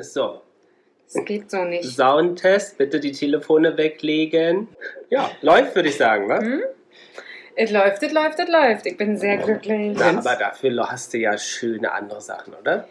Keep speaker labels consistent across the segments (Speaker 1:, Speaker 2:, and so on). Speaker 1: So,
Speaker 2: Das geht so nicht.
Speaker 1: Soundtest, bitte die Telefone weglegen. Ja, läuft, würde ich sagen, ne?
Speaker 3: Mhm.
Speaker 2: Hm? Es läuft, es läuft, es läuft. Ich bin sehr glücklich.
Speaker 1: Na, aber dafür hast du ja schöne andere Sachen, oder?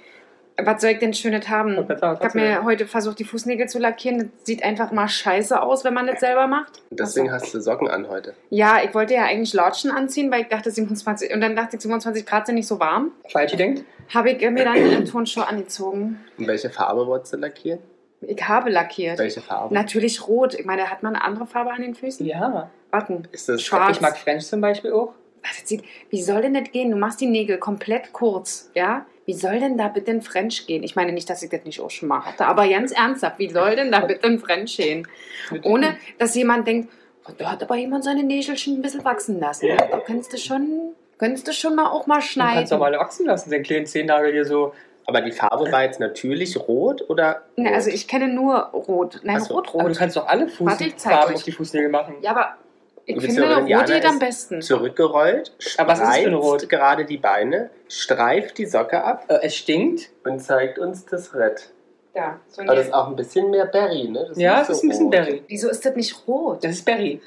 Speaker 2: Was soll ich denn Schönes haben?
Speaker 1: Und
Speaker 2: Ich
Speaker 1: das war's,
Speaker 2: habe
Speaker 1: erzähl.
Speaker 2: mir heute versucht, die Fußnägel zu lackieren. Das sieht einfach mal scheiße aus, wenn man das selber macht.
Speaker 1: Und Deswegen
Speaker 2: Ach so.
Speaker 1: hast du Socken an heute.
Speaker 2: Ja, ich wollte ja eigentlich Latschen anziehen, weil ich dachte 27 und dann dachte ich 27 Grad sind nicht so warm.
Speaker 3: Falschi denkt?
Speaker 2: Habe ich mir dann eine Turnschuhe angezogen.
Speaker 1: Und welche Farbe wolltest du lackieren?
Speaker 2: Ich habe
Speaker 3: Also
Speaker 2: lackiert.
Speaker 1: Welche Farbe?
Speaker 2: Natürlich rot. Ich meine, hat man eine andere Farbe an den Füßen?
Speaker 3: Ja.
Speaker 2: Warten.
Speaker 1: Ist das
Speaker 2: Schwarz.
Speaker 3: Ich mag French zum Beispiel auch.
Speaker 2: Was, das sieht, wie soll denn das gehen? Du machst die Nägel komplett kurz, ja? Wie soll denn da bitte ein French gehen? Ich meine nicht, dass ich das nicht auch schon mal hatte, aber ganz ernsthaft, wie soll denn da bitte ein French gehen? Ohne, dass jemand denkt, oh, da hat aber jemand seine Nägel schon ein bisschen wachsen lassen. Ja, da kannst du schon, könntest du schon mal auch mal
Speaker 3: Du kannst doch
Speaker 2: schneiden.
Speaker 3: mal wachsen lassen, den kleinen Zehennagel hier so.
Speaker 1: Aber die Farbe war jetzt natürlich rot oder?
Speaker 2: Ne, also
Speaker 1: rot?
Speaker 2: ich kenne nur rot. Nein,
Speaker 1: Ach so,
Speaker 3: Aber du
Speaker 2: rot-rot.
Speaker 3: kannst doch alle
Speaker 2: Oh, Warte, ich zeig's
Speaker 3: Fußfarben
Speaker 2: euch.
Speaker 3: auf die Fußnägel machen.
Speaker 2: Ja, aber ich
Speaker 1: Willst du
Speaker 2: finde
Speaker 1: aber ne, den
Speaker 2: rot
Speaker 1: Jana
Speaker 2: geht am
Speaker 1: ist-
Speaker 2: besten.
Speaker 1: Zurückgerollt,
Speaker 3: Aber was ist das für ein Rot?
Speaker 1: spreizt gerade die Beine, streift die Socke ab
Speaker 3: Äh, es stinkt.
Speaker 1: und zeigt uns das Red.
Speaker 2: Ja, so
Speaker 1: Aber das
Speaker 2: ein-
Speaker 1: ist auch ein bisschen mehr Berry, ne? Das
Speaker 3: ja,
Speaker 1: nicht
Speaker 3: es
Speaker 1: so
Speaker 3: ist ein bisschen
Speaker 1: rot.
Speaker 3: Berry.
Speaker 2: Wieso ist das nicht rot?
Speaker 3: Das ist Berry.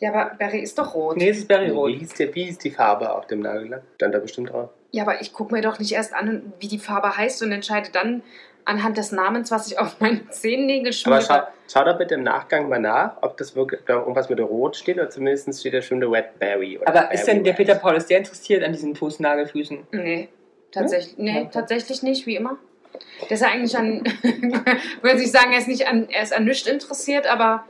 Speaker 2: Ja, aber Berry ist doch rot.
Speaker 3: Nee, es ist Berryrot.
Speaker 1: Wie hieß, der, wie hieß die Farbe auf dem Nagellack? Stand da bestimmt drauf.
Speaker 2: Ja, aber ich gucke mir doch nicht erst an, wie die Farbe heißt und entscheide dann anhand des Namens, was ich auf meine Zehennägel
Speaker 1: Aber
Speaker 2: schmiere.
Speaker 1: schau, schau doch bitte im Nachgang mal nach, ob das wirklich ob da irgendwas mit Rot steht oder zumindest steht da schon der Red Berry. Oder
Speaker 3: Aber ist
Speaker 1: Berry
Speaker 3: denn der
Speaker 1: Red.
Speaker 3: Peter Paul, ist der interessiert an diesen Fußnagelfüßen?
Speaker 2: nee, tatsächlich, nee,
Speaker 3: Hm? Ja.
Speaker 2: tatsächlich nicht, wie immer. Der ist ja eigentlich an, würde ich sagen, er ist, nicht an, er ist an nichts interessiert, aber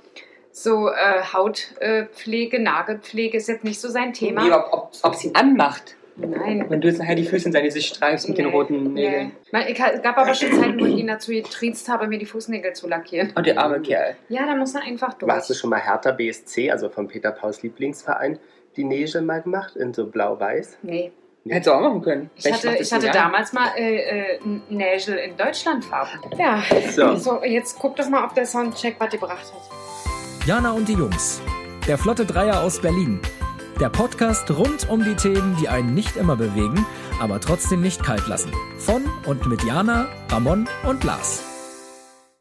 Speaker 2: so äh, Hautpflege, äh, Pflege, Nagelpflege ist jetzt nicht so sein Thema.
Speaker 3: Nee, aber ob, ob sie ihn anmacht.
Speaker 2: Nein.
Speaker 3: Wenn du jetzt nachher die Füße in seine Gesicht streifst mit den
Speaker 2: Nee,
Speaker 3: roten Nägeln.
Speaker 2: Nee. Man, ich, es gab aber schon Zeiten, wo ich ihn dazu getriezt habe, mir die Fußnägel zu lackieren.
Speaker 3: Und der arme Kerl.
Speaker 2: Ja, da muss man einfach durch.
Speaker 1: Warst du schon mal Hertha BSC, also vom Peter Pauls Lieblingsverein, die Nägel mal gemacht in so blau-weiß?
Speaker 2: Nee.
Speaker 3: Hättest du auch machen können.
Speaker 2: Ich
Speaker 3: Vielleicht
Speaker 2: hatte,
Speaker 3: macht das
Speaker 2: ich hatte
Speaker 3: ein Jahr.
Speaker 2: damals mal äh, äh, einen Nägel in Deutschlandfarben. Ja,
Speaker 1: So.
Speaker 2: so jetzt guck doch mal, ob der Soundcheck was gebracht hat.
Speaker 4: Jana und die Jungs. Der Flotte Dreier aus Berlin. Der Podcast rund um die Themen, die einen nicht immer bewegen, aber trotzdem nicht kalt lassen. Von und mit Jana, Ramon und Lars.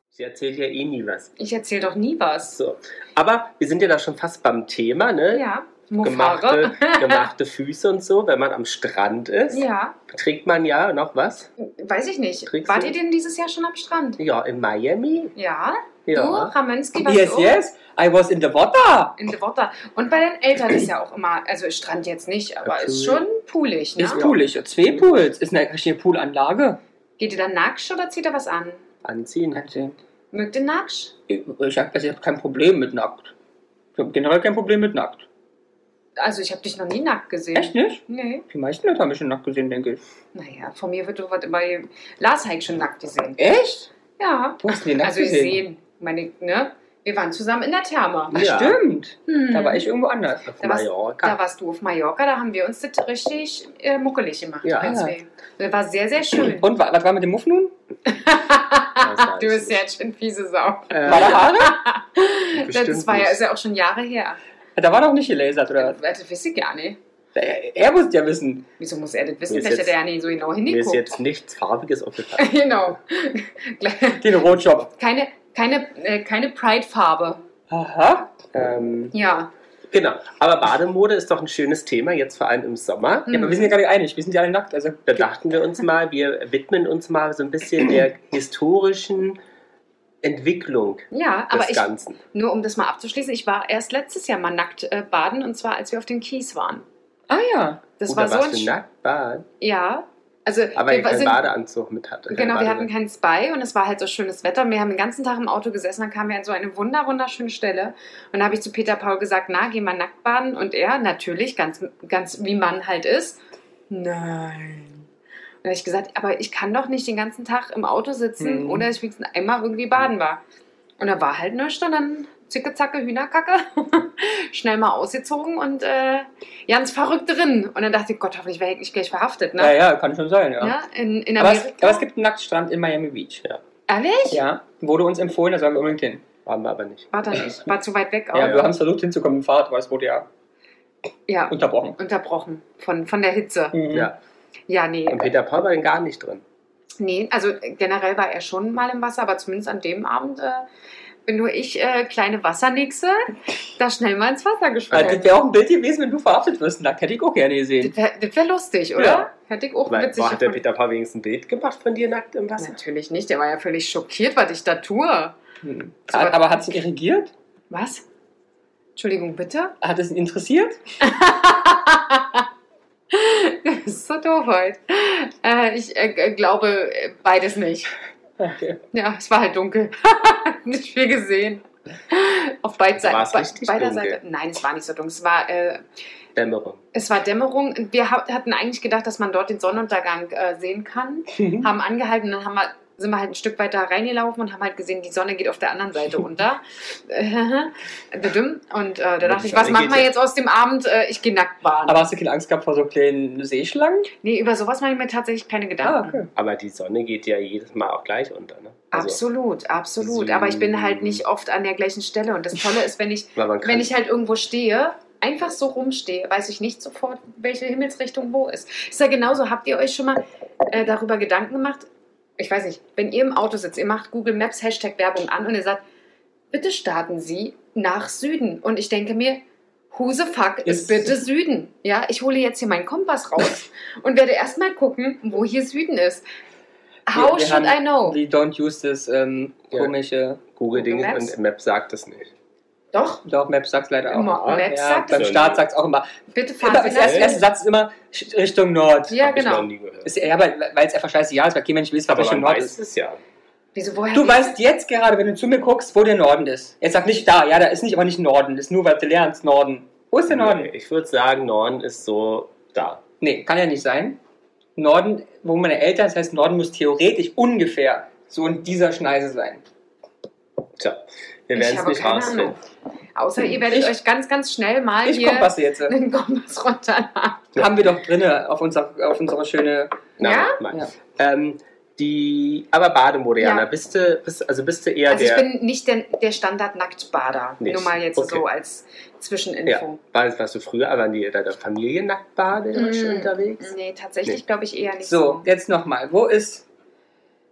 Speaker 1: Sie erzählt ja eh nie was.
Speaker 2: Ich erzähle doch nie was.
Speaker 1: So. Aber wir sind ja da schon fast beim Thema, ne?
Speaker 2: Ja,
Speaker 1: Gemachte,
Speaker 2: Mofare.
Speaker 1: gemachte Füße und so, wenn man am Strand ist,
Speaker 2: Ja,
Speaker 1: trägt man ja noch was?
Speaker 2: weiß ich nicht.
Speaker 1: Kriegst
Speaker 2: Wart
Speaker 1: du-
Speaker 2: ihr denn dieses Jahr schon am Strand?
Speaker 1: Ja, in Miami?
Speaker 2: Ja,
Speaker 1: Ja.
Speaker 2: du, Ramönski, warst
Speaker 3: Yes,
Speaker 2: du auch
Speaker 3: yes. I was in the water.
Speaker 2: in the water. Und bei den Eltern ist ja auch immer, also Strand jetzt nicht, aber
Speaker 1: Ja,
Speaker 2: ist
Speaker 1: cool.
Speaker 2: schon poolig. Ne?
Speaker 3: Ist poolig. Zwei Pools. Ist eine richtige Poolanlage.
Speaker 2: Geht ihr dann nackt oder zieht ihr was an?
Speaker 1: Anziehen.
Speaker 3: Also,
Speaker 2: Mögt ihr nackt?
Speaker 3: Ich, ich habe also ich hab kein Problem mit nackt. Ich habe generell kein Problem mit nackt.
Speaker 2: Also ich habe dich noch nie nackt gesehen.
Speaker 3: Echt nicht?
Speaker 2: Nee.
Speaker 3: Die meisten Leute haben mich schon nackt gesehen, denke ich.
Speaker 2: Naja, von mir wird doch was immer. Lars Heik schon nackt gesehen.
Speaker 3: Echt?
Speaker 2: Ja.
Speaker 3: Wo hast du den nackt
Speaker 2: Also ich
Speaker 3: gesehen?
Speaker 2: sehen. Meine, ne? Wir waren zusammen in der Therma.
Speaker 3: Ach,
Speaker 1: Ja.
Speaker 3: stimmt.
Speaker 2: Hm.
Speaker 3: Da war ich irgendwo anders.
Speaker 1: Auf
Speaker 2: Da warst-
Speaker 1: Mallorca.
Speaker 2: Da warst du auf Mallorca, da haben wir uns das richtig äh, muckelig gemacht.
Speaker 1: Ja.
Speaker 2: wir zwei. Das war sehr, sehr schön.
Speaker 3: Und wa- was war mit dem Muff nun?
Speaker 1: weiß
Speaker 2: du
Speaker 1: ich
Speaker 2: bist ja
Speaker 1: nicht.
Speaker 2: jetzt schon fiese Sau.
Speaker 1: Also, Äh,
Speaker 3: Meine Haare?
Speaker 1: bestimmt
Speaker 2: das war ja,
Speaker 1: nicht.
Speaker 2: ist ja auch schon Jahre her.
Speaker 3: Da war doch nicht gelasert, oder was?
Speaker 2: Das weiß ich gar nicht.
Speaker 3: Er, er muss ja wissen.
Speaker 2: Wieso muss er das wissen?
Speaker 1: Mir ist
Speaker 2: Vielleicht hat
Speaker 1: jetzt-
Speaker 2: er ja nicht so genau
Speaker 1: Mir ist
Speaker 2: hingeguckt.
Speaker 1: jetzt nichts Farbiges aufgefallen.
Speaker 2: genau.
Speaker 3: Den Rotjob.
Speaker 2: keine keine, äh, keine Pride-Farbe.
Speaker 3: Aha.
Speaker 1: ähm,
Speaker 2: Ja.
Speaker 1: genau. Aber Bademode ist doch ein schönes Thema, jetzt vor allem im Sommer.
Speaker 2: Mhm.
Speaker 3: Ja, aber wir sind ja gar nicht einig. Wir sind ja alle nackt. Also,
Speaker 1: Da dachten wir uns mal, wir widmen uns mal so ein bisschen der historischen Entwicklung
Speaker 2: Ja,
Speaker 1: des
Speaker 2: aber ich,
Speaker 1: Ganzen.
Speaker 2: nur um das mal abzuschließen, ich war erst letztes Jahr mal nackt äh, baden und zwar als wir auf den Kies waren.
Speaker 3: ah ja.
Speaker 2: Das
Speaker 1: Oder
Speaker 2: war so
Speaker 1: Oh, warst
Speaker 2: ein
Speaker 1: du
Speaker 2: Sch-
Speaker 1: nackt baden,
Speaker 2: Ja, also
Speaker 1: aber
Speaker 2: wir
Speaker 1: ich keinen
Speaker 2: sind,
Speaker 1: Badeanzug mit hatte. keinen
Speaker 2: genau, wir hatten
Speaker 1: Badeanzug.
Speaker 2: keinen Spy und es war halt so schönes Wetter. Und wir haben den ganzen Tag im Auto gesessen, dann kamen wir an so eine wunder wunderschöne Stelle und da habe ich zu Peter Paul gesagt, na, geh mal nackt baden und er natürlich ganz ganz wie Mann halt ist. Nein. Und da habe ich gesagt, aber ich kann doch nicht den ganzen Tag im Auto sitzen,
Speaker 3: Mhm.
Speaker 2: ohne dass ich wenigstens einmal irgendwie baden war. Und da war halt nichts und dann zicke zacke Hühnerkacke, schnell mal ausgezogen und äh, ganz verrückt drin. Und dann dachte ich, Gott, hoffentlich werde ich nicht gleich verhaftet. Ne?
Speaker 3: Ja, ja, kann schon sein, ja.
Speaker 2: Ja, in, in
Speaker 3: aber, es,
Speaker 2: Amerika.
Speaker 3: aber es gibt einen Nacktstrand in Miami Beach.
Speaker 2: Ehrlich?
Speaker 3: Ja, wurde uns empfohlen, da sollen wir unbedingt hin.
Speaker 1: Waren wir aber nicht.
Speaker 2: War da nicht. War zu weit weg auch.
Speaker 3: Ja,
Speaker 2: Ja.
Speaker 3: wir haben es versucht hinzukommen im Fahrrad, aber es wurde ja unterbrochen.
Speaker 2: Unterbrochen von, von der Hitze.
Speaker 3: Mhm.
Speaker 1: Ja.
Speaker 2: Ja, nee.
Speaker 1: Und Peter Paul war denn gar nicht drin.
Speaker 2: Nee, also generell war er schon mal im Wasser, aber zumindest an dem Abend äh, bin nur ich, äh, kleine Wassernixe, da schnell mal ins Wasser
Speaker 3: Ah,
Speaker 1: Also
Speaker 2: gesprungen.
Speaker 3: das wäre auch ein Bild gewesen, wenn du verhaftet wirst. Nackt hätte ich auch gerne gesehen.
Speaker 2: Das wäre wär lustig, oder?
Speaker 3: Ja.
Speaker 2: Hätte ich auch
Speaker 1: Weil,
Speaker 2: Oh, witzig
Speaker 1: boah, hat der
Speaker 2: gefunden.
Speaker 1: Peter Paar wenigstens ein Bild gemacht von dir nackt im Wasser?
Speaker 2: Natürlich nicht, der war ja völlig schockiert, was ich da tue.
Speaker 3: Hm. Hat, aber hat es ihn irrigiert?
Speaker 2: Was? Entschuldigung, bitte?
Speaker 3: Hat es ihn interessiert?
Speaker 2: Das ist so doof heute. Äh, ich äh, g- glaube äh, beides nicht.
Speaker 3: Okay.
Speaker 2: Ja, es war halt dunkel. nicht viel gesehen. Auf beiden
Speaker 1: Also war
Speaker 2: Seiten.
Speaker 1: es richtig
Speaker 2: beider
Speaker 1: dunkel?
Speaker 2: Seite. Nein, es war nicht so dunkel. Es war äh,
Speaker 1: Dämmerung.
Speaker 2: Es war Dämmerung. und Wir ha- hatten eigentlich gedacht, dass man dort den Sonnenuntergang äh, sehen kann. Haben angehalten und dann haben wir, sind wir halt ein Stück weiter reingelaufen und haben halt gesehen, die Sonne geht auf der anderen Seite unter. Dadüm. und äh, da dachte ich, was
Speaker 1: Sonne
Speaker 2: machen
Speaker 1: geht
Speaker 2: wir
Speaker 1: ja.
Speaker 2: jetzt aus dem Abend? Äh, ich gehe nackt baden.
Speaker 3: Aber hast du keine Angst gehabt vor so kleinen Seeschlangen? Ah,
Speaker 2: nee, über sowas mache ich mir tatsächlich keine Gedanken.
Speaker 1: Aber die Sonne geht ja jedes Mal auch gleich unter, ne?
Speaker 2: absolut, absolut.
Speaker 1: So.
Speaker 2: Aber ich bin
Speaker 1: Mm.
Speaker 2: halt nicht oft an der gleichen Stelle. Und das Tolle ist, wenn ich,
Speaker 1: Weil man kann,
Speaker 2: wenn ich halt irgendwo stehe, einfach so rumstehe, weiß ich nicht sofort, welche Himmelsrichtung wo ist. Ist ja genauso, habt ihr euch schon mal äh, darüber Gedanken gemacht? Ich weiß nicht, wenn ihr im Auto sitzt, ihr macht Google Maps Hashtag Werbung an und ihr sagt, bitte starten Sie nach Süden. Und ich denke mir, who the fuck ist
Speaker 3: Ist-
Speaker 2: bitte Süden? Ja, ich hole jetzt hier meinen Kompass raus und werde erstmal gucken, wo hier Süden ist. How
Speaker 3: Wir- wir
Speaker 2: should I
Speaker 3: haben
Speaker 2: know?
Speaker 3: Die Don't Use This ähm,
Speaker 1: Ja.
Speaker 3: komische.
Speaker 1: Google-Dinge
Speaker 2: Google Maps?
Speaker 1: und Map sagt es nicht.
Speaker 2: Doch,
Speaker 3: Doch, Maps sagt leider auch.
Speaker 2: Ma- Maps
Speaker 3: ja,
Speaker 2: sagt
Speaker 3: beim
Speaker 1: es.
Speaker 3: Start sagt es auch immer.
Speaker 2: bitte fahren
Speaker 3: immer
Speaker 2: Sie
Speaker 3: das
Speaker 2: nach
Speaker 3: erste,
Speaker 1: Maps?
Speaker 2: Süden.
Speaker 3: erste Satz ist immer Sch- Richtung Nord.
Speaker 2: Ja,
Speaker 1: Hab Ich noch
Speaker 2: genau.
Speaker 1: nie gehört.
Speaker 3: Ist, ja, weil weil es einfach scheiße ja ist, weil kein Mensch weiß, was
Speaker 1: aber
Speaker 3: Richtung
Speaker 1: man
Speaker 3: Nord
Speaker 1: weiß
Speaker 3: ist.
Speaker 1: es ja.
Speaker 2: Wieso, woher
Speaker 3: Du weißt jetzt gerade, wenn du zu mir guckst, wo der Norden ist. Jetzt sag nicht da, ja, da ist nicht, aber nicht Norden. Das ist nur, weil du lernst, Norden. Wo ist der Norden?
Speaker 1: Nee, Ich würde sagen, Norden ist so da.
Speaker 3: Nee, kann ja nicht sein. Norden, wo meine Eltern, das heißt, Norden muss theoretisch ungefähr so in dieser Schneise sein.
Speaker 1: Tja, wir
Speaker 2: Ich
Speaker 1: werden es
Speaker 2: habe
Speaker 1: nicht
Speaker 2: keine
Speaker 1: rausfinden.
Speaker 2: Außer
Speaker 1: Hm.
Speaker 2: ihr werdet
Speaker 3: Ich-
Speaker 2: euch ganz, ganz schnell mal
Speaker 3: Ich
Speaker 2: hier
Speaker 3: kompasse jetzt. äh,
Speaker 2: den Kompass runter.
Speaker 1: Ja.
Speaker 3: Haben wir doch drinne auf, unser, auf unsere schöne.
Speaker 1: Na,
Speaker 2: Ja?
Speaker 1: mach mal.
Speaker 3: Ja.
Speaker 1: Ähm, die, aber Bademode, Jana,
Speaker 2: Ja.
Speaker 1: bist, du, bist, also bist du eher
Speaker 2: Also ich
Speaker 1: der...
Speaker 2: bin nicht der, der Standard-Nacktbader.
Speaker 1: Nicht.
Speaker 2: Nur mal jetzt
Speaker 1: Okay.
Speaker 2: so als
Speaker 1: ja,
Speaker 2: Zwischeninfo.
Speaker 1: warst, warst du früher aber in die- deiner Familie nackt baden
Speaker 2: Mm.
Speaker 1: unterwegs?
Speaker 2: Nee, tatsächlich
Speaker 1: Nee.
Speaker 2: glaube ich eher nicht
Speaker 3: So,
Speaker 2: so.
Speaker 3: jetzt nochmal. Wo ist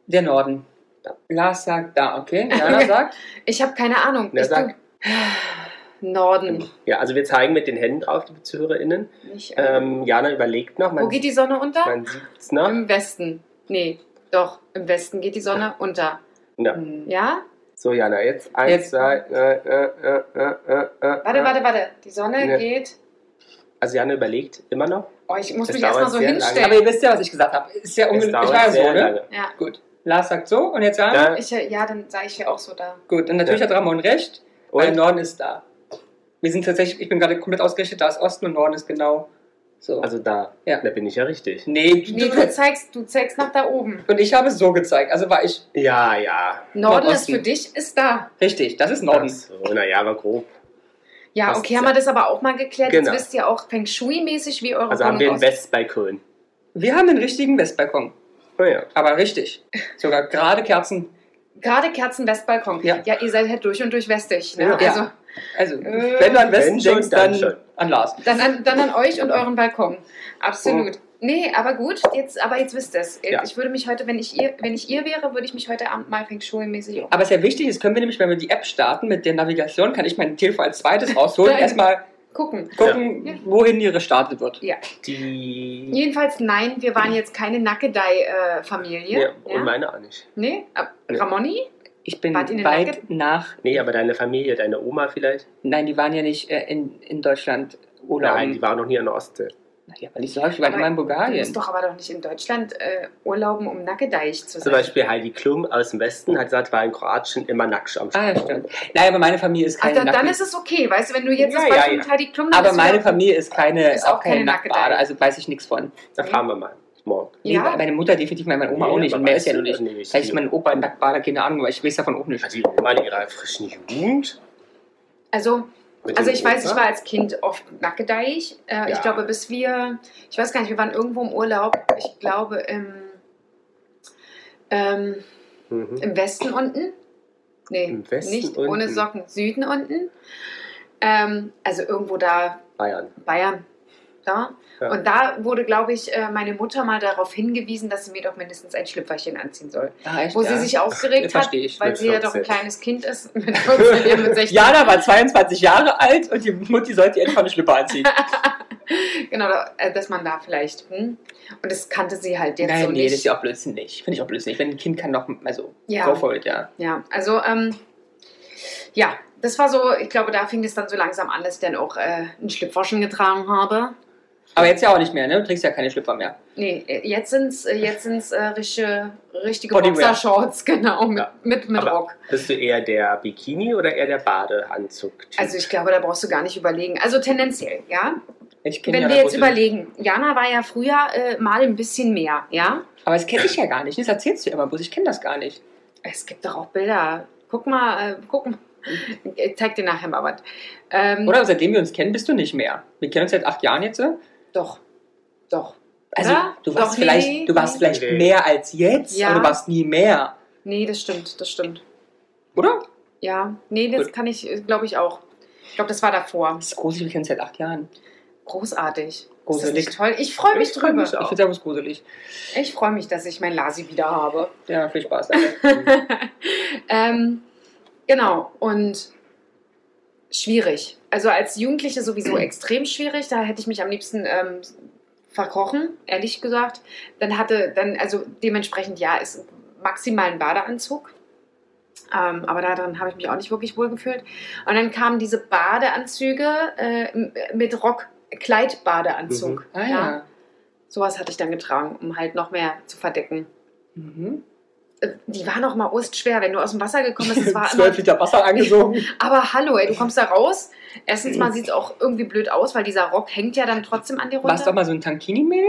Speaker 3: der Norden?
Speaker 1: Da.
Speaker 3: Lars sagt da, okay. Jana sagt.
Speaker 2: Ich habe keine Ahnung.
Speaker 1: Na,
Speaker 2: ich
Speaker 1: sag.
Speaker 2: bin- Norden.
Speaker 1: Ja, also wir zeigen mit den Händen drauf, liebe ZuhörerInnen.
Speaker 2: Nicht, äh,
Speaker 1: Ähm, Jana überlegt noch. Man,
Speaker 2: wo Ähm. geht die Sonne unter?
Speaker 1: Man sieht's noch.
Speaker 2: Im Westen. Nee, doch. Im Westen geht die Sonne unter.
Speaker 1: Ja.
Speaker 3: Hm.
Speaker 2: Ja?
Speaker 1: So, Jana, jetzt eins,
Speaker 3: Jetzt.
Speaker 1: zwei, äh, äh, äh, äh, äh,
Speaker 2: Warte,
Speaker 1: äh.
Speaker 2: warte, warte. Die Sonne
Speaker 1: Nee.
Speaker 2: geht...
Speaker 1: Also Jana überlegt immer noch.
Speaker 2: Oh, ich muss
Speaker 1: Das
Speaker 2: mich erstmal
Speaker 1: dauert
Speaker 2: so
Speaker 1: sehr lange.
Speaker 2: hinstellen.
Speaker 3: Aber ihr wisst ja, was ich gesagt habe. Ist ja
Speaker 1: Es
Speaker 3: ungefähr. Ich
Speaker 1: dauert
Speaker 3: war ja so,
Speaker 1: sehr
Speaker 3: ne?
Speaker 1: lange.
Speaker 2: Ja.
Speaker 3: Gut. Lars sagt so und jetzt Jana.
Speaker 1: Ja.
Speaker 2: Ich, äh, ja, dann sage ich ja auch so da.
Speaker 3: Gut, und natürlich
Speaker 1: Ja.
Speaker 3: hat Ramon recht. Weil
Speaker 1: Und,
Speaker 3: Norden ist da. Wir sind tatsächlich, ich bin gerade komplett ausgerechnet, da ist Osten und Norden ist genau so.
Speaker 1: also da,
Speaker 3: Ja.
Speaker 1: da bin ich ja richtig.
Speaker 3: nee, du,
Speaker 2: Nee, du zeigst, du zeigst nach da oben.
Speaker 3: und ich habe es so gezeigt. Also war ich
Speaker 1: Ja, ja.
Speaker 2: Norden ist
Speaker 3: Nordosten.
Speaker 2: für dich, ist da.
Speaker 3: richtig. Das ist
Speaker 1: Ach
Speaker 3: Norden.
Speaker 1: So, naja, aber grob.
Speaker 2: Ja,
Speaker 1: Passt
Speaker 2: okay, haben wir das aber auch mal geklärt.
Speaker 1: Genau.
Speaker 2: Jetzt wisst ihr auch Feng Shui-mäßig, wie eure
Speaker 1: Also haben wir einen
Speaker 2: aussieht.
Speaker 1: Westbalkon.
Speaker 3: Wir haben den richtigen Westbalkon.
Speaker 1: Oh ja.
Speaker 3: Aber richtig. Sogar gerade Kerzen.
Speaker 2: Gerade Kerzen-Westbalkon.
Speaker 3: Ja.
Speaker 2: Ja. ihr seid halt durch und durch westig. Ne?
Speaker 1: Ja.
Speaker 2: Also
Speaker 3: Also,
Speaker 2: Äh,
Speaker 3: wenn du an Westen
Speaker 1: wenn schon,
Speaker 3: denkst,
Speaker 1: dann
Speaker 3: dann,
Speaker 1: schon.
Speaker 3: an Lars.
Speaker 2: dann an, dann an euch und euren Balkon. Absolut. Nee, aber gut, jetzt, aber jetzt wisst ihr es.
Speaker 1: Oh. Ja.
Speaker 2: Ich würde mich heute, wenn ich ihr, wenn ich ihr wäre, würde ich mich heute Abend mal Feng Shui-mäßig um.
Speaker 3: Aber es ist ja wichtig, das können wir nämlich, wenn wir die App starten mit der Navigation, kann ich mein Telefon als zweites rausholen und
Speaker 2: Nein.
Speaker 3: erstmal
Speaker 2: gucken.
Speaker 3: gucken,
Speaker 2: Ja.
Speaker 3: wohin die gestartet wird.
Speaker 2: Ja.
Speaker 1: Die.
Speaker 2: Jedenfalls, nein, wir waren jetzt keine Nackedei-Familie.
Speaker 1: Ja,
Speaker 2: Ja,
Speaker 1: Und meine auch nicht.
Speaker 2: Nee? Ab-
Speaker 1: Nee.
Speaker 2: Ramoni?
Speaker 3: Ich bin
Speaker 2: Wart ihr in den
Speaker 3: weit nach.
Speaker 1: Nee, aber deine Familie, deine Oma vielleicht?
Speaker 3: Nein, die waren ja nicht äh, in, in Deutschland oder.
Speaker 1: Nein, die war noch nie an der Ostsee.
Speaker 3: ja, aber nicht so häufig, die waren
Speaker 2: Aber
Speaker 3: immer in
Speaker 2: Du
Speaker 3: Bulgarien.
Speaker 2: musst doch aber doch nicht in Deutschland äh, urlauben, um Nackedei zu sein.
Speaker 1: Zum Beispiel Heidi Klum aus dem Westen hat gesagt, war in Kroatien immer nackt am
Speaker 3: Ah,
Speaker 1: Strand.
Speaker 3: ja, stimmt. Nein, aber meine Familie ist
Speaker 2: Ach,
Speaker 3: keine
Speaker 2: dann, dann
Speaker 3: Nackte-
Speaker 2: ist es okay, weißt du, wenn du jetzt
Speaker 1: Ja,
Speaker 2: das
Speaker 1: ja,
Speaker 2: Beispiel
Speaker 1: ja.
Speaker 2: mit Heidi Klum dann
Speaker 3: Aber
Speaker 2: ist
Speaker 3: meine
Speaker 2: wieder-
Speaker 3: Familie ist keine,
Speaker 2: Ist
Speaker 3: auch,
Speaker 2: auch
Speaker 3: keine
Speaker 2: keine
Speaker 3: Nacktbade,
Speaker 2: Nacktbade.
Speaker 3: also weiß ich nichts von.
Speaker 1: da fahren wir mal. Morgen.
Speaker 3: Nee,
Speaker 2: Ah, Ja.
Speaker 3: Meine Mutter definitiv, meine Oma
Speaker 1: Nee,
Speaker 3: auch nicht.
Speaker 1: aber
Speaker 3: Und mehr ist ja
Speaker 1: weißt
Speaker 3: nur
Speaker 1: du
Speaker 3: nicht.
Speaker 1: ja nicht.
Speaker 3: Vielleicht ist mein Opa ein Nacktbader, keine Ahnung, weil ich weiß davon auch nicht.
Speaker 1: Hat die Oma in ihrer frischen Jugend?
Speaker 2: Also,
Speaker 1: mit
Speaker 2: also
Speaker 1: dem
Speaker 2: ich weiß, ich
Speaker 1: Opa?
Speaker 2: war als Kind oft nackedeiig. Äh,
Speaker 1: Ja.
Speaker 2: Ich glaube, bis wir, ich weiß gar nicht, wir waren irgendwo im Urlaub, ich glaube im, ähm,
Speaker 1: Mhm.
Speaker 2: im Westen unten. Nee,
Speaker 1: Im Westen
Speaker 2: nicht
Speaker 1: unten.
Speaker 2: ohne Socken, Süden unten. Ähm, also irgendwo da,
Speaker 1: Bayern.
Speaker 2: Bayern. Ne?
Speaker 1: Ja.
Speaker 2: Und da wurde, glaube ich, äh, meine Mutter mal darauf hingewiesen, dass sie mir doch mindestens ein Schlüpferchen anziehen soll.
Speaker 3: Ah, echt,
Speaker 2: Wo
Speaker 3: ja.
Speaker 2: sie sich aufgeregt hat,
Speaker 3: verstehe ich.
Speaker 2: weil
Speaker 1: Mit
Speaker 2: sie ja doch ein
Speaker 1: 14.
Speaker 2: kleines Kind ist. Mit 14, ja, mit 16.
Speaker 3: Jana war 22 Jahre alt und die Mutti sollte ihr einfach eine Schlüpper anziehen.
Speaker 2: Genau, da- äh, dass man da vielleicht. Hm? Und das kannte sie halt jetzt
Speaker 3: Nein,
Speaker 2: so
Speaker 3: nee,
Speaker 2: nicht.
Speaker 3: das ist ja auch blödsinnig. Finde ich auch blödsinnig. Wenn ein Kind kann doch, also,
Speaker 2: Ja.
Speaker 3: go for it, ja.
Speaker 2: Ja, also ähm, ja, das war so, ich glaube, da fing es dann so langsam an, dass ich dann auch äh, einen Schlüpfwaschen getragen habe.
Speaker 3: Aber jetzt ja auch nicht mehr, ne? Du trägst ja keine Schlüpper mehr.
Speaker 2: Nee, äh, jetzt sind es jetzt sind's, äh, richtige, richtige
Speaker 3: Bodywear.
Speaker 2: Boxershorts, genau, mit,
Speaker 1: Ja.
Speaker 2: mit, mit
Speaker 1: Aber-
Speaker 2: Rock.
Speaker 1: Bist du eher der Bikini oder eher der Badeanzug?
Speaker 2: Also ich glaube, da brauchst du gar nicht überlegen. Also tendenziell, ja.
Speaker 3: Ich kenn
Speaker 2: Wenn
Speaker 3: ja
Speaker 2: wir
Speaker 3: das
Speaker 2: jetzt
Speaker 3: Foto
Speaker 2: überlegen, Jana war ja früher äh, mal ein bisschen mehr, ja.
Speaker 3: nicht. Aber das kenne ich ja gar nicht. Das erzählst du ja immer bloß. Ich kenne das gar nicht.
Speaker 2: Es gibt doch auch Bilder. Guck mal, äh, guck mal. Ich zeig dir nachher mal was. Ähm,
Speaker 3: Oder seitdem wir uns kennen, bist du nicht mehr. Wir kennen uns seit acht Jahren jetzt. Also,
Speaker 2: Doch, doch. Oder?
Speaker 3: du warst
Speaker 2: Doch, nee, nee,
Speaker 3: vielleicht, du warst
Speaker 2: nee.
Speaker 3: vielleicht
Speaker 1: Nee.
Speaker 3: mehr als jetzt,
Speaker 2: Ja.
Speaker 3: aber du warst nie mehr.
Speaker 2: Nee, das stimmt, das stimmt.
Speaker 3: Oder?
Speaker 2: Ja, nee, das
Speaker 3: Gut.
Speaker 2: kann ich, glaube ich, auch. Ich glaube, das war davor.
Speaker 3: Das ist gruselig, wir kennen uns seit acht Jahren.
Speaker 2: Großartig. Ist das
Speaker 3: Gruselig.
Speaker 2: nicht toll? Ich freue mich
Speaker 1: Ich freu
Speaker 2: drüber.
Speaker 1: mich auch.
Speaker 3: Ich finde es gruselig.
Speaker 2: Ich freue mich, dass ich mein Lasi wieder habe.
Speaker 3: Ja, viel Spaß. Danke.
Speaker 2: Ähm, genau, und schwierig. Also als Jugendliche sowieso extrem schwierig. Da hätte ich mich am liebsten ähm, verkrochen, ehrlich gesagt. Dann hatte, dann, also dementsprechend ja, ist maximal ein Badeanzug. Ähm, aber daran habe ich mich auch nicht wirklich wohl gefühlt. Und dann kamen diese Badeanzüge äh, m- mit Rock, Kleidbadeanzug.
Speaker 3: Ah ja.
Speaker 2: Sowas hatte ich dann getragen, um halt noch mehr zu verdecken.
Speaker 3: Mhm.
Speaker 2: Äh, Die waren auch mal ostschwer, wenn du aus dem Wasser gekommen bist. Es war immer
Speaker 3: Zwölf Liter Wasser angesogen.
Speaker 2: Aber hallo, ey, du kommst da raus. Erstens mal sieht es auch irgendwie blöd aus, weil dieser Rock hängt ja dann trotzdem an dir runter.
Speaker 3: Warst du auch mal so ein Tankini-Mehl?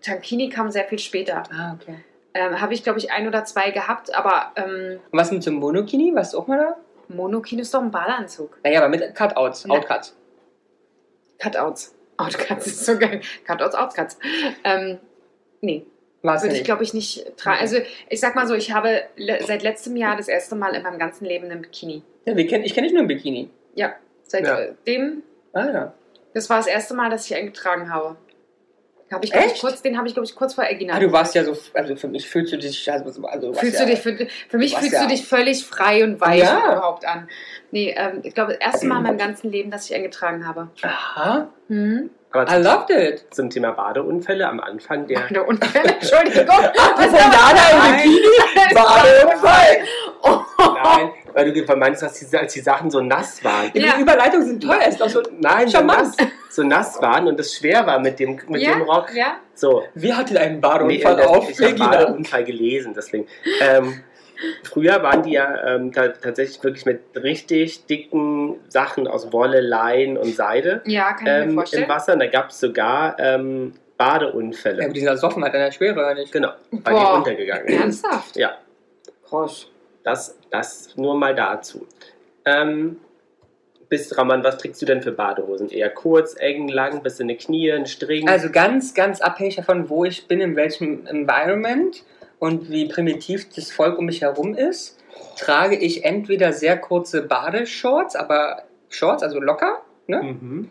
Speaker 2: Tankini kam sehr viel später.
Speaker 3: Ah, okay.
Speaker 2: Ähm, Habe ich, glaube ich, ein oder zwei gehabt, aber ähm,
Speaker 3: Und was mit so einem Monokini? Warst du auch mal da?
Speaker 2: Monokin ist doch ein Badeanzug.
Speaker 3: Naja, aber mit Cutouts,
Speaker 2: Na.
Speaker 3: Outcuts.
Speaker 2: Cutouts. Outcuts ist so geil. Cutouts, Outcuts. Ähm, nee,
Speaker 3: Warst du
Speaker 2: würde ich,
Speaker 3: nicht.
Speaker 2: glaube ich, nicht tragen. Also, ich sag mal so, ich habe le seit letztem Jahr das erste Mal in meinem ganzen Leben einen Bikini.
Speaker 3: ja, wir kennen, ich kenne dich nur im Bikini.
Speaker 2: Ja,
Speaker 1: Ja.
Speaker 2: seitdem
Speaker 3: Ah ja.
Speaker 2: Das war das erste Mal, dass ich einen getragen habe. Hab ich, glaub ich,
Speaker 3: Echt?
Speaker 2: kurz, den habe ich, glaube ich, kurz vor Egina.
Speaker 3: Ah, du warst ja so, also für mich fühlst du dich, also, also warst
Speaker 2: Fühlst
Speaker 3: ja,
Speaker 2: du dich, für, für mich
Speaker 3: warst
Speaker 2: fühlst
Speaker 3: ja
Speaker 2: du dich völlig frei und weich
Speaker 3: Ja.
Speaker 2: überhaupt an. Nee, ähm, ich glaube, das erste Mal in meinem ganzen Leben, dass ich einen getragen habe.
Speaker 3: Aha,
Speaker 2: Hm?
Speaker 1: Aber
Speaker 3: I loved it.
Speaker 1: zum Thema Badeunfälle am Anfang der
Speaker 2: Meine Unfälle, Entschuldigung.
Speaker 3: Von Jana im Bikini? Badeunfall.
Speaker 1: Nein, weil du meinst, dass die, als die Sachen so nass waren.
Speaker 2: Ja.
Speaker 3: Die Überleitungen sind toll. Ist doch so,
Speaker 1: Nein, so nass,
Speaker 3: Charmant.
Speaker 1: so nass waren und es schwer war mit dem, mit
Speaker 2: ja,
Speaker 1: dem Rock.
Speaker 2: ja.
Speaker 1: So.
Speaker 3: wir hatten einen
Speaker 1: Nee,
Speaker 3: Badeunfall
Speaker 1: das-
Speaker 3: auf
Speaker 1: ich habe gerade
Speaker 3: Regina.
Speaker 1: Unfall gelesen, deswegen. Ähm, früher waren die ja ähm, ta tatsächlich wirklich mit richtig dicken Sachen aus Wolle, Leinen und Seide
Speaker 2: ja, kann ich mir
Speaker 1: ähm,
Speaker 2: vorstellen.
Speaker 1: im Wasser. Und da gab es sogar ähm, Badeunfälle.
Speaker 3: Ja gut, die sind ersoffen, hat einer Schwere, oder nicht?
Speaker 1: Genau, weil die
Speaker 2: Boah.
Speaker 1: runtergegangen ist.
Speaker 2: Ernsthaft?
Speaker 1: Ja,
Speaker 3: Krass.
Speaker 1: das, das nur mal dazu. Ähm, bist Raman, was trägst du denn für Badehosen? Eher kurz, eng, lang, bis in die Knie, ein String?
Speaker 3: Also ganz, ganz abhängig davon, wo ich bin, in welchem Environment und wie primitiv das Volk um mich herum ist, trage ich entweder sehr kurze Badeshorts, aber Shorts, also locker,
Speaker 1: mhm.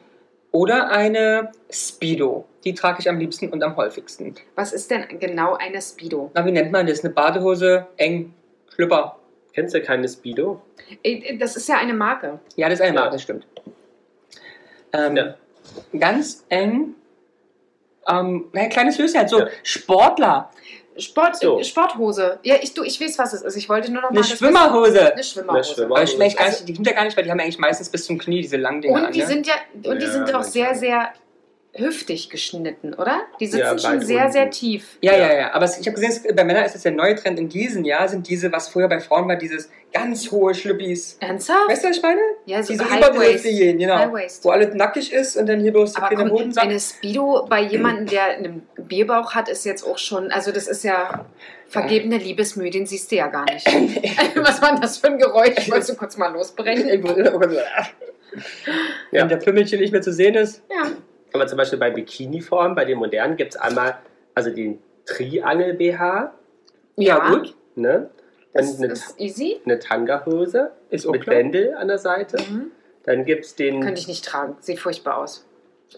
Speaker 3: oder eine Speedo. Die trage ich am liebsten und am häufigsten.
Speaker 2: Was ist denn genau eine Speedo?
Speaker 3: Na, wie nennt man das? Eine Badehose, eng, Schlüpper.
Speaker 1: Kennst du keine Speedo?
Speaker 2: Ey, Äh, Das ist ja eine Marke.
Speaker 3: Ja, das ist eine
Speaker 1: Ja.
Speaker 3: Marke, das stimmt. Ähm,
Speaker 1: Ja.
Speaker 3: Ganz eng. Ähm, na, ein kleines Höschen, halt so
Speaker 1: Ja.
Speaker 3: Sportler,
Speaker 2: Sport,
Speaker 1: So.
Speaker 2: Sporthose. Ja, ich, du, ich weiß, was es ist. Ich wollte nur noch mal...
Speaker 3: eine
Speaker 2: das
Speaker 3: Schwimmerhose.
Speaker 2: wissen. Eine Schwimmerhose.
Speaker 1: Eine Schwimmer-
Speaker 3: Aber ich merke gar
Speaker 2: Also-
Speaker 3: nicht, die hinter gar nicht, weil die haben eigentlich meistens bis zum Knie diese langen Dinger.
Speaker 2: Und die
Speaker 3: ne?
Speaker 2: sind ja, und die
Speaker 1: Ja,
Speaker 2: sind auch sehr,
Speaker 1: manchmal.
Speaker 2: sehr hüftig geschnitten, oder? Die sitzen
Speaker 1: Ja,
Speaker 2: schon
Speaker 1: weit
Speaker 2: sehr,
Speaker 1: unten.
Speaker 2: sehr tief.
Speaker 3: ja, ja, ja. Aber es, ich habe gesehen, es, bei Männern ist das der neue Trend in diesem Jahr, sind diese, was früher bei Frauen war, dieses ganz hohe Schlüppis.
Speaker 2: Ernsthaft?
Speaker 3: Weißt du, was ich meine?
Speaker 2: Ja,
Speaker 3: Die
Speaker 2: so
Speaker 3: so über die Hüfte
Speaker 2: Highwaist.
Speaker 3: gehen, genau.
Speaker 2: Highwaist.
Speaker 3: Wo alles nackig ist und dann hier bloß
Speaker 2: Aber
Speaker 3: den
Speaker 2: komm,
Speaker 3: Boden
Speaker 2: eine Speedo bei jemandem, der einen Bierbauch hat, ist jetzt auch schon, also das ist ja vergebene Liebesmühe, den siehst du ja gar nicht. Was war denn das für ein Geräusch? Wolltest du kurz mal losbrechen?
Speaker 1: Ja.
Speaker 3: Wenn der Pümmelchen nicht mehr zu sehen ist.
Speaker 2: Ja.
Speaker 1: Aber zum Beispiel bei Bikini-Formen, bei den modernen, gibt es einmal also den Triangel-BH,
Speaker 2: Ja,
Speaker 3: gut.
Speaker 1: ne?
Speaker 2: Das
Speaker 1: Dann eine,
Speaker 2: ist easy.
Speaker 1: eine Tanga-Hose
Speaker 3: Ist auch
Speaker 1: mit
Speaker 3: klar.
Speaker 1: Bändel an der Seite.
Speaker 2: Mhm.
Speaker 1: Dann gibt es den,
Speaker 2: Könnte ich nicht tragen. Sieht furchtbar aus.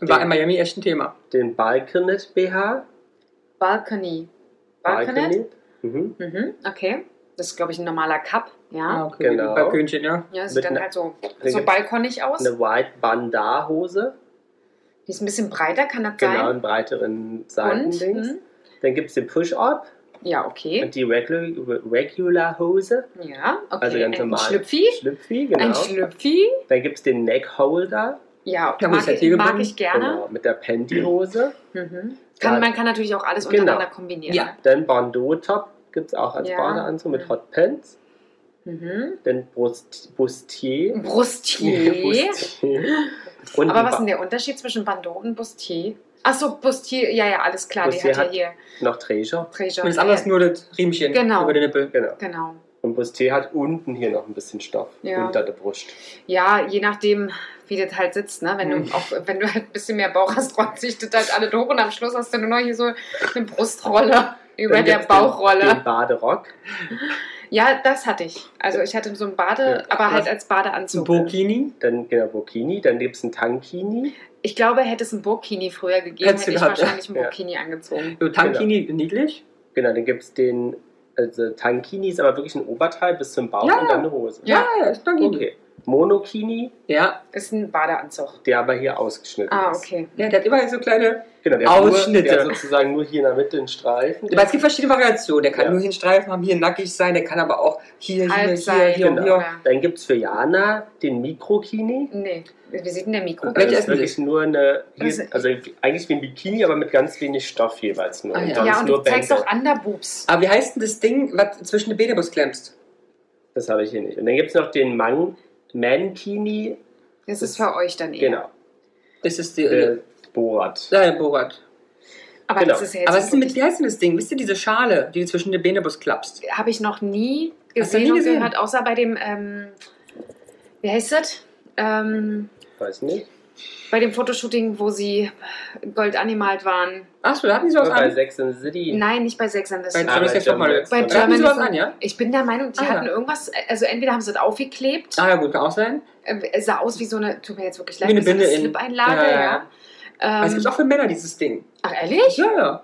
Speaker 3: War in Miami echt ein Thema.
Speaker 1: Den Balkanet BH.
Speaker 2: Balcony. Balconet? Mhm, okay. Das ist, glaube ich, ein normaler Cup. Ja.
Speaker 3: Ah, okay.
Speaker 1: Genau.
Speaker 3: Balkönchen, ja.
Speaker 2: Ja, es
Speaker 1: Mit
Speaker 2: sieht dann
Speaker 1: einer-
Speaker 2: halt so,
Speaker 1: Da
Speaker 2: so
Speaker 1: gibt's
Speaker 2: balkonig aus.
Speaker 1: Eine White Banda Hose.
Speaker 2: Die ist ein bisschen breiter, kann das
Speaker 1: Genau,
Speaker 2: sein?
Speaker 1: einen breiteren
Speaker 2: Und?
Speaker 1: Seitendings.
Speaker 2: Hm?
Speaker 1: Dann gibt es den Push-Up
Speaker 2: Ja, okay.
Speaker 1: und die Regular, Regular Hose.
Speaker 2: Ja, okay.
Speaker 1: Also ganz
Speaker 2: ein
Speaker 1: normal.
Speaker 2: Schlüpfi.
Speaker 1: Schlüpfi, genau.
Speaker 2: Ein Schlüpfi.
Speaker 1: Dann gibt es den Neckholder.
Speaker 2: Ja,
Speaker 3: Ja, wo
Speaker 2: mag,
Speaker 3: ist der
Speaker 2: ich,
Speaker 3: Tee
Speaker 2: mag
Speaker 3: gebunden?
Speaker 2: ich gerne.
Speaker 1: Genau, mit der Pantyhose.
Speaker 2: Mhm. Kann,
Speaker 1: Genau. Ja.
Speaker 2: man kann natürlich auch alles
Speaker 1: Genau.
Speaker 2: untereinander kombinieren.
Speaker 3: Ja.
Speaker 1: Dann Bandeau-Top gibt es auch als
Speaker 2: Ja.
Speaker 1: Badeanzug mit Hot Pants.
Speaker 2: Mhm.
Speaker 1: Dann Brust, Bustier.
Speaker 2: Brustier.
Speaker 1: Bustier. Und
Speaker 2: Mhm. Aber
Speaker 1: ein
Speaker 2: was ist
Speaker 1: Ba-
Speaker 2: denn der Unterschied zwischen Bandeau und Bustier? Achso, Bustier, ja, ja, alles klar.
Speaker 1: Bustier
Speaker 2: die hat
Speaker 1: hat-
Speaker 2: ja hier
Speaker 1: Noch Träger.
Speaker 2: Treasure.
Speaker 3: Und das andere ist nur das Riemchen
Speaker 2: Genau.
Speaker 3: über den Nippel.
Speaker 1: Genau.
Speaker 2: Genau.
Speaker 1: Und Bustier hat unten hier noch ein bisschen Stoff
Speaker 2: Ja.
Speaker 1: unter der Brust.
Speaker 2: Ja, je nachdem, wie das halt sitzt, ne? Wenn
Speaker 1: Mhm.
Speaker 3: Hm.
Speaker 2: du auch, wenn du halt ein bisschen mehr Bauch hast, rollt sich das halt alle durch und am Schluss hast du nur noch hier so eine Brustrolle über
Speaker 1: Dann gibt's
Speaker 2: der
Speaker 1: den- Den,
Speaker 2: Bauchrolle.
Speaker 1: Baderock.
Speaker 2: Ja, das hatte ich. Also ich hatte so ein Bade,
Speaker 1: Ja.
Speaker 2: aber halt
Speaker 1: Was?
Speaker 2: als
Speaker 3: Zum
Speaker 2: Badeanzug.
Speaker 3: Burkini.
Speaker 1: Dann genau Burkini. Dann gibt es einen Tankini.
Speaker 2: Ich glaube, hätte es ein Burkini früher gegeben,
Speaker 3: Hättest
Speaker 2: hätte
Speaker 3: du
Speaker 2: ich
Speaker 3: gehabt, ja.
Speaker 2: wahrscheinlich ein
Speaker 1: Ja.
Speaker 2: Burkini angezogen.
Speaker 3: So Tankini, niedlich.
Speaker 1: Genau, dann gibt es den. Also Tankini ist aber wirklich ein Oberteil bis zum Bauch
Speaker 3: Ja.
Speaker 1: und dann eine Hose.
Speaker 3: Ja, Ah, ja, ist Tankini.
Speaker 1: Okay. Monokini,
Speaker 3: Ja,
Speaker 2: Ist ein Badeanzug.
Speaker 1: der aber hier ausgeschnitten
Speaker 2: Ah,
Speaker 1: ist.
Speaker 2: okay.
Speaker 3: ja, der hat immer so kleine.
Speaker 1: Genau, der hat
Speaker 3: Ausschnitte.
Speaker 1: Nur, der hat sozusagen nur hier in der Mitte einen Streifen.
Speaker 3: Aber es gibt verschiedene Variationen. Der kann
Speaker 1: Ja.
Speaker 3: nur hier einen Streifen haben, hier nackig sein, der kann aber auch hier, hier,
Speaker 2: Halb
Speaker 3: hier,
Speaker 2: sein. genau.
Speaker 3: hier genau. und hier.
Speaker 2: oder-
Speaker 1: Dann gibt es für Jana den Mikrokini.
Speaker 2: Nee, wir sehen in der Mikro.
Speaker 1: Und das
Speaker 3: Welcher
Speaker 1: ist
Speaker 3: ist
Speaker 1: wirklich nur eine, hier,
Speaker 2: Das-
Speaker 1: also eigentlich wie ein Bikini, aber mit ganz wenig Stoff jeweils nur.
Speaker 3: Ah, ja.
Speaker 1: sonst
Speaker 2: Ja, und du
Speaker 1: nur
Speaker 2: zeigst
Speaker 1: Bänder.
Speaker 2: doch Underboobs.
Speaker 3: Aber wie heißt denn das Ding, was du zwischen den Benebus klemmst?
Speaker 1: Das habe ich hier nicht. Und dann gibt es noch den Man Mankini,
Speaker 2: Das ist für euch dann eher.
Speaker 1: genau,
Speaker 3: Das ist die.
Speaker 1: der
Speaker 3: Äh,
Speaker 1: Borat.
Speaker 3: ja, ja, Borat.
Speaker 2: Aber
Speaker 1: Genau.
Speaker 2: das ist ja jetzt
Speaker 3: Aber was ist denn
Speaker 2: wirklich-
Speaker 3: mit, wie heißt denn das Ding? Wisst ihr, diese Schale, die du zwischen den Benebus klappst?
Speaker 2: habe ich noch nie
Speaker 3: Hast du nie
Speaker 2: gesehen und
Speaker 3: gesehen?
Speaker 2: gehört, außer bei dem, ähm, wie heißt das? Ähm,
Speaker 1: Weiß nicht.
Speaker 2: bei dem Fotoshooting, wo sie gold animalt waren.
Speaker 3: Achso, da hatten die sowas
Speaker 1: Bei
Speaker 3: an.
Speaker 1: Sex and the City.
Speaker 2: Nein, nicht bei Sex and the
Speaker 3: Bei
Speaker 2: City.
Speaker 1: Ah,
Speaker 3: German
Speaker 1: Hm. bei
Speaker 3: Sex Topmodel.
Speaker 1: German
Speaker 3: Da
Speaker 1: Sex
Speaker 2: Bei
Speaker 3: hatten
Speaker 2: German
Speaker 3: die sowas
Speaker 2: Sex-
Speaker 3: an, ja?
Speaker 2: Ich bin der Meinung, die
Speaker 3: Ah, ja.
Speaker 2: hatten irgendwas, also entweder haben sie das aufgeklebt,
Speaker 3: Ah ja, gut, kann auch sein.
Speaker 2: äh, es sah aus wie so eine, tut mir jetzt wirklich leid,
Speaker 3: Wie eine
Speaker 2: so eine
Speaker 3: Binde in-
Speaker 2: Slip-Einlage,
Speaker 3: Ja, ja,
Speaker 2: ja.
Speaker 3: ja. Aber es
Speaker 2: Ähm,
Speaker 3: gibt auch für Männer dieses Ding.
Speaker 2: ach, ehrlich?
Speaker 3: Ja, ja.
Speaker 2: Aber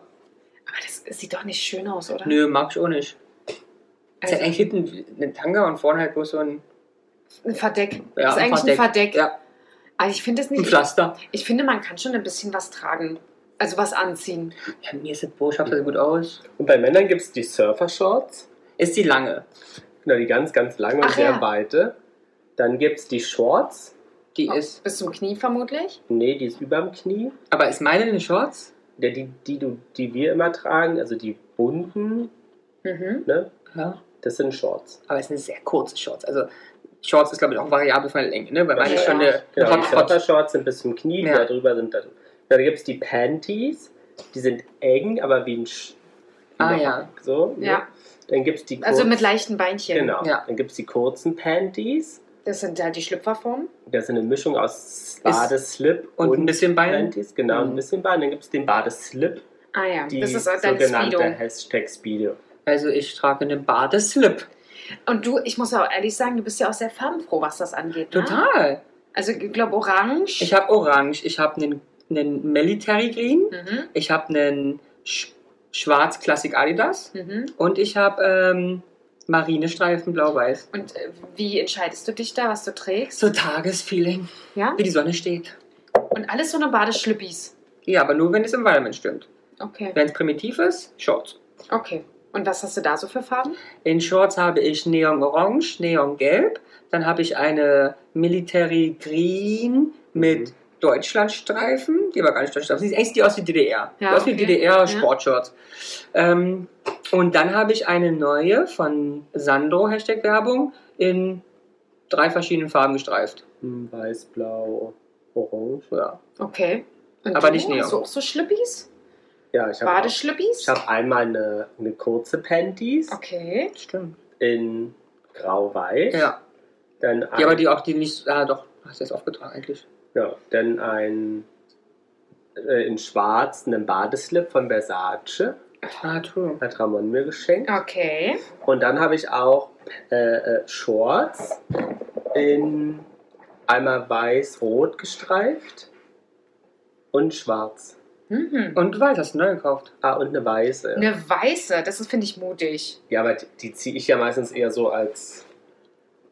Speaker 2: das sieht doch nicht schön aus, oder?
Speaker 3: Nö, mag ich auch nicht.
Speaker 2: Also,
Speaker 3: Ist halt eigentlich hinten eine Tanga und vorne halt bloß so ein,
Speaker 2: ein Verdeck.
Speaker 3: ja,
Speaker 2: das ist eigentlich ein Verdeck.
Speaker 3: Ja,
Speaker 2: Aber ich finde es
Speaker 3: ein
Speaker 2: nicht,
Speaker 3: Pflaster.
Speaker 2: ich finde, man kann schon ein bisschen was tragen. Also was anziehen.
Speaker 3: Ja, mir ist das Bursche, schaut das gut aus.
Speaker 1: Und bei Männern gibt es die Surfer-Shorts.
Speaker 3: Ist die lange.
Speaker 1: Genau, die ganz, ganz lange und
Speaker 2: Ach
Speaker 1: sehr
Speaker 2: ja.
Speaker 1: weite. Dann gibt es die Shorts.
Speaker 3: Die ist.
Speaker 2: Bis zum Knie vermutlich.
Speaker 1: Nee, die ist überm Knie.
Speaker 3: Aber ist meine denn Shorts?
Speaker 1: Der, die, die, du, die wir immer tragen, also die bunten,
Speaker 2: Mhm.
Speaker 1: ne?
Speaker 3: Ja.
Speaker 1: Das sind Shorts.
Speaker 3: Aber es sind sehr kurze Shorts. Also Shorts ist, glaube ich, auch variabel von der Länge, ne? Weil meine
Speaker 1: Ja.
Speaker 3: ist schon eine
Speaker 1: Genau, die
Speaker 3: Hot Hot.
Speaker 1: Surfer-Shorts sind bis zum Knie,
Speaker 3: Ja.
Speaker 1: da drüber sind da. Dann gibt es die Panties. Die sind eng, aber wie ein Sch
Speaker 3: Ah ja.
Speaker 1: So, ne?
Speaker 2: Ja.
Speaker 1: Dann gibt es die
Speaker 2: Also
Speaker 1: kurzen-
Speaker 2: mit leichten Beinchen.
Speaker 1: Genau.
Speaker 3: Ja.
Speaker 1: Dann gibt es die kurzen Panties.
Speaker 2: Das sind halt die Schlüpferformen.
Speaker 1: Das ist eine Mischung aus Badeslip
Speaker 3: und ein bisschen Bein.
Speaker 1: Panties. Genau,
Speaker 3: Mhm.
Speaker 1: ein bisschen Bein. Dann gibt es den Badeslip,
Speaker 2: Ah ja,
Speaker 1: die
Speaker 2: das ist auch dein
Speaker 1: sogenannte
Speaker 2: Speedo.
Speaker 1: Hashtag Speedo.
Speaker 3: Also ich trage einen Badeslip.
Speaker 2: Und du, ich muss auch ehrlich sagen, du bist ja auch sehr farbenfroh, was das angeht. Ne?
Speaker 1: Ah.
Speaker 3: Total.
Speaker 2: Also ich glaube orange.
Speaker 3: Ich habe Orange, ich habe einen, einen Military Green,
Speaker 2: mhm.
Speaker 3: ich habe einen Sch Schwarz Classic Adidas
Speaker 2: Mhm.
Speaker 3: und ich habe ähm, Marinestreifen Blau-Weiß.
Speaker 2: Und äh, wie entscheidest du dich da, was du trägst?
Speaker 3: So Tagesfeeling,
Speaker 2: Ja?
Speaker 3: wie die Sonne steht.
Speaker 2: Und alles so eine Badeschlüppis.
Speaker 3: Ja, aber nur wenn es Environment stimmt.
Speaker 2: Okay.
Speaker 3: Wenn es primitiv ist, Shorts.
Speaker 2: Okay. Und was hast du da so für Farben?
Speaker 3: In Shorts habe ich Neon Orange, Neon Gelb. Dann habe ich eine Military Green mit
Speaker 1: Mhm.
Speaker 3: Deutschlandstreifen. Die war gar nicht Deutschlandstreifen. Sie sieht echt die aus wie DDR.
Speaker 2: Ja,
Speaker 3: die aus wie
Speaker 2: okay.
Speaker 3: DDR Sportshorts. Ähm, und dann habe ich eine neue von Sandro, Hashtag Werbung, in drei verschiedenen Farben gestreift.
Speaker 1: Hm, Weiß, blau, orange.
Speaker 3: Ja.
Speaker 2: Okay. Und
Speaker 3: Aber
Speaker 2: du,
Speaker 3: nicht Neon.
Speaker 2: Hast du auch so Schlüppis?
Speaker 1: Ja, ich habe
Speaker 2: Badeschlüppis?
Speaker 1: Ich habe einmal eine, eine kurze Panties
Speaker 2: Okay.
Speaker 3: Stimmt.
Speaker 1: in grau-weiß.
Speaker 3: Ja.
Speaker 1: Dann ein,
Speaker 3: Die aber die auch, die nicht, ah doch, hast du jetzt aufgetragen eigentlich.
Speaker 1: ja, dann ein äh, in schwarz, einen Badeslip von Versace.
Speaker 3: Ah, true.
Speaker 1: Hat Ramon mir geschenkt.
Speaker 2: Okay.
Speaker 1: Und dann habe ich auch äh, äh, Shorts in einmal weiß-rot gestreift. Und schwarz.
Speaker 2: Mhm.
Speaker 3: Und äh, weiß, hast du neu gekauft.
Speaker 1: Ah, und eine weiße.
Speaker 2: Eine weiße, das ist- finde ich mutig.
Speaker 1: Ja, aber die, die ziehe ich ja meistens eher so als.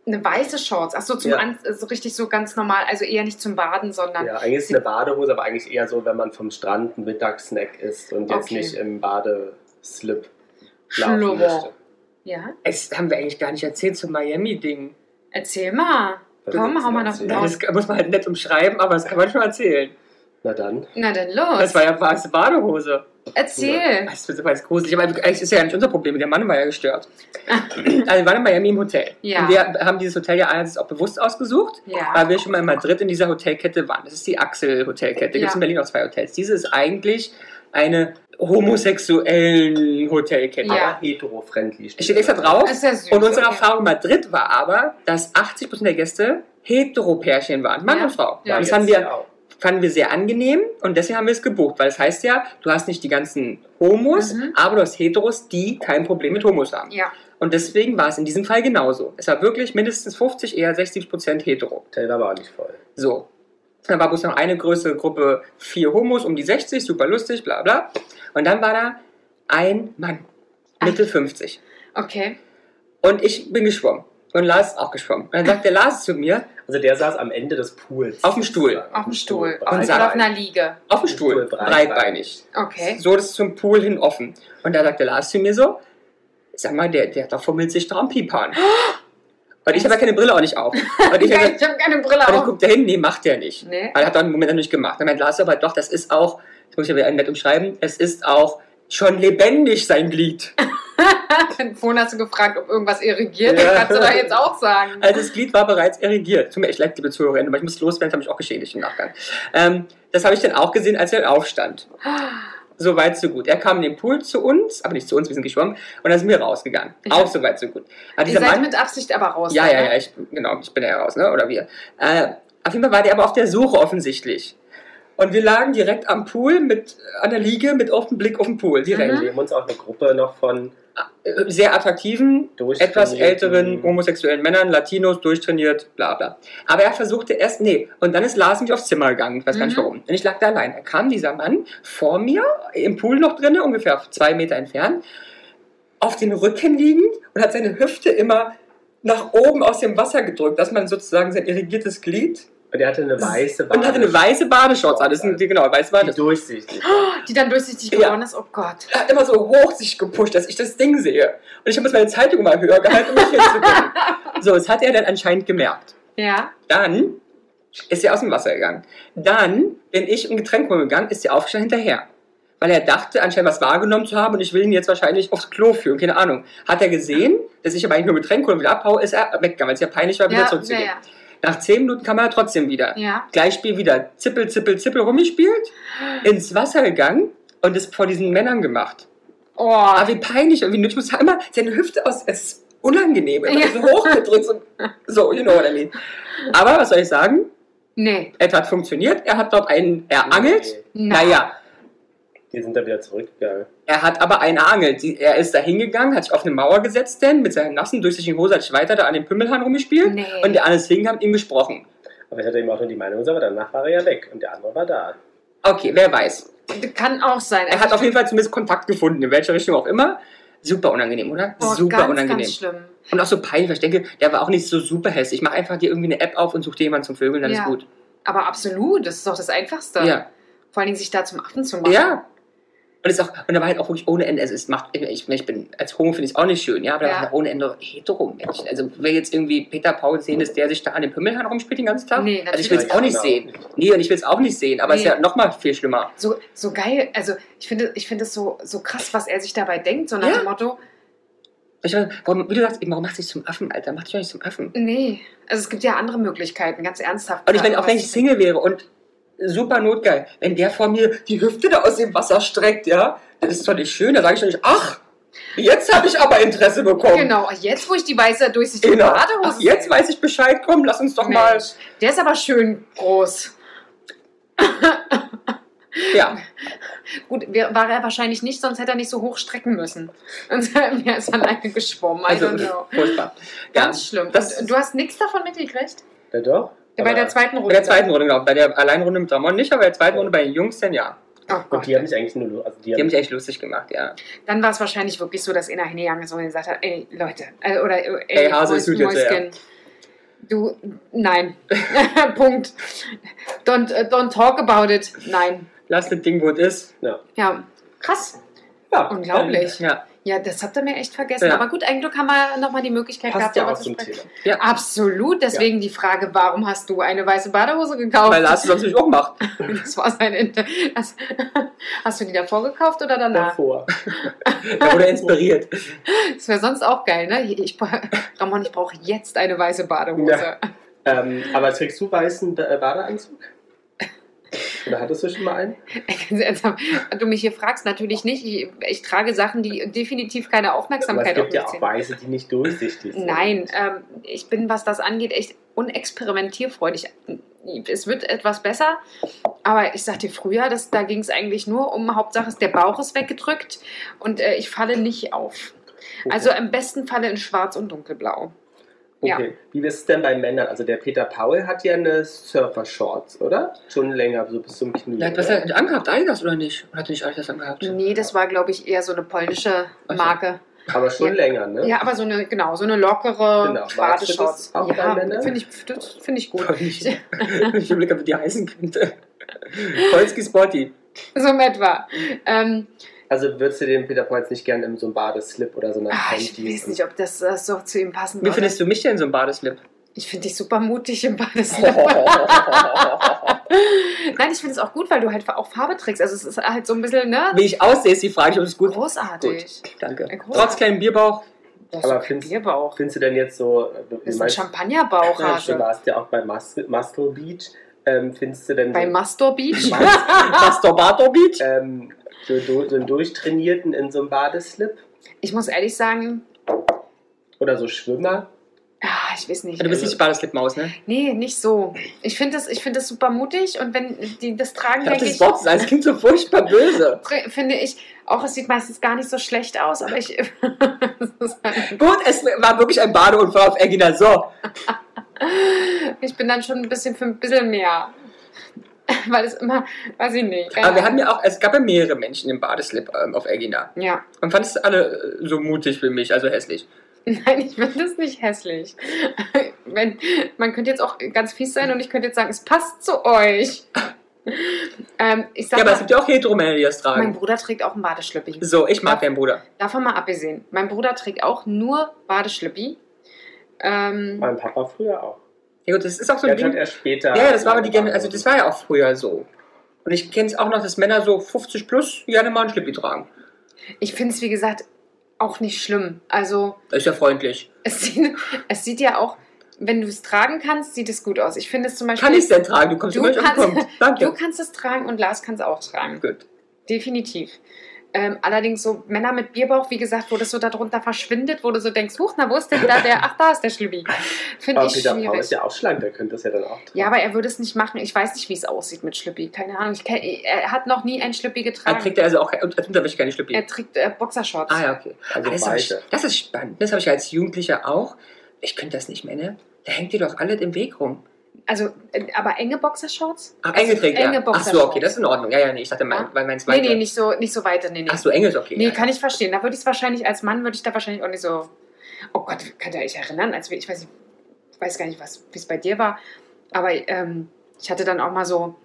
Speaker 2: Eine weiße Shorts. Ach so, zum
Speaker 1: Ja.
Speaker 2: An äh, so richtig so ganz normal. Also eher nicht zum Baden, sondern.
Speaker 1: Ja, eigentlich ist es eine Badehose, aber eigentlich eher so, wenn man vom Strand einen Mittagssnack isst und jetzt
Speaker 2: Okay.
Speaker 1: nicht im Badeslip laufen
Speaker 2: Schlummer.
Speaker 1: möchte.
Speaker 2: Ja,
Speaker 3: Es haben wir eigentlich gar nicht erzählt zum Miami-Ding.
Speaker 2: erzähl mal.
Speaker 1: Was
Speaker 2: Komm,
Speaker 1: willst
Speaker 2: hau
Speaker 1: du denn
Speaker 2: mal noch einen
Speaker 1: erzählen?
Speaker 3: Ja,
Speaker 2: Down.
Speaker 3: das muss man halt nett umschreiben, aber das kann man schon erzählen.
Speaker 1: Na dann.
Speaker 2: Na dann los.
Speaker 3: Das war ja weiße Badehose.
Speaker 2: Erzähl.
Speaker 3: Das ist jetzt gruselig, aber eigentlich ist ja nicht unser Problem. Der Mann war ja gestört. also wir waren in Miami im Hotel.
Speaker 2: Ah. Ja.
Speaker 3: Und wir haben dieses Hotel ja einerseits auch bewusst ausgesucht,
Speaker 2: Ja.
Speaker 3: weil wir schon mal in Madrid in dieser Hotelkette waren. Das ist die Axel-Hotelkette. Da gibt
Speaker 2: Ja.
Speaker 3: es in Berlin auch zwei Hotels. Diese ist eigentlich eine homosexuellen Hotelkette.
Speaker 2: Ja.
Speaker 1: Aber hetero-friendly.
Speaker 3: Es steht extra drauf.
Speaker 2: Ist ja süß.
Speaker 3: Und unsere
Speaker 2: okay.
Speaker 3: Erfahrung in Madrid war aber, dass 80% der Gäste Heteropärchen waren, Mann
Speaker 2: Ja.
Speaker 3: und Frau.
Speaker 2: Ja.
Speaker 3: Und das
Speaker 1: jetzt
Speaker 3: fanden wir
Speaker 1: ja auch.
Speaker 3: fanden wir sehr angenehm und deswegen haben wir es gebucht, weil es heißt ja, du hast nicht die ganzen Homos,
Speaker 2: Mhm.
Speaker 3: aber du hast Heteros, die kein Problem mit Homos haben.
Speaker 2: Ja.
Speaker 3: Und deswegen war es in diesem Fall genauso. Es war wirklich mindestens 50, eher 60 Prozent hetero.
Speaker 1: Hotel war aber auch nicht voll.
Speaker 3: So. Dann war bloß noch eine größere Gruppe, vier Homos um die 60, super lustig, bla bla. Und dann war da ein Mann, Mitte 50.
Speaker 2: Okay.
Speaker 3: Und ich bin geschwommen. Und Lars ist auch geschwommen. Und dann sagt der Lars zu mir,
Speaker 1: Also der saß am Ende des Pools.
Speaker 3: Auf dem Stuhl.
Speaker 1: sozusagen.
Speaker 2: Auf dem Stuhl. Auf,
Speaker 1: Auf dem
Speaker 2: oder
Speaker 3: Seil.
Speaker 2: auf einer Liege.
Speaker 3: auf dem Stuhl,
Speaker 1: Stuhl,
Speaker 3: breitbeinig.
Speaker 1: breitbeinig.
Speaker 2: Okay.
Speaker 3: So, das ist zum Pool hin offen. Und da sagt der Lars zu mir so, sag mal, der, der hat doch vermittelt sich Trampipan. Und ich habe ja keine Brille auch nicht auf. Und ich,
Speaker 2: Ich,
Speaker 3: hab gesagt-
Speaker 2: ich habe keine Brille
Speaker 3: und ich
Speaker 2: auf.
Speaker 3: guck da hin, nee, macht der nicht.
Speaker 2: Nee.
Speaker 3: Weil er hat dann im Moment noch nicht gemacht. Dann meint Lars aber, doch, das ist auch, das muss ich aber nett umschreiben, es ist auch schon lebendig sein Glied.
Speaker 2: Vorhin hast du gefragt, ob irgendwas irrigiert.
Speaker 3: Ja.
Speaker 2: Das kannst du da jetzt auch sagen.
Speaker 3: Also das Glied war bereits erregiert. Tut mir echt leid, liebe Zuhörerinnen, aber ich muss loswerden, das habe ich auch geschädigt im Nachgang. Ähm, das habe ich dann auch gesehen, als er aufstand. So weit, so gut. Er kam in den Pool zu uns, aber nicht zu uns, wir sind geschwommen, und dann sind wir rausgegangen.
Speaker 2: Ja.
Speaker 3: Auch so weit, so gut. Aber
Speaker 2: Ihr
Speaker 3: dieser
Speaker 2: seid
Speaker 3: Mann,
Speaker 2: mit Absicht aber raus.
Speaker 3: ja,
Speaker 2: ne?
Speaker 3: ja, ja, ich, genau, ich bin ja raus, ne? oder wir. Äh, auf jeden Fall war der aber auf der Suche offensichtlich. Und wir lagen direkt am Pool, mit, an der Liege, mit offenem Blick auf den Pool, direkt.
Speaker 1: Wir haben uns auch eine Gruppe noch von
Speaker 3: Äh, Sehr attraktiven,
Speaker 1: durch
Speaker 3: etwas älteren homosexuellen Männern, Latinos, durchtrainiert, bla bla. Aber er versuchte erst, nee, und dann ist Lars mich aufs Zimmer gegangen, ich weiß gar nicht
Speaker 2: Mhm.
Speaker 3: warum. Und ich lag da allein. Da kam dieser Mann vor mir, im Pool noch drinne, ungefähr zwei Meter entfernt, auf den Rücken liegend und hat seine Hüfte immer nach oben aus dem Wasser gedrückt, dass man sozusagen sein irrigiertes Glied
Speaker 1: Und er hatte eine weiße
Speaker 3: und hatte eine weiße Badeshorts an. Das sind, genau, weiße
Speaker 1: Die
Speaker 3: Badeshorts.
Speaker 1: durchsichtig.
Speaker 2: Die dann durchsichtig
Speaker 3: Ja.
Speaker 2: geworden ist. Oh Gott.
Speaker 3: Er hat immer so hoch sich gepusht, dass ich das Ding sehe. Und ich habe jetzt meine Zeitung mal höher gehalten, um mich hinzugucken. so, das hat er dann anscheinend gemerkt.
Speaker 2: Ja.
Speaker 3: Dann ist sie aus dem Wasser gegangen. Dann bin ich im Getränk holen gegangen, ist sie aufgestanden hinterher. Weil er dachte, anscheinend was wahrgenommen zu haben und ich will ihn jetzt wahrscheinlich aufs Klo führen, keine Ahnung. Hat er gesehen, dass ich aber eigentlich nur Getränk holen und wieder abhaue, ist er weggegangen, weil es ja peinlich war, wieder
Speaker 2: Ja, ja,
Speaker 3: zurückzugehen.
Speaker 2: ja.
Speaker 3: Nach zehn Minuten kam er trotzdem wieder.
Speaker 2: ja.
Speaker 3: Gleichspiel wieder. Zippel, zippel, zippel rumgespielt, ins Wasser gegangen und es vor diesen Männern gemacht.
Speaker 2: Oh,
Speaker 3: Ah, wie peinlich und wie nötig. Ich muss immer seine Hüfte aus. Es ist unangenehm. Immer
Speaker 2: Ja.
Speaker 3: so hochgedrückt. So, so, you know what I mean. Aber was soll ich sagen?
Speaker 2: nee.
Speaker 3: Es hat funktioniert. Er hat dort einen erangelt.
Speaker 2: Nein.
Speaker 3: Naja,
Speaker 1: Die sind da wieder zurückgegangen.
Speaker 3: er hat aber einen erangelt. Die- Er ist da hingegangen, hat sich auf eine Mauer gesetzt, denn mit seiner nassen, durchsichtigen Hose hat sich weiter da an den Pimmelhahn rumgespielt.
Speaker 2: Nee.
Speaker 3: Und die alles hing, haben ihm gesprochen.
Speaker 1: Aber ich hatte ihm auch nur die Meinung gesagt, aber danach war er ja weg und der andere war da.
Speaker 3: Okay, wer weiß.
Speaker 2: Kann auch sein.
Speaker 3: Er hat auf jeden Fall zumindest Kontakt gefunden, in welcher Richtung auch immer. Super unangenehm, oder?
Speaker 2: Oh,
Speaker 3: Super
Speaker 2: ganz,
Speaker 3: unangenehm.
Speaker 2: Ganz schlimm.
Speaker 3: Und auch so peinlich, weil ich denke, der war auch nicht so super hässlich. Ich mach einfach dir irgendwie eine App auf und such dir jemanden zum Vögeln, dann
Speaker 2: Ja.
Speaker 3: ist gut.
Speaker 2: Aber absolut, das ist doch das Einfachste.
Speaker 3: Ja.
Speaker 2: Vor allen Dingen sich da zum Affen zu machen.
Speaker 3: Ja. Und, ist auch, und da war halt auch wirklich ohne Ende, also es macht, ich, ich bin, als Homo finde ich es auch nicht schön, ja, aber da
Speaker 2: Ja.
Speaker 3: waren halt ohne Ende Hetero-Menschen. Also wer jetzt irgendwie Peter Paul sehen ist, der sich da an dem Pimmelhahn rumspielt den ganzen Tag,
Speaker 2: Nee,
Speaker 3: also ich will
Speaker 2: natürlich genau.
Speaker 3: es auch nicht
Speaker 1: Ja,
Speaker 3: sehen. Nee, und ich will es auch nicht sehen, aber es ist
Speaker 2: Nee.
Speaker 3: ja nochmal viel schlimmer.
Speaker 2: So, so geil. Also ich finde ich finde es so, so krass, was er sich dabei denkt. So nach
Speaker 3: Ja.
Speaker 2: dem Motto,
Speaker 3: Ich meine, warum, wie du sagst, eben, warum machst du dich zum Affen, Alter? Mach dich doch nicht zum Affen.
Speaker 2: nee. Also es gibt ja andere Möglichkeiten, ganz ernsthaft.
Speaker 3: Und ich meine, auch
Speaker 2: Was-
Speaker 3: wenn ich Single wäre und super notgeil, wenn der vor mir die Hüfte da aus dem Wasser streckt, ja, das ist doch nicht schön. Da sage ich doch nicht, ach, jetzt habe ich aber Interesse bekommen.
Speaker 2: Genau, jetzt wo ich die weiße durchsichtige
Speaker 3: Genau.
Speaker 2: Badehose
Speaker 3: Ach, jetzt
Speaker 2: sehe.
Speaker 3: weiß ich Bescheid, komm, lass uns doch mal.
Speaker 2: Mensch, Der ist aber schön groß.
Speaker 3: Ja,
Speaker 2: Gut, wär- war er wahrscheinlich nicht, sonst hätte er nicht so hoch strecken müssen. Und er ist alleine geschwommen. I
Speaker 3: also
Speaker 2: don't know.
Speaker 3: furchtbar. Ja,
Speaker 2: Ganz schlimm. äh,
Speaker 3: das- Äh,
Speaker 2: Und du hast nichts davon mitgekriegt?
Speaker 1: Na doch.
Speaker 2: Bei der zweiten Runde.
Speaker 3: Bei der zweiten Runde, genau. Bei der Alleinrunde mit Ramon nicht, aber bei der zweiten Runde bei den Jungs dann ja.
Speaker 2: Oh
Speaker 1: Und
Speaker 2: Gott.
Speaker 1: die haben mich eigentlich nur. Also die
Speaker 3: Die haben
Speaker 1: haben,
Speaker 3: mich echt lustig gemacht, ja.
Speaker 2: Dann war es wahrscheinlich wirklich so, dass Inna hingegangen ist und gesagt hat, ey, Leute, äh, oder äh,
Speaker 3: Ey, Hase, ist gut jetzt,
Speaker 2: Du, nein. Punkt. Don't, äh, don't talk about it. Nein.
Speaker 3: Lass das Ding, wo es ist.
Speaker 1: ja.
Speaker 2: Ja, krass.
Speaker 1: Ja,
Speaker 2: Unglaublich.
Speaker 3: Ja.
Speaker 2: Ja, das habt ihr mir echt vergessen.
Speaker 3: Ja.
Speaker 2: Aber gut, ein Glück haben wir nochmal die Möglichkeit
Speaker 1: Passt
Speaker 2: gehabt,
Speaker 1: ja
Speaker 2: darüber
Speaker 1: auch
Speaker 2: zu
Speaker 1: zum
Speaker 2: sprechen.
Speaker 1: Thema.
Speaker 2: Absolut, deswegen die Frage, warum hast du eine weiße Badehose gekauft?
Speaker 3: Weil Lars es sonst nicht auch macht.
Speaker 2: das war sein Inter das, Hast du die davor gekauft oder danach?
Speaker 1: Davor.
Speaker 3: Da wurde er inspiriert.
Speaker 2: Das wäre sonst auch geil, ne? Ich, Ramon, ich brauche jetzt eine weiße Badehose.
Speaker 1: Ähm, aber trägst du weißen Ba- äh, Badeanzug? Oder hattest du schon mal einen?
Speaker 2: Ganz ernsthaft, du mich hier fragst, natürlich nicht. Ich, ich trage Sachen, die definitiv keine
Speaker 1: Aber es
Speaker 2: Aufmerksamkeit auf
Speaker 1: gibt
Speaker 2: mich
Speaker 1: ja auch
Speaker 2: ziehen.
Speaker 1: Weiße, die nicht durchsichtig sind.
Speaker 2: Nein, ähm, ich bin, was das angeht, echt unexperimentierfreudig. Es wird etwas besser, aber ich sagte früher, dass, da ging es eigentlich nur um, Hauptsache ist, der Bauch ist weggedrückt und äh, ich falle nicht auf. Also im besten Falle in schwarz und dunkelblau. ja.
Speaker 1: Okay. Wie ist es denn bei Männern? Also der Peter Paul hat ja eine Surfer-Shorts, oder? Schon länger, so bis zum Knie.
Speaker 3: Ja, was
Speaker 1: oder?
Speaker 3: hat er nicht angehabt? Adidas oder nicht? Oder hat er nicht Adidas angehabt?
Speaker 2: Nee, das war, glaube ich, eher so eine polnische
Speaker 3: Ach so.
Speaker 2: Marke.
Speaker 1: Aber schon
Speaker 2: Ja.
Speaker 1: länger, ne?
Speaker 2: Ja, aber so eine, genau, so eine lockere
Speaker 1: Genau.
Speaker 2: genau.
Speaker 1: Magst du das
Speaker 2: Badeshorts.
Speaker 1: auch
Speaker 2: Ja,
Speaker 1: bei Männern?
Speaker 2: finde ich, das finde ich gut.
Speaker 3: Voll nicht. Ich überlege, ob die heißen könnte. Polski Spotty.
Speaker 2: So in etwa. Ähm,
Speaker 1: Also würdest du den Peter Paul jetzt nicht gerne in so einem Badeslip oder so einer
Speaker 2: ah, ich
Speaker 1: Panties
Speaker 2: weiß nicht, ob das äh, so zu ihm passen
Speaker 3: Wie
Speaker 2: würde.
Speaker 3: findest du mich denn in so einem Badeslip?
Speaker 2: Ich finde dich super mutig im Badeslip.
Speaker 3: Wie
Speaker 2: Nein, ich finde es auch gut, weil du halt auch Farbe trägst. Also es ist halt so ein bisschen, ne?
Speaker 3: ich aussehe, ist die Frage, ich, ob es gut
Speaker 2: Großartig.
Speaker 3: Danke.
Speaker 2: Ein großer-
Speaker 3: Trotz kleinem Bierbauch.
Speaker 2: Das
Speaker 1: Aber
Speaker 2: ist ein
Speaker 1: findest-
Speaker 2: Bierbauch.
Speaker 1: Findest du denn jetzt so, äh,
Speaker 2: Das
Speaker 1: du
Speaker 2: ist ein Champagnerbauch, also
Speaker 1: du
Speaker 2: Hase.
Speaker 1: warst ja auch bei Muscle, Muscle Beach, ähm, findest du denn
Speaker 2: Bei
Speaker 1: so-
Speaker 2: Mastor Beach.
Speaker 3: Masturbator Beach.
Speaker 1: ähm, so, du- so einen durchtrainierten in so einem Badeslip?
Speaker 2: Ich muss ehrlich sagen,
Speaker 1: Oder so Schwimmer?
Speaker 2: ah, ich weiß nicht.
Speaker 3: Also, Du bist nicht die Badeslip-Maus, ne?
Speaker 2: Nee, nicht so. Ich finde das, ich find das super mutig und wenn die das tragen,
Speaker 3: Ich hab
Speaker 2: denke
Speaker 3: das
Speaker 2: ich,
Speaker 3: Wort, das klingt so furchtbar böse.
Speaker 2: tr- finde ich, auch es sieht meistens gar nicht so schlecht aus, aber ich. Das ist halt-
Speaker 3: Gut, es war wirklich ein Badeunfall auf Egina. So,
Speaker 2: Ich bin dann schon ein bisschen für ein bisschen mehr. Weil es immer, weiß ich nicht. keine
Speaker 3: aber wir hatten
Speaker 2: Ahnung.
Speaker 3: ja auch, es gab ja mehrere Menschen im Badeslip ähm, auf Egina.
Speaker 2: Ja.
Speaker 3: Und fandest du alle äh, so mutig für mich, also hässlich.
Speaker 2: Nein, ich finde das nicht hässlich. Wenn, man könnte jetzt auch ganz fies sein und ich könnte jetzt sagen, es passt zu euch. Ähm, ich
Speaker 3: Ja,
Speaker 2: sag
Speaker 3: aber es
Speaker 2: mal,
Speaker 3: gibt ja auch Heteromänner, die das
Speaker 2: mein
Speaker 3: tragen.
Speaker 2: Bruder trägt auch einen Badeschlüppi.
Speaker 3: So, ich mag deinen Bruder.
Speaker 2: Davon mal abgesehen. Mein Bruder trägt auch nur Badeschlüppi. Ähm,
Speaker 1: Mein Papa früher auch.
Speaker 3: Ja gut, das ist auch so ein
Speaker 1: Jetzt
Speaker 3: Ding.
Speaker 1: hat er später.
Speaker 3: Ja, ja, das war aber die Gen also das war ja auch früher so. Und ich kenne es auch noch, dass Männer so 50 plus gerne mal einen Schlippi tragen.
Speaker 2: ich finde es, wie gesagt, auch nicht schlimm. Also,
Speaker 3: Das ist ja freundlich.
Speaker 2: es sieht, es sieht ja auch, wenn du es tragen kannst, sieht es gut aus. Ich finde es zum Beispiel.
Speaker 3: Kann ich denn tragen? Du kommst
Speaker 2: Du
Speaker 3: immer nicht auf den
Speaker 2: kannst-
Speaker 3: Punkt. Danke.
Speaker 2: Du kannst es tragen und Lars kann es auch tragen.
Speaker 3: Gut.
Speaker 2: Definitiv. Ähm, allerdings so Männer mit Bierbauch, wie gesagt, wo das so darunter verschwindet, wo du so denkst, huch, na wo ist denn da der, ach da ist der Schlübi.
Speaker 3: Ah,
Speaker 2: Finde
Speaker 1: Aber
Speaker 2: ich
Speaker 1: Peter Paul
Speaker 2: schwierig.
Speaker 1: ist ja auch schlank, der könnte das ja dann auch tragen.
Speaker 2: Ja, aber er würde es nicht machen. Ich weiß nicht, wie es aussieht mit Schlüppi. Keine Ahnung. Ich kenn, er hat noch nie einen Schlüppi
Speaker 3: Dann
Speaker 2: getragen.
Speaker 3: trägt er also auch als Unterwäsche keine Schlippi.
Speaker 2: Er trägt äh, Boxershorts.
Speaker 3: Ah ja, okay.
Speaker 1: Also
Speaker 3: Ah, das, hab ich,
Speaker 1: beide.
Speaker 3: das ist spannend. Das habe ich als Jugendlicher auch. Ich könnte das nicht mehr, ne? Da hängt dir doch alles im Weg rum.
Speaker 2: Also, äh, aber enge Boxershorts?
Speaker 3: Ach, enge trägt
Speaker 2: Also enge
Speaker 3: er. Ach so,
Speaker 2: Boxershorts.
Speaker 3: okay, das ist in Ordnung. Ja, ja, nee, ich dachte, mein,
Speaker 2: Ja.
Speaker 3: weil meins
Speaker 2: Nee,
Speaker 3: weiter.
Speaker 2: nee, nicht so, nicht so weite. Nee, nee.
Speaker 3: Ach so, eng ist okay.
Speaker 2: Nee,
Speaker 3: ja,
Speaker 2: kann ich verstehen. Da würde ich es wahrscheinlich als Mann, würde ich da wahrscheinlich auch nicht so. Oh Gott, kann ja ich erinnern, als wir, ich weiß, nicht, ich weiß gar nicht, was wie es bei dir war, aber ähm, ich hatte dann auch mal so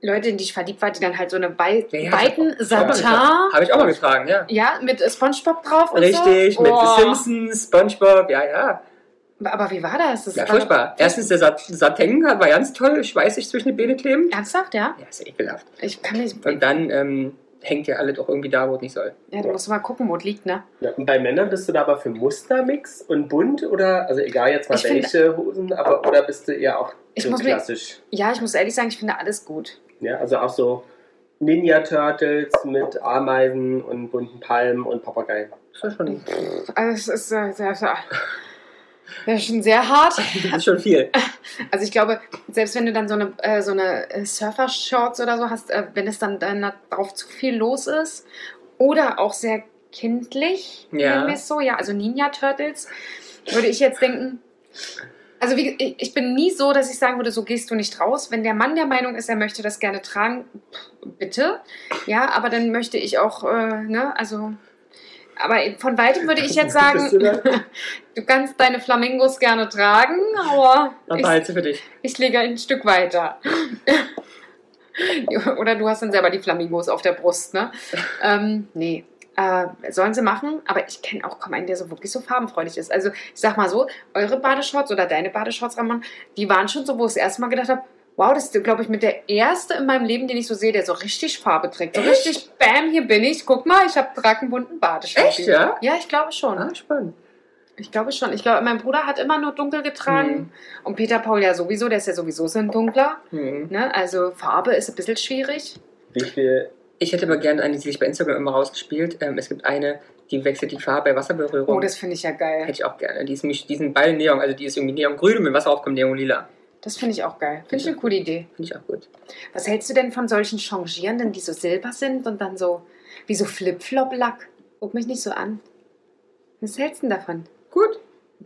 Speaker 2: Leute, in die ich verliebt war, die dann halt so eine wei
Speaker 3: Ja, ja,
Speaker 2: weiten
Speaker 3: ja. Habe ich,
Speaker 2: Satin,
Speaker 3: hab ich auch mal getragen, ja.
Speaker 2: ja, mit äh, SpongeBob drauf und
Speaker 3: Richtig,
Speaker 2: so.
Speaker 3: mit
Speaker 2: Oh.
Speaker 3: Simpsons, Spongebob, ja, ja.
Speaker 2: Aber wie war das? das
Speaker 3: Ja,
Speaker 2: war-
Speaker 3: furchtbar. Erstens, der Sat Satin war ganz toll, schweißig zwischen den Beine kleben.
Speaker 2: Ernsthaft, ja?
Speaker 3: Ja, ist ja ekelhaft.
Speaker 2: Ich kann nicht.
Speaker 3: Und dann ähm, hängt ja alles auch irgendwie da, wo es nicht soll.
Speaker 2: Ja, du musst mal gucken, wo es liegt, ne?
Speaker 1: Ja, und bei Männern bist du da aber für Mustermix und bunt oder, also egal jetzt mal
Speaker 2: Ich find-
Speaker 1: welche Hosen, aber oder bist du eher auch
Speaker 2: Ich
Speaker 1: so
Speaker 2: muss mich-
Speaker 1: klassisch?
Speaker 2: Ja, ich muss ehrlich sagen, ich finde alles gut.
Speaker 1: Ja, also auch so Ninja Turtles mit Ameisen und bunten Palmen und Papageien.
Speaker 3: Das ist schon,
Speaker 2: Also, es ist äh, sehr, sehr, sehr, schon sehr hart.
Speaker 3: das ist schon viel.
Speaker 2: Also ich glaube, selbst wenn du dann so eine, äh, so eine äh, Surfer-Shorts oder so hast, äh, wenn es dann, dann darauf zu viel los ist oder auch sehr kindlich,
Speaker 3: Ja.
Speaker 2: nennen wir es so, ja, also Ninja Turtles, würde ich jetzt denken, Also wie, ich- ich bin nie so, dass ich sagen würde, so gehst du nicht raus. Wenn der Mann der Meinung ist, er möchte das gerne tragen, pff, bitte. Ja, aber dann möchte ich auch, äh, ne, also. Aber von weitem würde ich jetzt
Speaker 1: Bist du
Speaker 2: sagen,
Speaker 1: da?
Speaker 2: du kannst deine Flamingos gerne tragen, aber
Speaker 3: Dann
Speaker 2: ich,
Speaker 3: behalte für dich.
Speaker 2: ich lege ein Stück weiter. Oder du hast dann selber die Flamingos auf der Brust, ne? Ähm, nee. Äh, sollen sie machen, aber ich kenne auch kaum einen, der so wirklich so farbenfreudig ist. Also, ich sag mal so, eure Badeshorts oder deine Badeshorts, Ramon, die waren schon so, wo ich das erste Mal gedacht habe, wow, das ist, glaube ich, mit der erste in meinem Leben, den ich so sehe, der so richtig Farbe trägt. So richtig, bam, hier bin ich. Guck mal, ich habe trage einen bunten Badeshort.
Speaker 3: Echt, ja?
Speaker 2: Ja, ich glaube schon.
Speaker 3: Ah, spannend.
Speaker 2: Ich glaube schon. Ich glaube, mein Bruder hat immer nur dunkel getragen.
Speaker 3: Mhm.
Speaker 2: Und Peter Paul ja sowieso, der ist ja sowieso so ein dunkler.
Speaker 3: Hm.
Speaker 2: Ne? Also Farbe ist ein bisschen schwierig.
Speaker 1: Wie viel?
Speaker 3: Ich hätte aber gerne eine, die sich bei Instagram immer rausgespielt. Ähm, es gibt eine, die wechselt die Farbe bei Wasserberührung.
Speaker 2: Oh, das finde ich ja geil.
Speaker 3: hätte ich auch gerne. Die ist nämlich diesen Ball Neon, also die ist irgendwie Neongrün und mit Wasser aufkommt Neonlila.
Speaker 2: Das finde ich auch geil. Finde ich eine coole Idee.
Speaker 3: Finde ich auch gut.
Speaker 2: Was hältst du denn von solchen Changierenden, die so silber sind und dann so wie so Flip-Flop-Lack? Guck mich nicht so an. Was hältst du denn davon?
Speaker 3: Gut.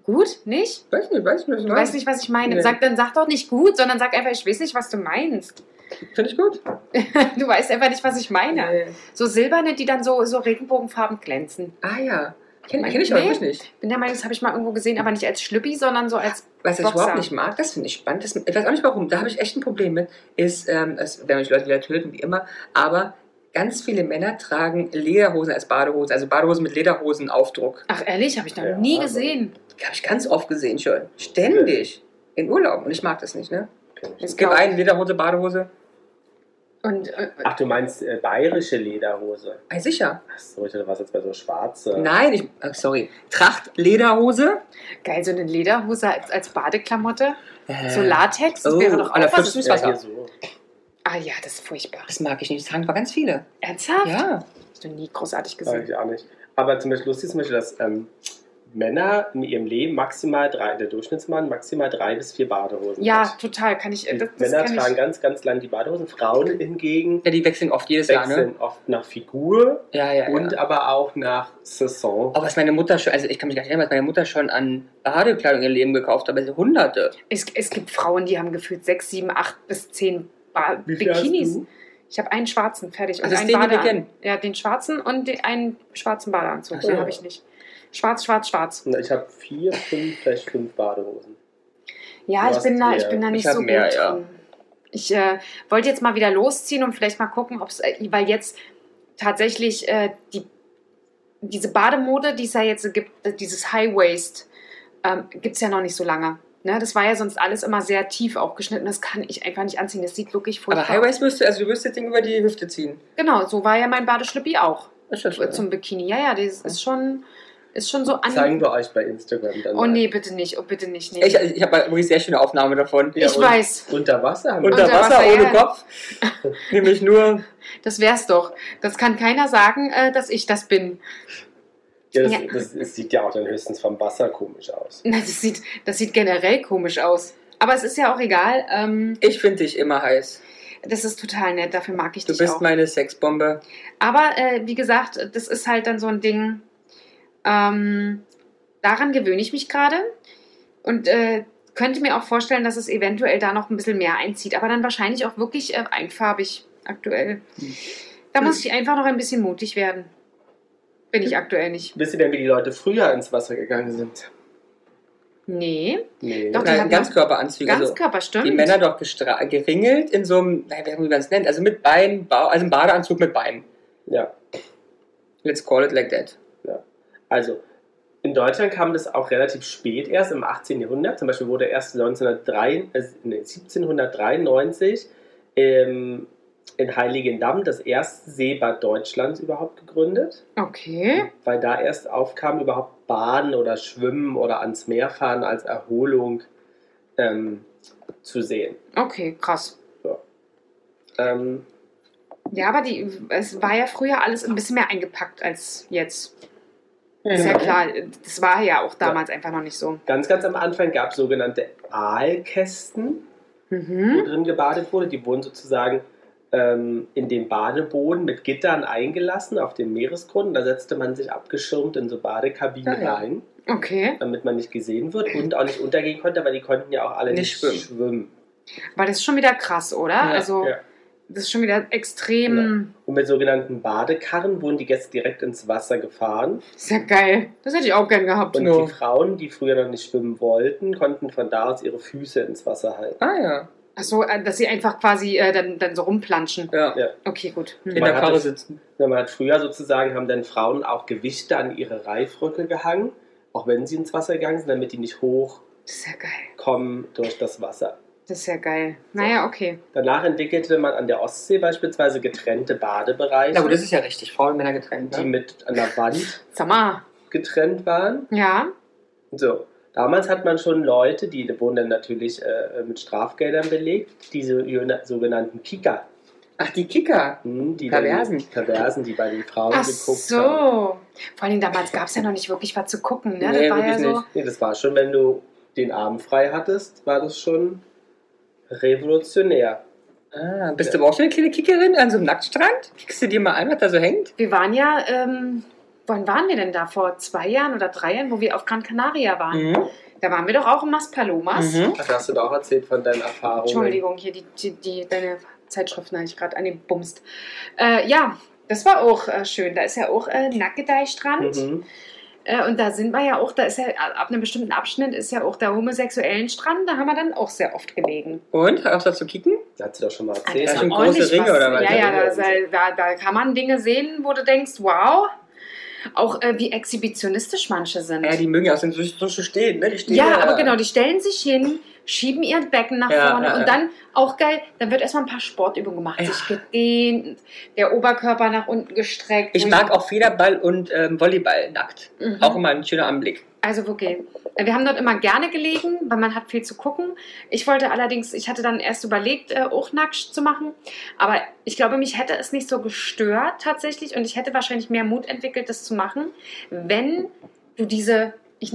Speaker 2: Gut? Nicht?
Speaker 3: Weiß nicht, weiß nicht,
Speaker 2: Du weißt nicht, was ich meine.
Speaker 3: Nee.
Speaker 2: Sag, dann sag doch nicht gut, sondern sag einfach, ich weiß nicht, was du meinst.
Speaker 3: Finde ich gut. Äh,
Speaker 2: Du weißt einfach nicht, was ich meine. So silberne, die dann so, so regenbogenfarben glänzen.
Speaker 3: Ah ja. Kenne
Speaker 2: Mein-
Speaker 3: kenn ich aber
Speaker 2: Nee.
Speaker 3: wirklich nicht.
Speaker 2: bin der Meinung, das habe ich mal irgendwo gesehen, aber nicht als Schlüppi, sondern so als.
Speaker 3: Was ich
Speaker 2: Boxer.
Speaker 3: überhaupt nicht mag, das finde ich spannend. Das, ich weiß auch nicht warum, da habe ich echt ein Problem mit, ist, ähm, es werden mich Leute wieder töten, wie immer, aber ganz viele Männer tragen Lederhosen als Badehosen, also Badehosen mit Lederhosenaufdruck.
Speaker 2: Ach, ehrlich, habe ich noch
Speaker 1: Ja,
Speaker 2: nie
Speaker 1: also-
Speaker 2: gesehen.
Speaker 3: Habe ich ganz oft gesehen schon. Ständig. In Urlaub. Und ich mag das nicht, ne?
Speaker 2: Das
Speaker 3: Es gibt
Speaker 2: glaub ich.
Speaker 3: einen Lederhose, Badehose.
Speaker 2: Und äh,
Speaker 1: Ach, du meinst äh, bayerische Lederhose.
Speaker 3: Ah, sicher.
Speaker 1: Ach so, ich dachte, du warst jetzt bei so schwarze.
Speaker 3: Nein, ich. Ach, sorry. Tracht Lederhose.
Speaker 2: geil, so eine Lederhose als, als Badeklamotte.
Speaker 3: Äh,
Speaker 2: So Latex, das
Speaker 3: Oh,
Speaker 2: wäre doch
Speaker 3: an der
Speaker 2: auch was.
Speaker 3: Füße-
Speaker 1: ja,
Speaker 3: Süßwasser.
Speaker 1: hier so.
Speaker 2: Ah ja, das ist furchtbar.
Speaker 3: Das mag ich nicht. Das tragen aber ganz viele.
Speaker 2: Ernsthaft?
Speaker 3: Ja.
Speaker 2: Hast du nie großartig
Speaker 1: Sag
Speaker 2: gesehen.
Speaker 1: ich auch nicht. Aber zum Beispiel lustig ist zum Beispiel, dass ähm, Männer in ihrem Leben maximal drei, der Durchschnittsmann maximal drei bis vier Badehosen
Speaker 2: Ja,
Speaker 1: hat.
Speaker 2: total. Kann ich. äh,
Speaker 1: Die
Speaker 2: Das, das
Speaker 1: Männer
Speaker 2: kann
Speaker 1: tragen
Speaker 2: ich.
Speaker 1: ganz, ganz lang die Badehosen. Frauen hingegen
Speaker 3: Ja, die wechseln oft jedes Jahr, ne?
Speaker 1: wechseln oft nach Figur
Speaker 3: Ja, ja. ja.
Speaker 1: und aber auch nach Saison.
Speaker 3: Aber was meine Mutter schon, also ich kann mich gar nicht erinnern, was meine Mutter schon an Badekleidung ihr Leben gekauft hat, also hunderte.
Speaker 2: Es, es gibt Frauen, die haben gefühlt sechs, sieben, acht bis zehn ba
Speaker 1: Wie viel hast
Speaker 2: Bikinis.
Speaker 1: du?
Speaker 2: Ich habe einen schwarzen fertig und
Speaker 3: Also
Speaker 2: einen
Speaker 3: den, den wir
Speaker 2: Badeanzug.
Speaker 3: kennen.
Speaker 2: Ja, den schwarzen und den, einen schwarzen Badeanzug.
Speaker 3: Ach
Speaker 2: Den
Speaker 1: so.
Speaker 2: habe ich nicht. Schwarz, schwarz, schwarz.
Speaker 1: Na, Ich habe vier, fünf, vielleicht fünf Badehosen.
Speaker 2: Ja,
Speaker 1: Du
Speaker 2: ich
Speaker 1: hast
Speaker 2: bin, da,
Speaker 1: mehr.
Speaker 2: ich bin da nicht
Speaker 3: Ich hab
Speaker 2: so
Speaker 3: mehr,
Speaker 2: gut
Speaker 3: ja.
Speaker 2: drin. Ich äh, wollte jetzt mal wieder losziehen und vielleicht mal gucken, ob es, äh, weil jetzt tatsächlich äh, die, diese Bademode, die es ja jetzt gibt, äh, dieses High Waist, ähm, gibt es ja noch nicht so lange. Ne? Das war ja sonst alles immer sehr tief aufgeschnitten. Das kann ich einfach nicht anziehen. Das sieht wirklich furchtbar
Speaker 3: Aber Highways müsste, also du wirst das Ding über die Hüfte ziehen.
Speaker 2: aus. Genau, so war ja mein Badeschlüppi auch äh,
Speaker 3: Ist das so?
Speaker 2: zum Bikini. Ja, ja, das ist schon, ist schon so
Speaker 1: Zeigen
Speaker 2: an.
Speaker 1: wir euch bei Instagram dann.
Speaker 2: Ah, Oh
Speaker 1: mal.
Speaker 2: nee, bitte nicht. Oh, bitte nicht. Nee.
Speaker 3: Ich, ich habe wirklich sehr schöne Aufnahme davon.
Speaker 1: Ja,
Speaker 2: ich
Speaker 1: und-
Speaker 2: weiß.
Speaker 1: Unter Wasser haben
Speaker 3: Unter
Speaker 2: Unter
Speaker 3: Wasser,
Speaker 2: Wasser,
Speaker 3: ohne
Speaker 2: ja.
Speaker 3: Kopf. Nämlich nur.
Speaker 2: Das wär's doch. Das kann keiner sagen, äh, dass ich das bin.
Speaker 1: wir. Ja, das,
Speaker 2: Ja.
Speaker 1: Das, das sieht ja auch dann höchstens vom Wasser komisch aus.
Speaker 2: Na, das sieht, das sieht generell komisch aus. Aber es ist ja auch egal. Ähm,
Speaker 3: Ich finde dich immer heiß.
Speaker 2: das ist total nett. Dafür mag ich
Speaker 3: Du
Speaker 2: dich
Speaker 3: bist
Speaker 2: auch.
Speaker 3: meine Sexbombe.
Speaker 2: Aber äh, wie gesagt, das ist halt dann so ein Ding. Ähm, daran gewöhne ich mich gerade und äh, könnte mir auch vorstellen, dass es eventuell da noch ein bisschen mehr einzieht. Aber dann wahrscheinlich auch wirklich äh, einfarbig aktuell. Da
Speaker 3: Hm.
Speaker 2: muss ich einfach noch ein bisschen mutig werden. Bin ich aktuell nicht.
Speaker 1: Wisst ihr denn, wie die Leute früher ins Wasser gegangen sind?
Speaker 2: Nee.
Speaker 1: Nee.
Speaker 2: Doch, die
Speaker 3: Nein,
Speaker 2: haben
Speaker 3: Ganzkörperanzüge. also,
Speaker 2: Ganzkörper, stimmt.
Speaker 3: die Männer doch gestra- geringelt in so einem, naja, wie man es nennt, also mit Beinen, Ba- also ein Badeanzug mit Beinen.
Speaker 1: Ja.
Speaker 3: Let's call it like that.
Speaker 1: Also, in Deutschland kam das auch relativ spät erst, im 18. Jahrhundert. Zum Beispiel wurde erst 1903, äh, nee, 1793 ähm, in Heiligendamm das erste Seebad Deutschlands überhaupt gegründet,
Speaker 2: Okay.
Speaker 1: weil da erst aufkam, überhaupt Baden oder Schwimmen oder ans Meer fahren als Erholung ähm, zu sehen.
Speaker 2: Okay, krass.
Speaker 1: Ähm,
Speaker 2: Ja, aber die, es war ja früher alles ein bisschen mehr eingepackt als jetzt. Ist ja klar, das war ja auch damals einfach noch nicht so.
Speaker 1: ganz, ganz am Anfang gab es sogenannte Aalkästen. wo
Speaker 3: Hm?
Speaker 2: Mhm.
Speaker 1: drin gebadet wurde. Die wurden sozusagen ähm, in den Badeboden mit Gittern eingelassen auf dem Meeresgrund. Da setzte man sich abgeschirmt in so Badekabinen
Speaker 3: Ah, ja.
Speaker 1: rein.
Speaker 2: Okay.
Speaker 1: damit man nicht gesehen wird und auch nicht untergehen konnte, weil die konnten ja auch alle
Speaker 3: Nicht
Speaker 1: nicht, schwimmen.
Speaker 2: Weil das ist schon wieder krass, oder?
Speaker 3: Ja,
Speaker 2: also,
Speaker 1: ja.
Speaker 2: das ist schon wieder extrem.
Speaker 1: Und mit sogenannten Badekarren wurden die Gäste direkt ins Wasser gefahren.
Speaker 2: Ist ja geil. Das hätte ich auch gern gehabt.
Speaker 1: Und
Speaker 3: Ja.
Speaker 1: die Frauen, die früher noch nicht schwimmen wollten, konnten von da aus ihre Füße ins Wasser halten.
Speaker 3: Ah ja.
Speaker 2: Achso, dass sie einfach quasi äh, dann, dann so rumplanschen.
Speaker 3: ja.
Speaker 1: Ja.
Speaker 2: Okay, gut.
Speaker 3: In
Speaker 2: Hm.
Speaker 1: Man
Speaker 3: der Karre
Speaker 1: hatte-
Speaker 3: sitzen.
Speaker 1: Ja, Man hat früher sozusagen, haben dann Frauen auch Gewichte an ihre Reifröcke gehangen, auch wenn sie ins Wasser gegangen sind, damit die nicht hochkommen
Speaker 2: Das ist ja geil.
Speaker 1: durch das Wasser.
Speaker 2: Das ist ja geil. Naja, okay.
Speaker 1: Danach entwickelte man an der Ostsee beispielsweise getrennte Badebereiche,
Speaker 3: Na gut, das ist ja richtig. Frauen und Männer getrennt.
Speaker 1: die
Speaker 3: Ne?
Speaker 1: mit einer Wand
Speaker 2: Sag mal.
Speaker 1: getrennt waren.
Speaker 2: Ja.
Speaker 1: So. Damals hat man schon Leute, die wurden dann natürlich äh, mit Strafgeldern belegt, diese jona- sogenannten Kicker,
Speaker 3: Ach, die Kicker.
Speaker 1: hm, die dann-
Speaker 3: Perversen.
Speaker 1: Perversen, die bei den Frauen
Speaker 2: Ach
Speaker 1: geguckt
Speaker 2: so.
Speaker 1: haben.
Speaker 2: Vor allem damals gab es ja noch nicht wirklich was zu gucken, ne?
Speaker 3: Nee,
Speaker 2: das war ja
Speaker 3: wirklich
Speaker 2: so.
Speaker 1: Nee, das war schon, wenn du den Arm frei hattest, war das schon revolutionär.
Speaker 3: Ah, bist du aber auch schon eine kleine Kickerin an so einem Nacktstrand? Kickst du dir mal an, was da so hängt?
Speaker 2: Wir waren ja, ähm, wann waren wir denn da? Vor zwei Jahren oder drei Jahren, wo wir auf Gran Canaria waren.
Speaker 3: Mhm.
Speaker 2: Da waren wir doch auch im Maspalomas.
Speaker 3: Mhm.
Speaker 1: Das hast du doch auch erzählt von deinen Erfahrungen.
Speaker 2: Entschuldigung, hier die, die, die deine Zeitschriften habe ich gerade an den Bumst. Äh, ja, das war auch äh, schön. Da ist ja auch äh, Nackedei-Strand.
Speaker 1: Mhm.
Speaker 2: Äh, und da sind wir ja auch, da ist ja ab einem bestimmten Abschnitt ist ja auch der homosexuellen Strand. Da haben wir dann auch sehr oft gelegen.
Speaker 3: Und? Hast du dazu kicken?
Speaker 1: Das hast du doch schon mal
Speaker 2: Ah,
Speaker 1: erzählt.
Speaker 3: Das
Speaker 2: war
Speaker 3: sind große
Speaker 2: ordentlich
Speaker 3: Ringe oder was?
Speaker 2: Ja, ja, da,
Speaker 1: Ja.
Speaker 2: da, da kann man Dinge sehen, wo du denkst, wow. Auch äh, wie exhibitionistisch manche sind.
Speaker 3: Ja, die mögen ja auch so, so so stehen, ne? Die stehen
Speaker 2: Ja, aber genau, die stellen sich hin, schieben ihr Becken nach
Speaker 3: Ja,
Speaker 2: vorne
Speaker 3: ja, ja.
Speaker 2: und dann, auch geil, dann wird erstmal ein paar Sportübungen gemacht.
Speaker 3: Ja.
Speaker 2: Sich gedehnt, der Oberkörper nach unten gestreckt.
Speaker 3: Ich mag auch Federball und ähm, Volleyball nackt.
Speaker 2: Mhm.
Speaker 3: Auch immer ein schöner Anblick.
Speaker 2: Also wirklich. Wir haben dort immer gerne gelegen, weil man hat viel zu gucken. Ich wollte allerdings, ich hatte dann erst überlegt, äh, auch nackt zu machen. Aber ich glaube, mich hätte es nicht so gestört tatsächlich und ich hätte wahrscheinlich mehr Mut entwickelt, das zu machen, wenn du diese ich,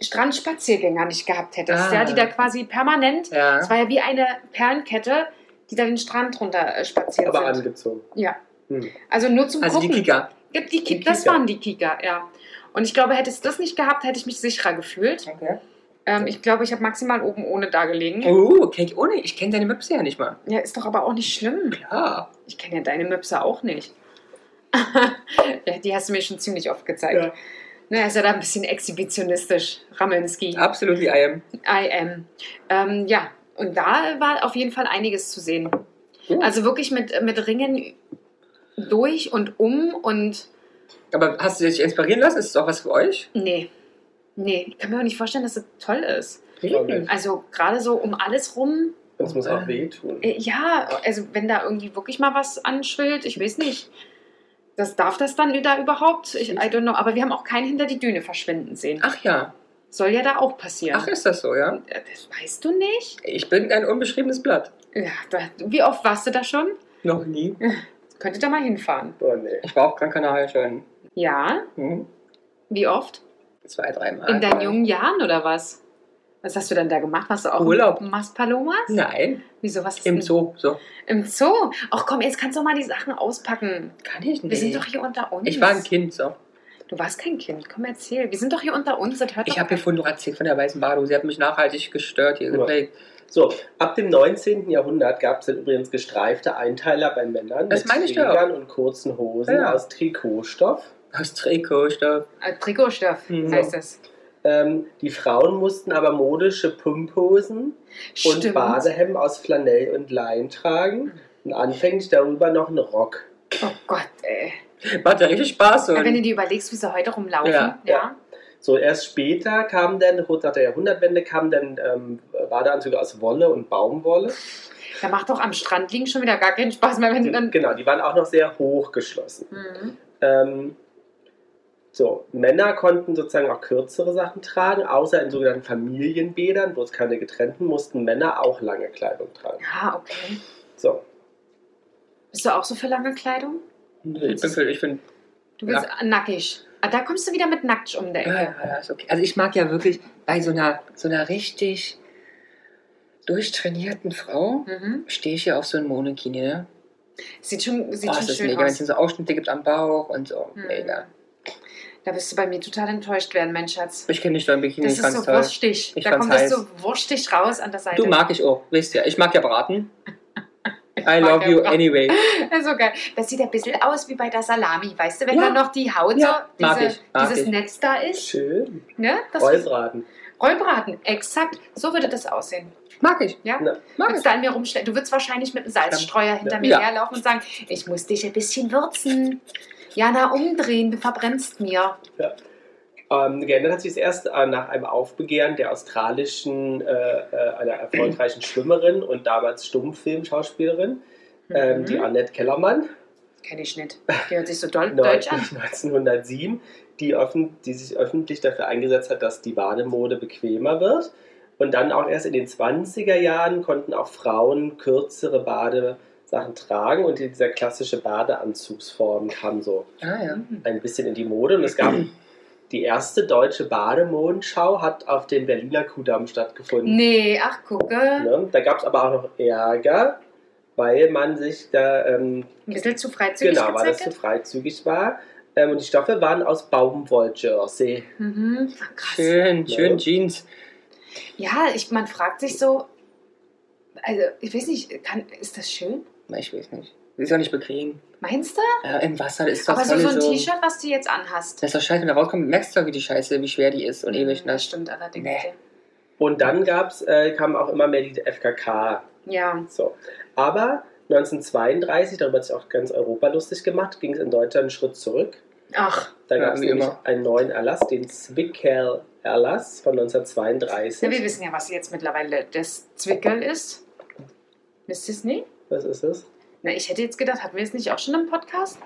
Speaker 2: Strandspaziergänger nicht gehabt hättest,
Speaker 3: Ah.
Speaker 2: ja, die da quasi permanent
Speaker 3: Ja.
Speaker 2: es war ja wie eine Perlenkette, die da den Strand runter äh, spaziert
Speaker 1: Aber
Speaker 2: sind.
Speaker 1: angezogen.
Speaker 2: Ja.
Speaker 1: Hm.
Speaker 2: Also nur zum
Speaker 3: Also die
Speaker 2: Gucken.
Speaker 3: Kicker.
Speaker 2: Ja, die Ki
Speaker 1: Die
Speaker 2: das
Speaker 1: Kika.
Speaker 2: waren die Kika, ja. Und ich glaube, hätte es das nicht gehabt, hätte ich mich sicherer gefühlt.
Speaker 3: Okay.
Speaker 2: Ähm, ich glaube, ich habe maximal oben ohne da gelegen.
Speaker 3: Oh, kenn ich ohne. Ich kenne deine Möpse ja nicht mal.
Speaker 2: Ja, ist doch aber auch nicht schlimm.
Speaker 3: Ja.
Speaker 2: Ich kenne ja deine Möpse auch nicht. ja, die hast du mir schon ziemlich oft gezeigt.
Speaker 1: Ja.
Speaker 2: Na, ist ja da ein bisschen exhibitionistisch. Ramelski.
Speaker 3: Absolutely I am.
Speaker 2: I am. Ähm, ja, und da war auf jeden Fall einiges zu sehen.
Speaker 3: Cool.
Speaker 2: Also wirklich mit, mit Ringen durch und um und
Speaker 3: Aber hast du dich inspirieren lassen? Ist es auch was für euch?
Speaker 2: nee. Nee, ich kann mir auch nicht vorstellen, dass das toll ist.
Speaker 1: Wirklich?
Speaker 2: Also gerade so um alles rum,
Speaker 1: Das muss auch wehtun.
Speaker 2: äh, ja, also wenn da irgendwie wirklich mal was anschwillt, ich weiß nicht. Das darf das dann da überhaupt? Ich, I don't know. Aber wir haben auch keinen hinter die Düne verschwinden sehen.
Speaker 3: Ach ja.
Speaker 2: Soll ja da auch passieren.
Speaker 3: Ach, ist das so, ja?
Speaker 2: Äh, das weißt du nicht?
Speaker 3: Ich bin ein unbeschriebenes Blatt.
Speaker 2: Ja, da, wie oft warst du da schon?
Speaker 3: Noch nie.
Speaker 2: Könnte da mal hinfahren.
Speaker 1: Oh, nee.
Speaker 3: Ich war auf Gran Canaria schon.
Speaker 2: Ja,
Speaker 3: Hm?
Speaker 2: wie oft?
Speaker 3: Zwei, dreimal.
Speaker 2: In deinen jungen Jahren oder was? Was hast du denn da gemacht? Warst du auch
Speaker 3: Urlaub.
Speaker 2: in Maspalomas?
Speaker 3: Nein,
Speaker 2: Wieso was ist
Speaker 3: im
Speaker 2: denn-
Speaker 3: Zoo. So.
Speaker 2: Im Zoo. Ach komm, jetzt kannst du mal die Sachen auspacken.
Speaker 3: Kann ich nicht.
Speaker 2: Wir sind doch hier unter uns.
Speaker 3: ich war ein Kind, so.
Speaker 2: Du warst kein Kind. Komm, erzähl. Wir sind doch hier unter uns. Das hört
Speaker 3: Ich
Speaker 2: doch-
Speaker 3: habe hier vorhin noch erzählt von der weißen Badung. Sie hat mich nachhaltig gestört hier
Speaker 1: Ja.
Speaker 3: geprägt.
Speaker 1: So, ab dem 19. Jahrhundert gab es dann übrigens gestreifte Einteiler bei Männern
Speaker 3: Das meine ich doch.
Speaker 1: Trägern und kurzen Hosen
Speaker 3: Ja.
Speaker 1: aus Trikotstoff.
Speaker 3: Aus Trikotstoff.
Speaker 2: Äh, Trikotstoff
Speaker 3: Mhm.
Speaker 2: heißt das.
Speaker 1: Ähm, die Frauen mussten aber modische Pumphosen und
Speaker 2: Stimmt.
Speaker 1: Badehemden aus Flanell und Lein tragen und anfänglich darüber noch einen Rock.
Speaker 2: Oh Gott, ey.
Speaker 3: Macht ja richtig Spaß.
Speaker 2: Ja, wenn du
Speaker 3: Und
Speaker 2: dir überlegst, wie sie heute rumlaufen.
Speaker 3: Ja,
Speaker 2: Ja.
Speaker 1: ja. So, erst später kamen dann, kurz nach der Jahrhundertwende, kamen dann ähm, Badeanzüge aus Wolle und Baumwolle.
Speaker 2: Da macht doch am Strand liegen schon wieder gar keinen Spaß mehr, wenn
Speaker 3: Ähm,
Speaker 2: du dann...
Speaker 1: Genau, die waren auch noch sehr hochgeschlossen.
Speaker 2: Mhm.
Speaker 1: Ähm, so, Männer konnten sozusagen auch kürzere Sachen tragen, außer in sogenannten Familienbädern, wo es keine getrennten, mussten Männer auch lange Kleidung tragen.
Speaker 2: Ja, okay.
Speaker 1: So,
Speaker 2: Bist du auch so für lange Kleidung?
Speaker 3: ich bin, für- ich bin
Speaker 2: Du bist nackig. Ah, da kommst du wieder mit nackt um der
Speaker 3: Ja,
Speaker 2: Ecke.
Speaker 3: ja, ist okay. Also ich mag ja wirklich bei so einer, so einer richtig durchtrainierten Frau
Speaker 2: Mhm.
Speaker 3: stehe ich ja auf so einem Monokini. Ne?
Speaker 2: Sieht schon, sieht
Speaker 3: Oh,
Speaker 2: schon
Speaker 3: das ist
Speaker 2: schön
Speaker 3: mega, wenn es
Speaker 2: aus. Mhm.
Speaker 3: so Ausschnitte gibt am Bauch und so.
Speaker 2: Hm.
Speaker 3: Mega.
Speaker 2: Da wirst du bei mir total enttäuscht werden, mein Schatz.
Speaker 3: Ich kenne dich dein Bikini,
Speaker 2: Das
Speaker 3: ich
Speaker 2: ist
Speaker 3: fand's
Speaker 2: so
Speaker 3: toll.
Speaker 2: wurstig.
Speaker 3: Ich
Speaker 2: da
Speaker 3: fand's
Speaker 2: kommt das
Speaker 3: heiß.
Speaker 2: so wurstig raus an der Seite.
Speaker 3: Du mag ich auch, wisst ihr. Ich mag ja Braten. I
Speaker 2: mag
Speaker 3: love
Speaker 2: ja
Speaker 3: you
Speaker 2: Braten.
Speaker 3: anyway.
Speaker 2: Das ist so geil. Das sieht ein bisschen aus wie bei der Salami, weißt du? Wenn
Speaker 3: Ja.
Speaker 2: da noch die Haut,
Speaker 3: Ja,
Speaker 2: so
Speaker 3: mag
Speaker 2: diese,
Speaker 3: ich, mag
Speaker 2: dieses
Speaker 3: ich.
Speaker 2: Netz da ist.
Speaker 1: Schön.
Speaker 2: Ne? Das
Speaker 1: Rollbraten.
Speaker 2: Rollbraten, exakt. So würde das aussehen.
Speaker 3: Mag ich.
Speaker 2: Ja?
Speaker 1: Na.
Speaker 3: Mag
Speaker 2: Würdest
Speaker 3: ich.
Speaker 2: du an mir rumstellen. Du würdest wahrscheinlich mit einem Salzstreuer hinter mir
Speaker 3: Ja.
Speaker 2: herlaufen und sagen, ich muss dich ein bisschen würzen. Jana, umdrehen, du verbrennst mir.
Speaker 1: Ähm, geändert hat sich es erst äh, nach einem Aufbegehren der australischen, äh, äh, einer erfolgreichen Schwimmerin und damals Stummfilmschauspielerin, ähm, die Annette Kellermann.
Speaker 2: Mhm. Kenn ich nicht. Die hört sich so doll
Speaker 1: Neu-
Speaker 2: deutsch an.
Speaker 1: 1907, die, öffn die sich öffentlich dafür eingesetzt hat, dass die Bademode bequemer wird. Und dann auch erst in den 20er Jahren konnten auch Frauen kürzere Badesachen tragen und dieser klassische Badeanzugsform kam so
Speaker 3: Ah, ja.
Speaker 1: ein bisschen in die Mode. Und es gab die erste deutsche Bademodenschau, hat auf dem Berliner Kudamm stattgefunden.
Speaker 2: Nee, ach gucke.
Speaker 1: Ne? Da gab es aber auch noch Ärger, weil man sich da ähm,
Speaker 2: Ein bisschen zu freizügig
Speaker 1: Genau, weil das
Speaker 2: gezeigt
Speaker 1: zu
Speaker 2: hat.
Speaker 1: freizügig war. Ähm, und die Stoffe waren aus Baumwolljersey.
Speaker 2: Mhm. Ach, Krass.
Speaker 3: Schön, schön
Speaker 1: Ja.
Speaker 3: Jeans.
Speaker 2: Ja, ich, man fragt sich so, also ich weiß nicht, kann, ist das schön?
Speaker 3: Ich weiß nicht. Ist ja nicht bequem.
Speaker 2: Meinst du?
Speaker 3: Ja, Im Wasser ist das
Speaker 2: Aber so, so ein
Speaker 3: so.
Speaker 2: T-Shirt, was du jetzt anhast.
Speaker 3: Das ist doch scheiße, wenn da rauskommt, merkst du doch, wie die Scheiße, wie schwer die ist und ewig
Speaker 2: Das
Speaker 3: nass.
Speaker 2: stimmt allerdings.
Speaker 3: Nee.
Speaker 1: Und dann gab's, äh, kamen auch immer mehr die FKK.
Speaker 2: Ja.
Speaker 1: So. Aber 1932, darüber hat sich auch ganz Europa lustig gemacht, ging es in Deutschland einen Schritt zurück.
Speaker 2: Ach,
Speaker 1: Da
Speaker 3: Ja,
Speaker 1: gab es
Speaker 3: wie
Speaker 1: nämlich
Speaker 3: immer.
Speaker 1: einen neuen Erlass, den Zwickel-Erlass von
Speaker 2: na, wir
Speaker 1: 1932.
Speaker 2: wissen ja, was jetzt mittlerweile das Zwickel ist. Wisst ihr es nie?
Speaker 1: Was ist es?
Speaker 2: Na, ich hätte jetzt gedacht, hatten wir es nicht auch schon im Podcast?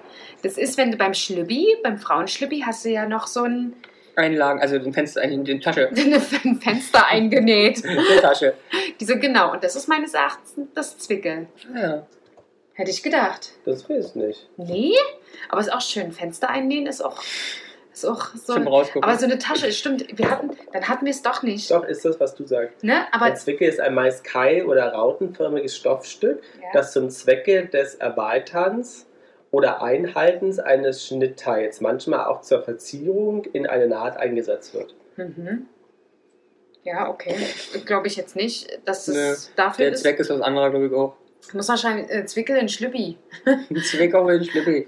Speaker 2: Das ist, wenn du beim Schlübbi, beim Frauenschlübbi, hast du ja noch so ein,
Speaker 3: Einlagen, also den Fenster, eigentlich den Tasche.
Speaker 2: ein Fenster eingenäht.
Speaker 3: Die Tasche.
Speaker 2: Diese, genau, und das ist meines Erachtens das Zwickel.
Speaker 3: Ja.
Speaker 2: Hätte ich gedacht.
Speaker 1: Das weiß ich nicht.
Speaker 2: Nee, aber ist auch schön. Fenster einnähen ist auch, ist auch so.
Speaker 3: Zum
Speaker 2: Ein,
Speaker 3: Rausgucken.
Speaker 2: aber so eine Tasche, es stimmt. Wir hatten, dann hatten wir es doch nicht.
Speaker 1: Doch, ist das, was du sagst.
Speaker 2: Ne?
Speaker 1: Ein
Speaker 2: Aber
Speaker 1: Zwickel ist ein meist keil- oder rautenförmiges Stoffstück,
Speaker 2: ja,
Speaker 1: das zum Zwecke des Erweiterns oder Einhaltens eines Schnittteils, manchmal auch zur Verzierung in eine Naht eingesetzt wird.
Speaker 2: mhm. ja okay. Glaube ich jetzt nicht, dass es
Speaker 3: Nö,
Speaker 2: dafür
Speaker 3: Der
Speaker 2: ist.
Speaker 3: Zweck ist was anderer, glaube ich, auch.
Speaker 2: Muss wahrscheinlich äh, Zwickel in Schlüppi.
Speaker 3: Ein Zweck auch in Schlüppel.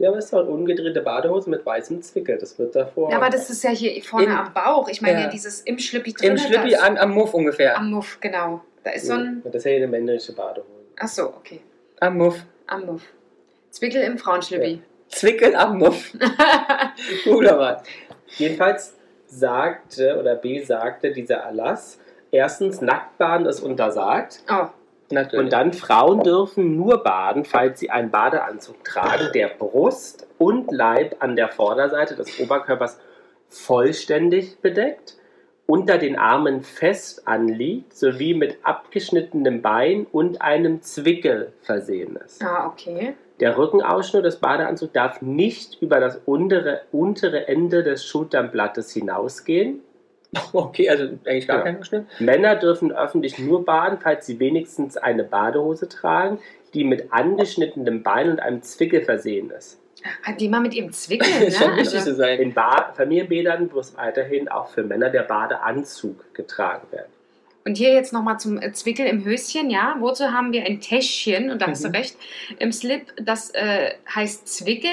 Speaker 1: Ja, aber es ist doch eine ungedrehte Badehose mit weißem Zwickel. Das wird davor.
Speaker 2: Ja, aber das ist ja hier vorne
Speaker 3: In-
Speaker 2: am Bauch. Ich meine ja,
Speaker 3: Ja.
Speaker 2: dieses im Schlüppi drin.
Speaker 3: Im Schlüppel am, am Muff ungefähr. Am,
Speaker 2: Am Muff, genau. Da ist so
Speaker 1: Ja,
Speaker 2: ein.
Speaker 1: das ist ja eine männliche Badehose.
Speaker 2: Ach so, okay.
Speaker 3: Muff.
Speaker 2: Am Muff. Zwickel im Frauenschlüppi.
Speaker 3: Zwickel am Muff. Cooler Mann.
Speaker 1: Jedenfalls sagte oder besagte dieser Erlass, erstens, Nacktbaden ist untersagt.
Speaker 2: Oh,
Speaker 3: Natürlich.
Speaker 1: Und dann, Frauen dürfen nur baden, falls sie einen Badeanzug tragen, der Brust und Leib an der Vorderseite des Oberkörpers vollständig bedeckt, unter den Armen fest anliegt, sowie mit abgeschnittenem Bein und einem Zwickel versehen ist.
Speaker 2: ah, okay.
Speaker 1: Der Rückenausschnitt des Badeanzugs darf nicht über das untere, untere Ende des Schulternblattes hinausgehen.
Speaker 3: Okay, also eigentlich gar
Speaker 1: Ja.
Speaker 3: kein Schnitt.
Speaker 1: Männer dürfen öffentlich nur baden, falls sie wenigstens eine Badehose tragen, die mit angeschnittenem Bein und einem Zwickel versehen ist.
Speaker 2: Hat die mal mit ihrem Zwickel, ne?
Speaker 3: Es scheint wichtig
Speaker 2: Also-
Speaker 3: zu sein.
Speaker 1: In ba Familienbädern muss weiterhin auch für Männer der Badeanzug getragen werden.
Speaker 2: Und hier jetzt nochmal zum äh, Zwickel im Höschen, ja. Wozu haben wir ein Täschchen, und da hast
Speaker 3: Mhm.
Speaker 2: du recht, im Slip, das äh, heißt Zwickel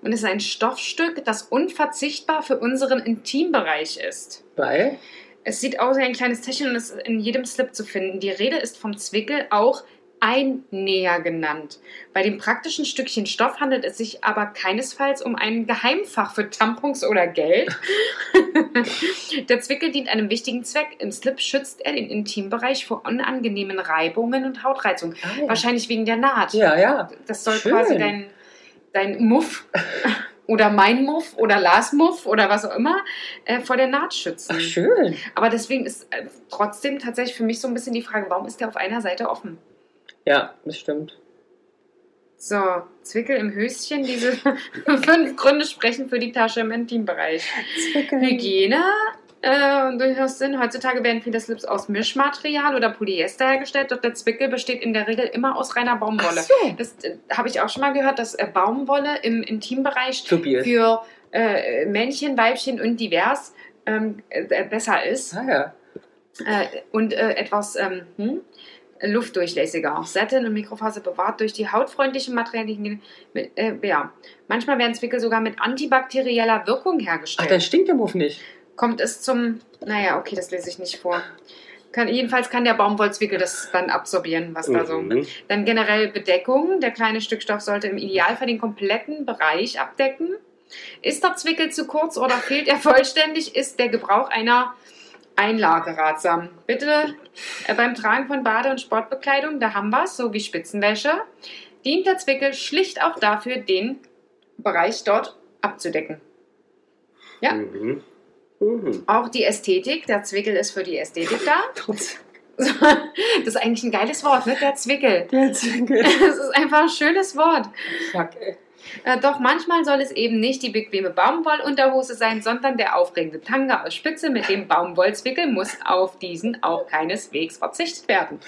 Speaker 2: und ist ein Stoffstück, das unverzichtbar für unseren Intimbereich ist.
Speaker 3: Weil?
Speaker 2: Es sieht aus wie ein kleines Täschchen und ist in jedem Slip zu finden. Die Rede ist vom Zwickel auch Einnäher genannt. Bei dem praktischen Stückchen Stoff handelt es sich aber keinesfalls um ein Geheimfach für Tampons oder Geld. Der Zwickel dient einem wichtigen Zweck. Im Slip schützt er den Intimbereich vor unangenemen Reibungen und Hautreizungen.
Speaker 3: Ah, ja.
Speaker 2: Wahrscheinlich wegen der Naht.
Speaker 3: ja, ja.
Speaker 2: Das soll
Speaker 3: Schön.
Speaker 2: quasi dein, dein Muff oder mein Muff oder Lars Muff oder was auch immer äh, vor der Naht schützen.
Speaker 3: Ach, schön.
Speaker 2: Aber deswegen ist äh, trotzdem tatsächlich für mich so ein bisschen die Frage, warum ist der auf einer Seite offen?
Speaker 3: Ja, das stimmt.
Speaker 2: So, Zwickel im Höschen, diese fünf Gründe sprechen für die Tasche im Intimbereich. Hygiene äh, durchaus Sinn. Heutzutage werden viele Slips aus Mischmaterial oder Polyester hergestellt, doch der Zwickel besteht in der Regel immer aus reiner
Speaker 3: Ach
Speaker 2: Baumwolle.
Speaker 3: so.
Speaker 2: Das äh, habe ich auch schon mal gehört, dass äh, Baumwolle im Intimbereich
Speaker 3: Supi ist.
Speaker 2: für äh, Männchen, Weibchen und divers ähm, äh, besser ist
Speaker 3: Ah ja.
Speaker 2: äh, und äh, etwas ähm, hm, luftdurchlässiger. Satin und Mikrofaser bewahrt durch die hautfreundlichen Materialien. Mit, äh, ja. Manchmal werden Zwickel sogar mit antibakterieller Wirkung
Speaker 3: Ach, dann
Speaker 2: hergestellt.
Speaker 3: stinkt der Muff nicht.
Speaker 2: Kommt es zum. Naja, okay, das lese ich nicht vor. Kann, jedenfalls kann der Baumwollzwickel das dann absorbieren, was da so.
Speaker 1: Mhm.
Speaker 2: Dann generell Bedeckung. Der kleine Stückstoff sollte im Idealfall den kompletten Bereich abdecken. Ist der Zwickel zu kurz oder fehlt er vollständig, ist der Gebrauch einer Einlage ratsam. Bitte äh, beim Tragen von Bade- und Sportbekleidung, da haben wir es, sowie Spitzenwäsche, dient der Zwickel schlicht auch dafür, den Bereich dort abzudecken. Ja.
Speaker 1: Mhm. Mhm.
Speaker 2: Auch die Ästhetik, der Zwickel ist für die Ästhetik da.
Speaker 3: Trotz
Speaker 2: Das ist eigentlich ein geiles Wort, ne? der Zwickel.
Speaker 3: der Zwinge.
Speaker 2: Das ist einfach ein schönes Wort.
Speaker 3: Fuck, ey.
Speaker 2: Äh, doch manchmal soll es eben nicht die bequeme Baumwollunterhose sein, sondern der aufregende Tanga aus Spitze mit dem Baumwollzwickel muss auf diesen auch keineswegs verzichtet werden.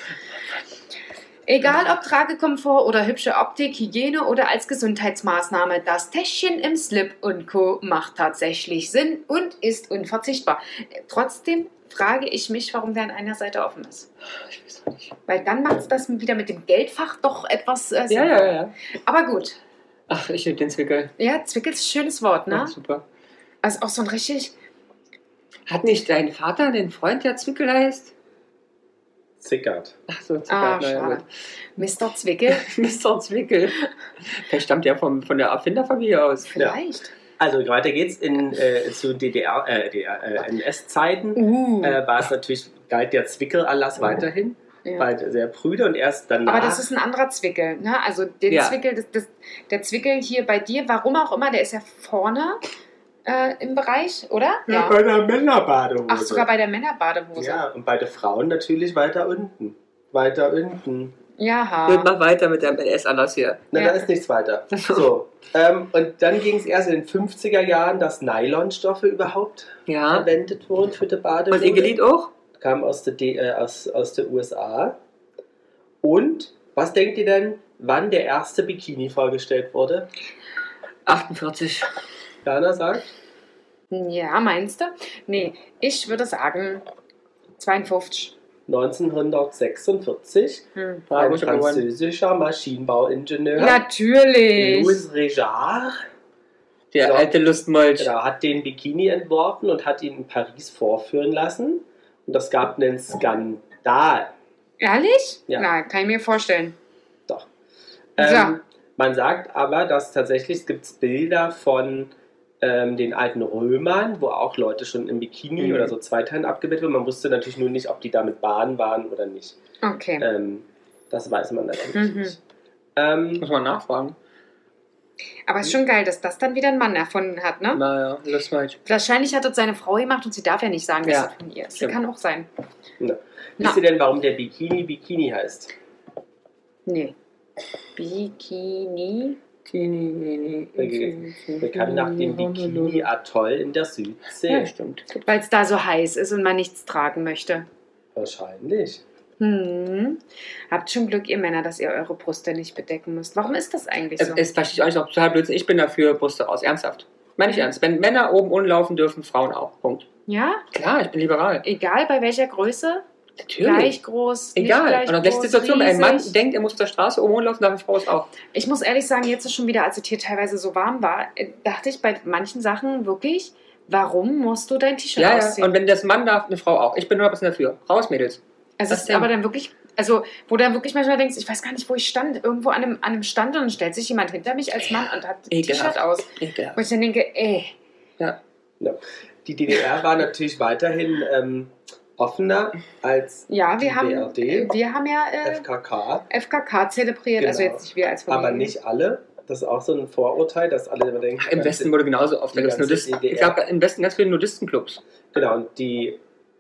Speaker 2: Egal ob Tragekomfort oder hübsche Optik, Hygiene oder als Gesundheitsmaßnahme, das Täschchen im Slip und Co. macht tatsächlich Sinn und ist unverzichtbar. Äh, Trotzdem frage ich mich, warum der an einer Seite offen ist.
Speaker 3: Ich weiß auch nicht.
Speaker 2: Weil dann macht es das wieder mit dem Geldfach doch etwas äh,
Speaker 3: Ja, ja, ja.
Speaker 2: Aber gut.
Speaker 3: Ach, ich liebe den Zwickel.
Speaker 2: Ja, Zwickel ist ein schönes Wort, ne?
Speaker 3: Ja, super.
Speaker 2: Also auch so ein richtig.
Speaker 3: Hat nicht dein Vater den Freund, der Zwickel heißt?
Speaker 1: Zickert.
Speaker 3: Ach so, Zwickel.
Speaker 2: Ah,
Speaker 3: naja,
Speaker 2: schade.
Speaker 3: gut.
Speaker 2: Mr. Zwickel,
Speaker 3: Mr. Zwickel. Vielleicht stammt der vom, von der Erfinderfamilie aus.
Speaker 2: vielleicht.
Speaker 1: Also weiter geht's in, äh, zu DDR, äh, DDR äh, NS-Zeiten.
Speaker 2: Uh.
Speaker 1: Äh, war es natürlich, galt der Zwickelerlass weiterhin,
Speaker 2: ja.
Speaker 1: weil sehr prüde und erst danach.
Speaker 2: Aber das ist ein anderer Zwickel, ne? Also den
Speaker 3: Ja.
Speaker 2: Zwickel, das, das, der Zwickel hier bei dir, warum auch immer, der ist ja vorne äh, im Bereich, oder?
Speaker 1: bei der Männerbadehose.
Speaker 2: Ach, sogar bei der Männerbadehose.
Speaker 1: Also. Ja, und bei den Frauen natürlich weiter unten. Weiter unten.
Speaker 3: Gut,
Speaker 2: Jaha.
Speaker 3: mach weiter mit deinem NS-Anlass hier.
Speaker 1: Na,
Speaker 2: Ja.
Speaker 1: da ist nichts weiter. So. ähm, und dann ging es erst in den 50er Jahren, dass Nylonstoffe überhaupt
Speaker 3: Ja.
Speaker 1: verwendet wurden für die Badehose.
Speaker 3: Ah. Und ihr Gelied auch?
Speaker 1: Kam aus der, D äh, aus, aus der USA. Und, was denkt ihr denn, wann der erste Bikini vorgestellt wurde?
Speaker 3: 48.
Speaker 1: Jana sagt,
Speaker 2: Ja, meinst du? Nee, ich würde sagen 52.
Speaker 1: 1946
Speaker 2: Hm.
Speaker 1: war ein
Speaker 3: Habe ich aber gewonnen.
Speaker 1: französischer Maschinenbauingenieur
Speaker 2: Natürlich.
Speaker 1: Louis Regard
Speaker 3: Der
Speaker 1: So.
Speaker 3: alte Lustmolch.
Speaker 1: Genau, hat den Bikini entworfen und hat ihn in Paris vorführen lassen. Und das gab einen Skandal.
Speaker 2: Ehrlich?
Speaker 1: Ja.
Speaker 2: Na, kann ich mir vorstellen.
Speaker 1: Doch.
Speaker 2: Ja.
Speaker 1: Ähm, man sagt aber, dass tatsächlich es gibt Bilder von ähm, den alten Römern, wo auch Leute schon im Bikini
Speaker 3: Mhm.
Speaker 1: oder so zweiteilen abgebildet wurden. Man wusste natürlich nur nicht, ob die damit baden waren oder nicht.
Speaker 2: Okay.
Speaker 1: Ähm, das weiß man natürlich
Speaker 2: Mhm.
Speaker 1: nicht. Ähm,
Speaker 3: Muss man nachfragen.
Speaker 2: Aber ist schon geil, dass das dann wieder ein Mann erfunden hat, ne?
Speaker 3: Naja, Lustmolch.
Speaker 2: Wahrscheinlich hat das seine Frau gemacht und sie darf ja nicht sagen, dass
Speaker 3: Ja,
Speaker 2: das von ihr ist.
Speaker 3: stimmt.
Speaker 2: Kann auch sein. Na.
Speaker 1: wisst ihr denn, warum der Bikini Bikini heißt?
Speaker 2: Nee. Bikini.
Speaker 1: Bekannt nach dem Bikini-Atoll in der Südsee.
Speaker 3: Mhm. Ja, stimmt.
Speaker 2: Weil es da so heiß ist und man nichts tragen möchte.
Speaker 1: Wahrscheinlich.
Speaker 2: Hm. Habt schon Glück, ihr Männer, dass ihr eure Brüste nicht bedecken müsst. Warum ist das eigentlich
Speaker 3: Es,
Speaker 2: so?
Speaker 3: es verstehe ich auch nicht, ob total Blödsinn. Ich bin dafür Brüste raus. Ernsthaft. Meine ich ernst. Wenn Männer oben unten laufen dürfen, Frauen auch. Punkt.
Speaker 2: Ja?
Speaker 3: Klar, ich bin liberal.
Speaker 2: Egal bei welcher Größe.
Speaker 3: Natürlich.
Speaker 2: Gleich groß. Nicht
Speaker 3: Egal.
Speaker 2: gleich
Speaker 3: Und auf welche
Speaker 2: groß,
Speaker 3: Situation, wenn ein Mann
Speaker 2: riesig.
Speaker 3: denkt, er muss auf der Straße oben rumlaufen, darf eine Frau es auch.
Speaker 2: Ich muss ehrlich sagen, jetzt ist schon wieder, als es hier teilweise so warm war, äh, dachte ich bei manchen Sachen wirklich, warum musst du dein T-Shirt
Speaker 3: Ja, ja.
Speaker 2: ausziehen?
Speaker 3: Und wenn das Mann darf, eine Frau auch. Ich bin 100% dafür. Raus, Mädels.
Speaker 2: also
Speaker 3: was
Speaker 2: es ist
Speaker 3: denn?
Speaker 2: aber dann wirklich, also wo du dann wirklich manchmal denkst, ich weiß gar nicht, wo ich stand, irgendwo an einem, an einem Stand und dann stellt sich jemand hinter mich als Mann und hat ein
Speaker 3: Ekelhaft.
Speaker 2: T-Shirt aus.
Speaker 3: Egal.
Speaker 2: Wo ich dann denke, ey,
Speaker 1: Die DDR war natürlich weiterhin ähm, offener als
Speaker 2: ja, wir
Speaker 1: Die
Speaker 2: haben,
Speaker 1: BRD?
Speaker 2: wir haben ja äh,
Speaker 1: FKK,
Speaker 2: FKK zelebriert, also
Speaker 1: Genau.
Speaker 2: jetzt nicht wir als Familie.
Speaker 1: aber nicht alle. Das ist auch so ein Vorurteil, dass alle immer denken.
Speaker 3: Mhm.
Speaker 1: ähm,
Speaker 3: Ach, Im Westen wurde genauso oft. Da
Speaker 1: Die
Speaker 3: gibt's
Speaker 1: ganze E
Speaker 3: Nudisten.
Speaker 1: DDR.
Speaker 3: Ich glaube, im Westen ganz viele Nudistenclubs.
Speaker 1: Genau, und die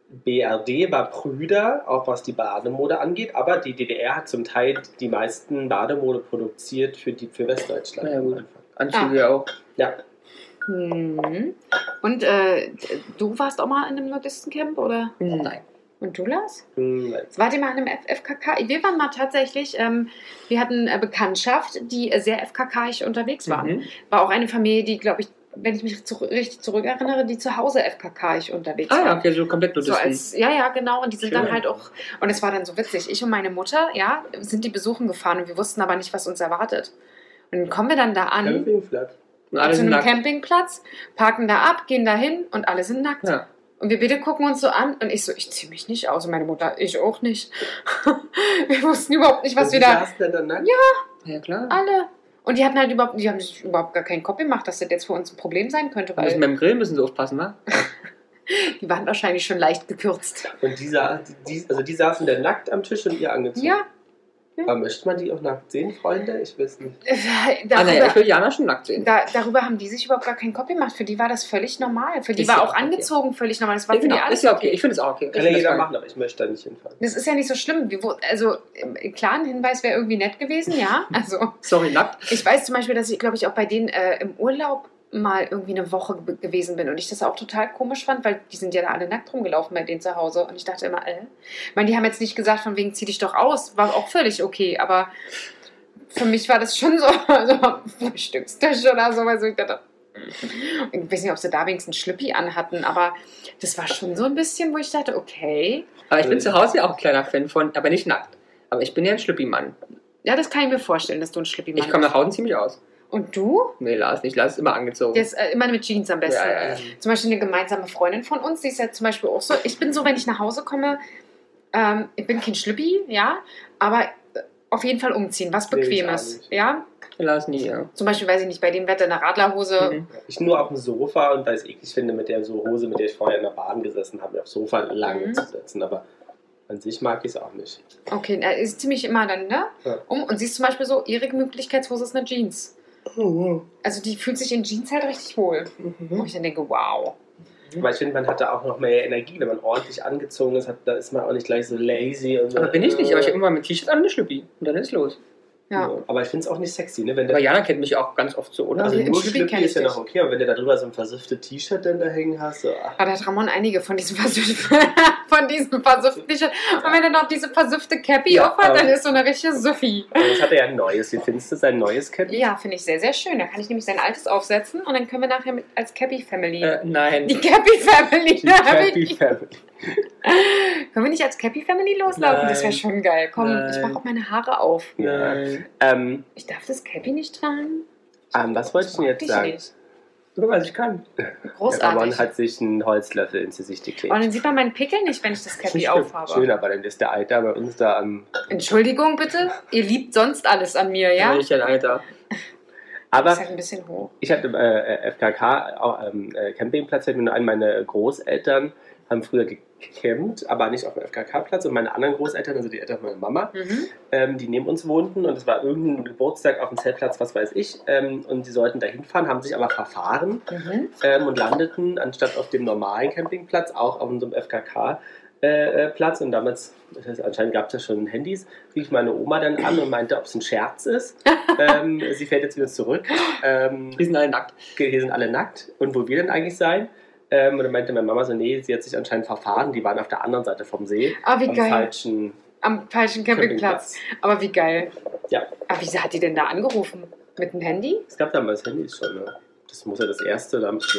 Speaker 1: BRD war prüder, auch was die Bademode angeht, aber die DDR hat zum Teil die meisten Bademode produziert für, die, für Westdeutschland.
Speaker 3: Na ja, gut.
Speaker 2: Ah.
Speaker 3: Anzüge ja auch.
Speaker 1: Ja,
Speaker 2: Hm. Und äh, du warst auch mal in einem Nudistencamp, oder?
Speaker 3: Nein.
Speaker 2: Und du, Lars?
Speaker 1: Hm,
Speaker 2: Es war die mal in einem F- FKK. Wir waren mal tatsächlich, ähm, wir hatten äh, Bekanntschaft, die äh, sehr FKK-ig unterwegs waren.
Speaker 3: Mhm.
Speaker 2: War auch eine Familie, die, glaube ich, wenn ich mich zu, richtig zurückerinnere, die zu Hause FKK ich unterwegs
Speaker 3: Ah
Speaker 2: war.
Speaker 3: ja, okay, so komplett
Speaker 2: So
Speaker 3: Buddhisten.
Speaker 2: als, ja, ja, genau. Und die sind dann
Speaker 3: Schön.
Speaker 2: halt auch, und es war dann so witzig. Ich und meine Mutter, ja, sind die besuchen gefahren und wir wussten aber nicht, was uns erwartet. Und dann kommen wir dann da an,
Speaker 1: Campingplatz.
Speaker 3: Und alle
Speaker 2: zu
Speaker 3: sind
Speaker 2: einem
Speaker 3: nackt.
Speaker 2: Campingplatz, parken da ab, gehen da hin und alle sind nackt.
Speaker 3: Ja.
Speaker 2: Und wir beide gucken uns so an und ich so, ich ziehe mich nicht aus. Und meine Mutter, ich auch nicht. wir wussten überhaupt nicht, was wir da.
Speaker 1: saßen dann nackt?
Speaker 3: ja, klar.
Speaker 2: Alle. Und die hatten halt überhaupt, die haben sich überhaupt gar keinen Kopf gemacht, dass das jetzt für uns ein Problem sein könnte,
Speaker 3: Müssen-
Speaker 2: weil
Speaker 3: Beim Grill müssen sie aufpassen, ne?
Speaker 2: die waren wahrscheinlich schon leicht gekürzt.
Speaker 1: Und die, sa die, also die saßen dann nackt am Tisch und ihr angezogen.
Speaker 2: Ja,
Speaker 1: Aber möchte man die auch nackt sehen, Freunde? Ich weiß nicht.
Speaker 2: äh,
Speaker 3: Ah, nee,
Speaker 2: darüber,
Speaker 3: ich will Jana schon nackt sehen.
Speaker 2: da, darüber haben die sich überhaupt gar keinen Kopf gemacht. Für die war das völlig normal. Für die
Speaker 3: Ist
Speaker 2: war
Speaker 3: ja
Speaker 2: auch
Speaker 3: auch okay.
Speaker 2: angezogen völlig normal. Das war für die
Speaker 3: Genau,
Speaker 2: alles
Speaker 3: ist ja okay. Ich finde es auch okay. Ich
Speaker 1: Kann ja
Speaker 3: find
Speaker 1: jeder
Speaker 3: das
Speaker 1: machen, aber ich möchte da nicht hinfahren.
Speaker 2: Das ist ja nicht so schlimm. Wir, wo- also, ähm, klar, ein Hinweis wäre irgendwie nett gewesen, ja. Also,
Speaker 3: fein. Sorry, nackt.
Speaker 2: ich weiß zum Beispiel, dass ich, glaube ich, auch bei denen äh, im Urlaub mal irgendwie eine Woche ge- gewesen bin und ich das auch total komisch fand, weil die sind ja da alle nackt rumgelaufen bei denen zu Hause und ich dachte immer, äh. Ich meine, die haben jetzt nicht gesagt, von wegen zieh dich doch aus, war auch völlig okay, aber für mich war das schon so, so am Frühstückstisch oder so, weil so ich dachte, ich weiß nicht, ob sie da wenigstens einen Schlüppi anhatten, aber das war schon so ein bisschen, wo ich dachte, okay,
Speaker 3: Aber
Speaker 1: Äh.
Speaker 3: ich bin zu Hause ja auch ein kleiner Fan von, aber nicht nackt. Aber ich bin ja ein Schlüppi-Mann.
Speaker 2: Ja, das kann ich mir vorstellen, dass du ein Schlippi
Speaker 3: Ich
Speaker 2: machst.
Speaker 3: komme nach Hause ziemlich aus.
Speaker 2: Und du?
Speaker 3: Nee, Lars nicht. Lars ist immer angezogen.
Speaker 2: Der ist äh, immer mit Jeans am besten.
Speaker 3: Ja, ja, ja.
Speaker 2: Zum Beispiel eine gemeinsame Freundin von uns, die ist ja zum Beispiel auch so. Ich bin so, wenn ich nach Hause komme, ähm, ich bin kein Schlippi, ja, aber äh, auf jeden Fall umziehen, was
Speaker 1: Nee, ich
Speaker 2: Bequemes.
Speaker 1: auch nicht.
Speaker 2: Ja,
Speaker 3: Lars nie, ja.
Speaker 2: zum Beispiel, weiß ich nicht, bei dem Wetter eine Radlerhose.
Speaker 3: Mhm.
Speaker 1: Ich nur auf dem Sofa und weil ich es eklig finde, mit der so Hose, mit der ich vorher in der Bahn gesessen habe, auf Sofa lange
Speaker 2: Mhm.
Speaker 1: zu sitzen. Aber an sich mag ich es auch nicht.
Speaker 2: Okay, na, ist ziemlich immer dann, ne?
Speaker 1: Ja.
Speaker 2: Um, und sie ist zum Beispiel so, ihre Gemütlichkeitshose ist eine Jeans. Also die fühlt sich in Jeans halt richtig wohl.
Speaker 3: Mhm.
Speaker 2: Wo ich dann denke, wow.
Speaker 1: Weil ich finde, man hat da auch noch mehr Energie, wenn man ordentlich angezogen ist, hat, da ist man auch nicht gleich so lazy. Und so,
Speaker 3: Aber bin ich nicht, aber ich habe
Speaker 1: äh,
Speaker 3: immer mit T-Shirt an und eine Schlüppi. Und dann ist los.
Speaker 2: Ja.
Speaker 1: Aber ich finde es auch nicht sexy, ne? Wenn
Speaker 3: Aber
Speaker 1: der,
Speaker 3: Jana kennt mich auch ganz oft so, oder?
Speaker 1: also
Speaker 2: im
Speaker 1: nur
Speaker 2: Schlüppi
Speaker 1: Schlüppi
Speaker 2: kenn
Speaker 1: ist ja
Speaker 2: ich dich.
Speaker 1: noch okay, aber wenn du da drüber so ein versüfftes T-Shirt dann da hängen hast, so, ach,
Speaker 2: Aber da hat Ramon einige von diesen versüfften, von diesen versüfften T-Shirts. Und wenn er noch diese versüffte Cappy
Speaker 1: Ja, ähm.
Speaker 2: aufhat, dann
Speaker 1: aber-
Speaker 2: ist so eine richtige Suffi.
Speaker 1: jetzt Also hat er ja ein neues. Wie findest du sein neues Cappy?
Speaker 2: Ja, finde ich sehr, sehr schön. Da kann ich nämlich sein altes aufsetzen und dann können wir nachher mit, als Cappy Family.
Speaker 3: Äh, nein.
Speaker 2: die Cappy Family. da hab
Speaker 1: Cappy
Speaker 2: ich-
Speaker 1: Family.
Speaker 2: Können wir nicht als Cappy Family loslaufen? Das wäre
Speaker 3: Nein.
Speaker 2: schon geil. Komm, ich
Speaker 3: Nein.
Speaker 2: mache auch meine Haare auf.
Speaker 3: Nein.
Speaker 1: Ähm,
Speaker 2: Ich darf das Cappy nicht tragen?
Speaker 1: ähm, was wollte ich denn jetzt
Speaker 2: Ich
Speaker 1: sagen?
Speaker 2: nicht.
Speaker 3: Guck mal, was ich kann.
Speaker 1: Ramon
Speaker 2: Großartig.
Speaker 1: hat sich einen Holzlöffel ins Gesicht geklebt.
Speaker 2: Und dann sieht man meinen Pickel nicht, wenn ich das Cappy
Speaker 1: Schön-
Speaker 2: aufhabe.
Speaker 1: Schön, aber dann ist der Alter bei uns da am.
Speaker 2: Entschuldigung bitte, ihr liebt sonst alles an mir, ja?
Speaker 3: Ich ein Alter.
Speaker 2: ist
Speaker 1: Aber
Speaker 2: halt ein bisschen hoch.
Speaker 1: ich hatte äh, äh, FKK, auch, ähm, äh, Campingplatz, fällt mir nur ein, meine Großeltern haben früher gecampt, aber nicht auf dem FKK-Platz. Und meine anderen Großeltern, also die Eltern meiner Mama,
Speaker 2: Mhm.
Speaker 1: ähm, die neben uns wohnten und es war irgendein Geburtstag auf dem Zeltplatz, was weiß ich. Ähm, und die sollten da hinfahren, haben sich aber verfahren
Speaker 2: Mhm.
Speaker 1: ähm, und landeten anstatt auf dem normalen Campingplatz auch auf unserem FKK. äh, äh, Platz und damals, das heißt, anscheinend gab es ja schon Handys, rief meine Oma dann an und meinte, ob es ein Scherz ist. ähm, sie fährt jetzt wieder zurück. Ähm,
Speaker 3: Wir sind alle nackt.
Speaker 1: hier sind alle nackt und wo wir denn eigentlich sein? Ähm, und dann meinte meine Mama so, nee, sie hat sich anscheinend verfahren, die waren auf der anderen Seite vom See.
Speaker 2: Ah, wie
Speaker 1: am
Speaker 2: geil.
Speaker 1: falschen
Speaker 2: Am falschen
Speaker 1: Campingplatz.
Speaker 2: Campingplatz. Aber wie geil.
Speaker 1: Ja.
Speaker 2: Aber wieso hat die denn da angerufen? Mit dem Handy?
Speaker 1: Es gab damals Handys schon, ne? Das muss ja das erste, da haben so,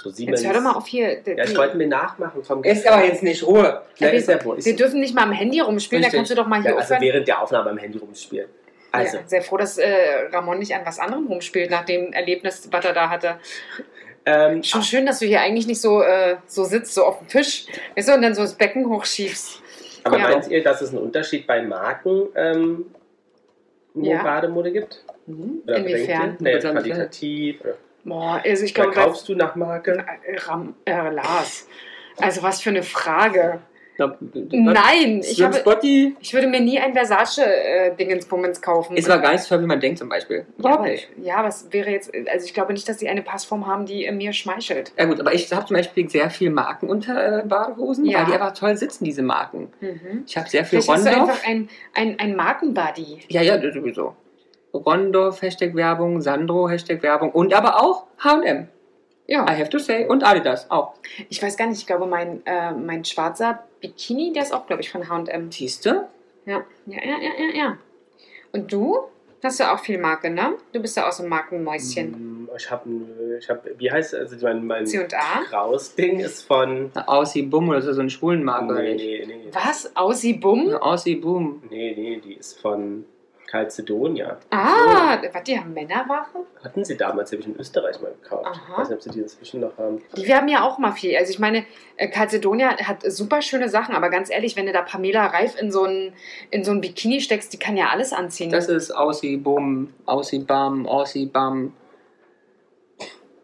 Speaker 1: so Siemens.
Speaker 2: Jetzt hör doch mal auf hier.
Speaker 1: Ja, ich wollte mir nachmachen vom
Speaker 3: Ist aber jetzt nicht Ruhe.
Speaker 1: ja,
Speaker 2: wir-
Speaker 1: ist ja wohl. Ist,
Speaker 2: Wir dürfen nicht mal am Handy rumspielen, da
Speaker 3: Richtig.
Speaker 2: kannst du doch mal hier
Speaker 1: ja, also
Speaker 2: aufhören.
Speaker 1: während der Aufnahme am Handy rumspielen. Also,
Speaker 2: ja, sehr froh, dass äh, Ramon nicht an was anderem rumspielt, nach dem Erlebnis, was er da hatte.
Speaker 1: ähm,
Speaker 2: Schon schön, dass du hier eigentlich nicht so, äh, so sitzt, so auf dem Tisch, weißt du, und dann so das Becken hochschiebst.
Speaker 1: aber
Speaker 2: Ja.
Speaker 1: meint ihr, dass es einen Unterschied bei Marken ähm, wo
Speaker 2: Ja.
Speaker 1: Bademode gibt?
Speaker 2: Mhm, Inwiefern?
Speaker 1: bedenkt ihr? Naja,
Speaker 3: Würde sagen,
Speaker 1: qualitativ. Oder
Speaker 2: Boah, also ich glaube, bei-
Speaker 1: kaufst du nach Marke?
Speaker 2: äh, Ram, äh, Lars, also was für eine Frage.
Speaker 3: Na,
Speaker 2: Nein, ich
Speaker 3: Ich
Speaker 2: habe,
Speaker 3: Spotty
Speaker 2: Ich würde mir nie ein Versace-Dingensbummens kaufen.
Speaker 3: ist aber gar nicht so toll, wie man denkt zum Beispiel.
Speaker 2: ja, aber, ja, aber es wäre jetzt. Also, ich glaube nicht, dass sie eine Passform haben, die äh, mir schmeichelt.
Speaker 3: Ja gut, aber ich habe zum Beispiel sehr viel Marken unter äh, Badehosen,
Speaker 2: Ja.
Speaker 3: weil die einfach toll sitzen, diese Marken.
Speaker 2: Mhm.
Speaker 3: Ich habe sehr viel
Speaker 2: Vielleicht hast du
Speaker 3: Rondorf.
Speaker 2: einfach ein, ein, ein Markenbuddy.
Speaker 3: Ja, ja, das sowieso. Rondorf, Hashtag Werbung, Sandro, Hashtag Werbung und aber auch H&M, I
Speaker 2: Ja.
Speaker 3: have to say, und Adidas auch.
Speaker 2: Ich weiß gar nicht, ich glaube, mein, äh, mein schwarzer Bikini, der ist auch, glaube ich, von HM.
Speaker 3: Siehste?
Speaker 2: Ja. ja, ja, ja,
Speaker 3: Mhm.
Speaker 2: ja, ja. Und du? Hast du auch viel Marke, ne? Du bist ja auch so ein Markenmäuschen.
Speaker 1: Hm, ich habe, ich hab, wie heißt also mein, mein
Speaker 2: C&A?
Speaker 1: Kraus-Ding ist von.
Speaker 3: Eine Aussie Bum oder so, so ein Schwulenmarkt oder
Speaker 1: Nee, nee,
Speaker 3: nicht?
Speaker 1: nee.
Speaker 2: Was? Aussie Bumm?
Speaker 3: Eine Aussie Bum.
Speaker 1: Nee, nee, die ist von Calcedonia.
Speaker 2: Ah, was, die haben Männerwache?
Speaker 1: Hatten sie damals, habe ich in Österreich mal gekauft.
Speaker 2: Aha.
Speaker 1: Ich weiß nicht, ob sie die inzwischen noch haben.
Speaker 2: Die wir haben ja auch mal viel. Also ich meine, äh, Calcedonia hat super schöne Sachen, aber ganz ehrlich, wenn du da Pamela Reif in so ein, in so ein Bikini steckst, die kann ja alles anziehen.
Speaker 3: Das ist Aussie Bum, Aussie Bam, Aussie Bam.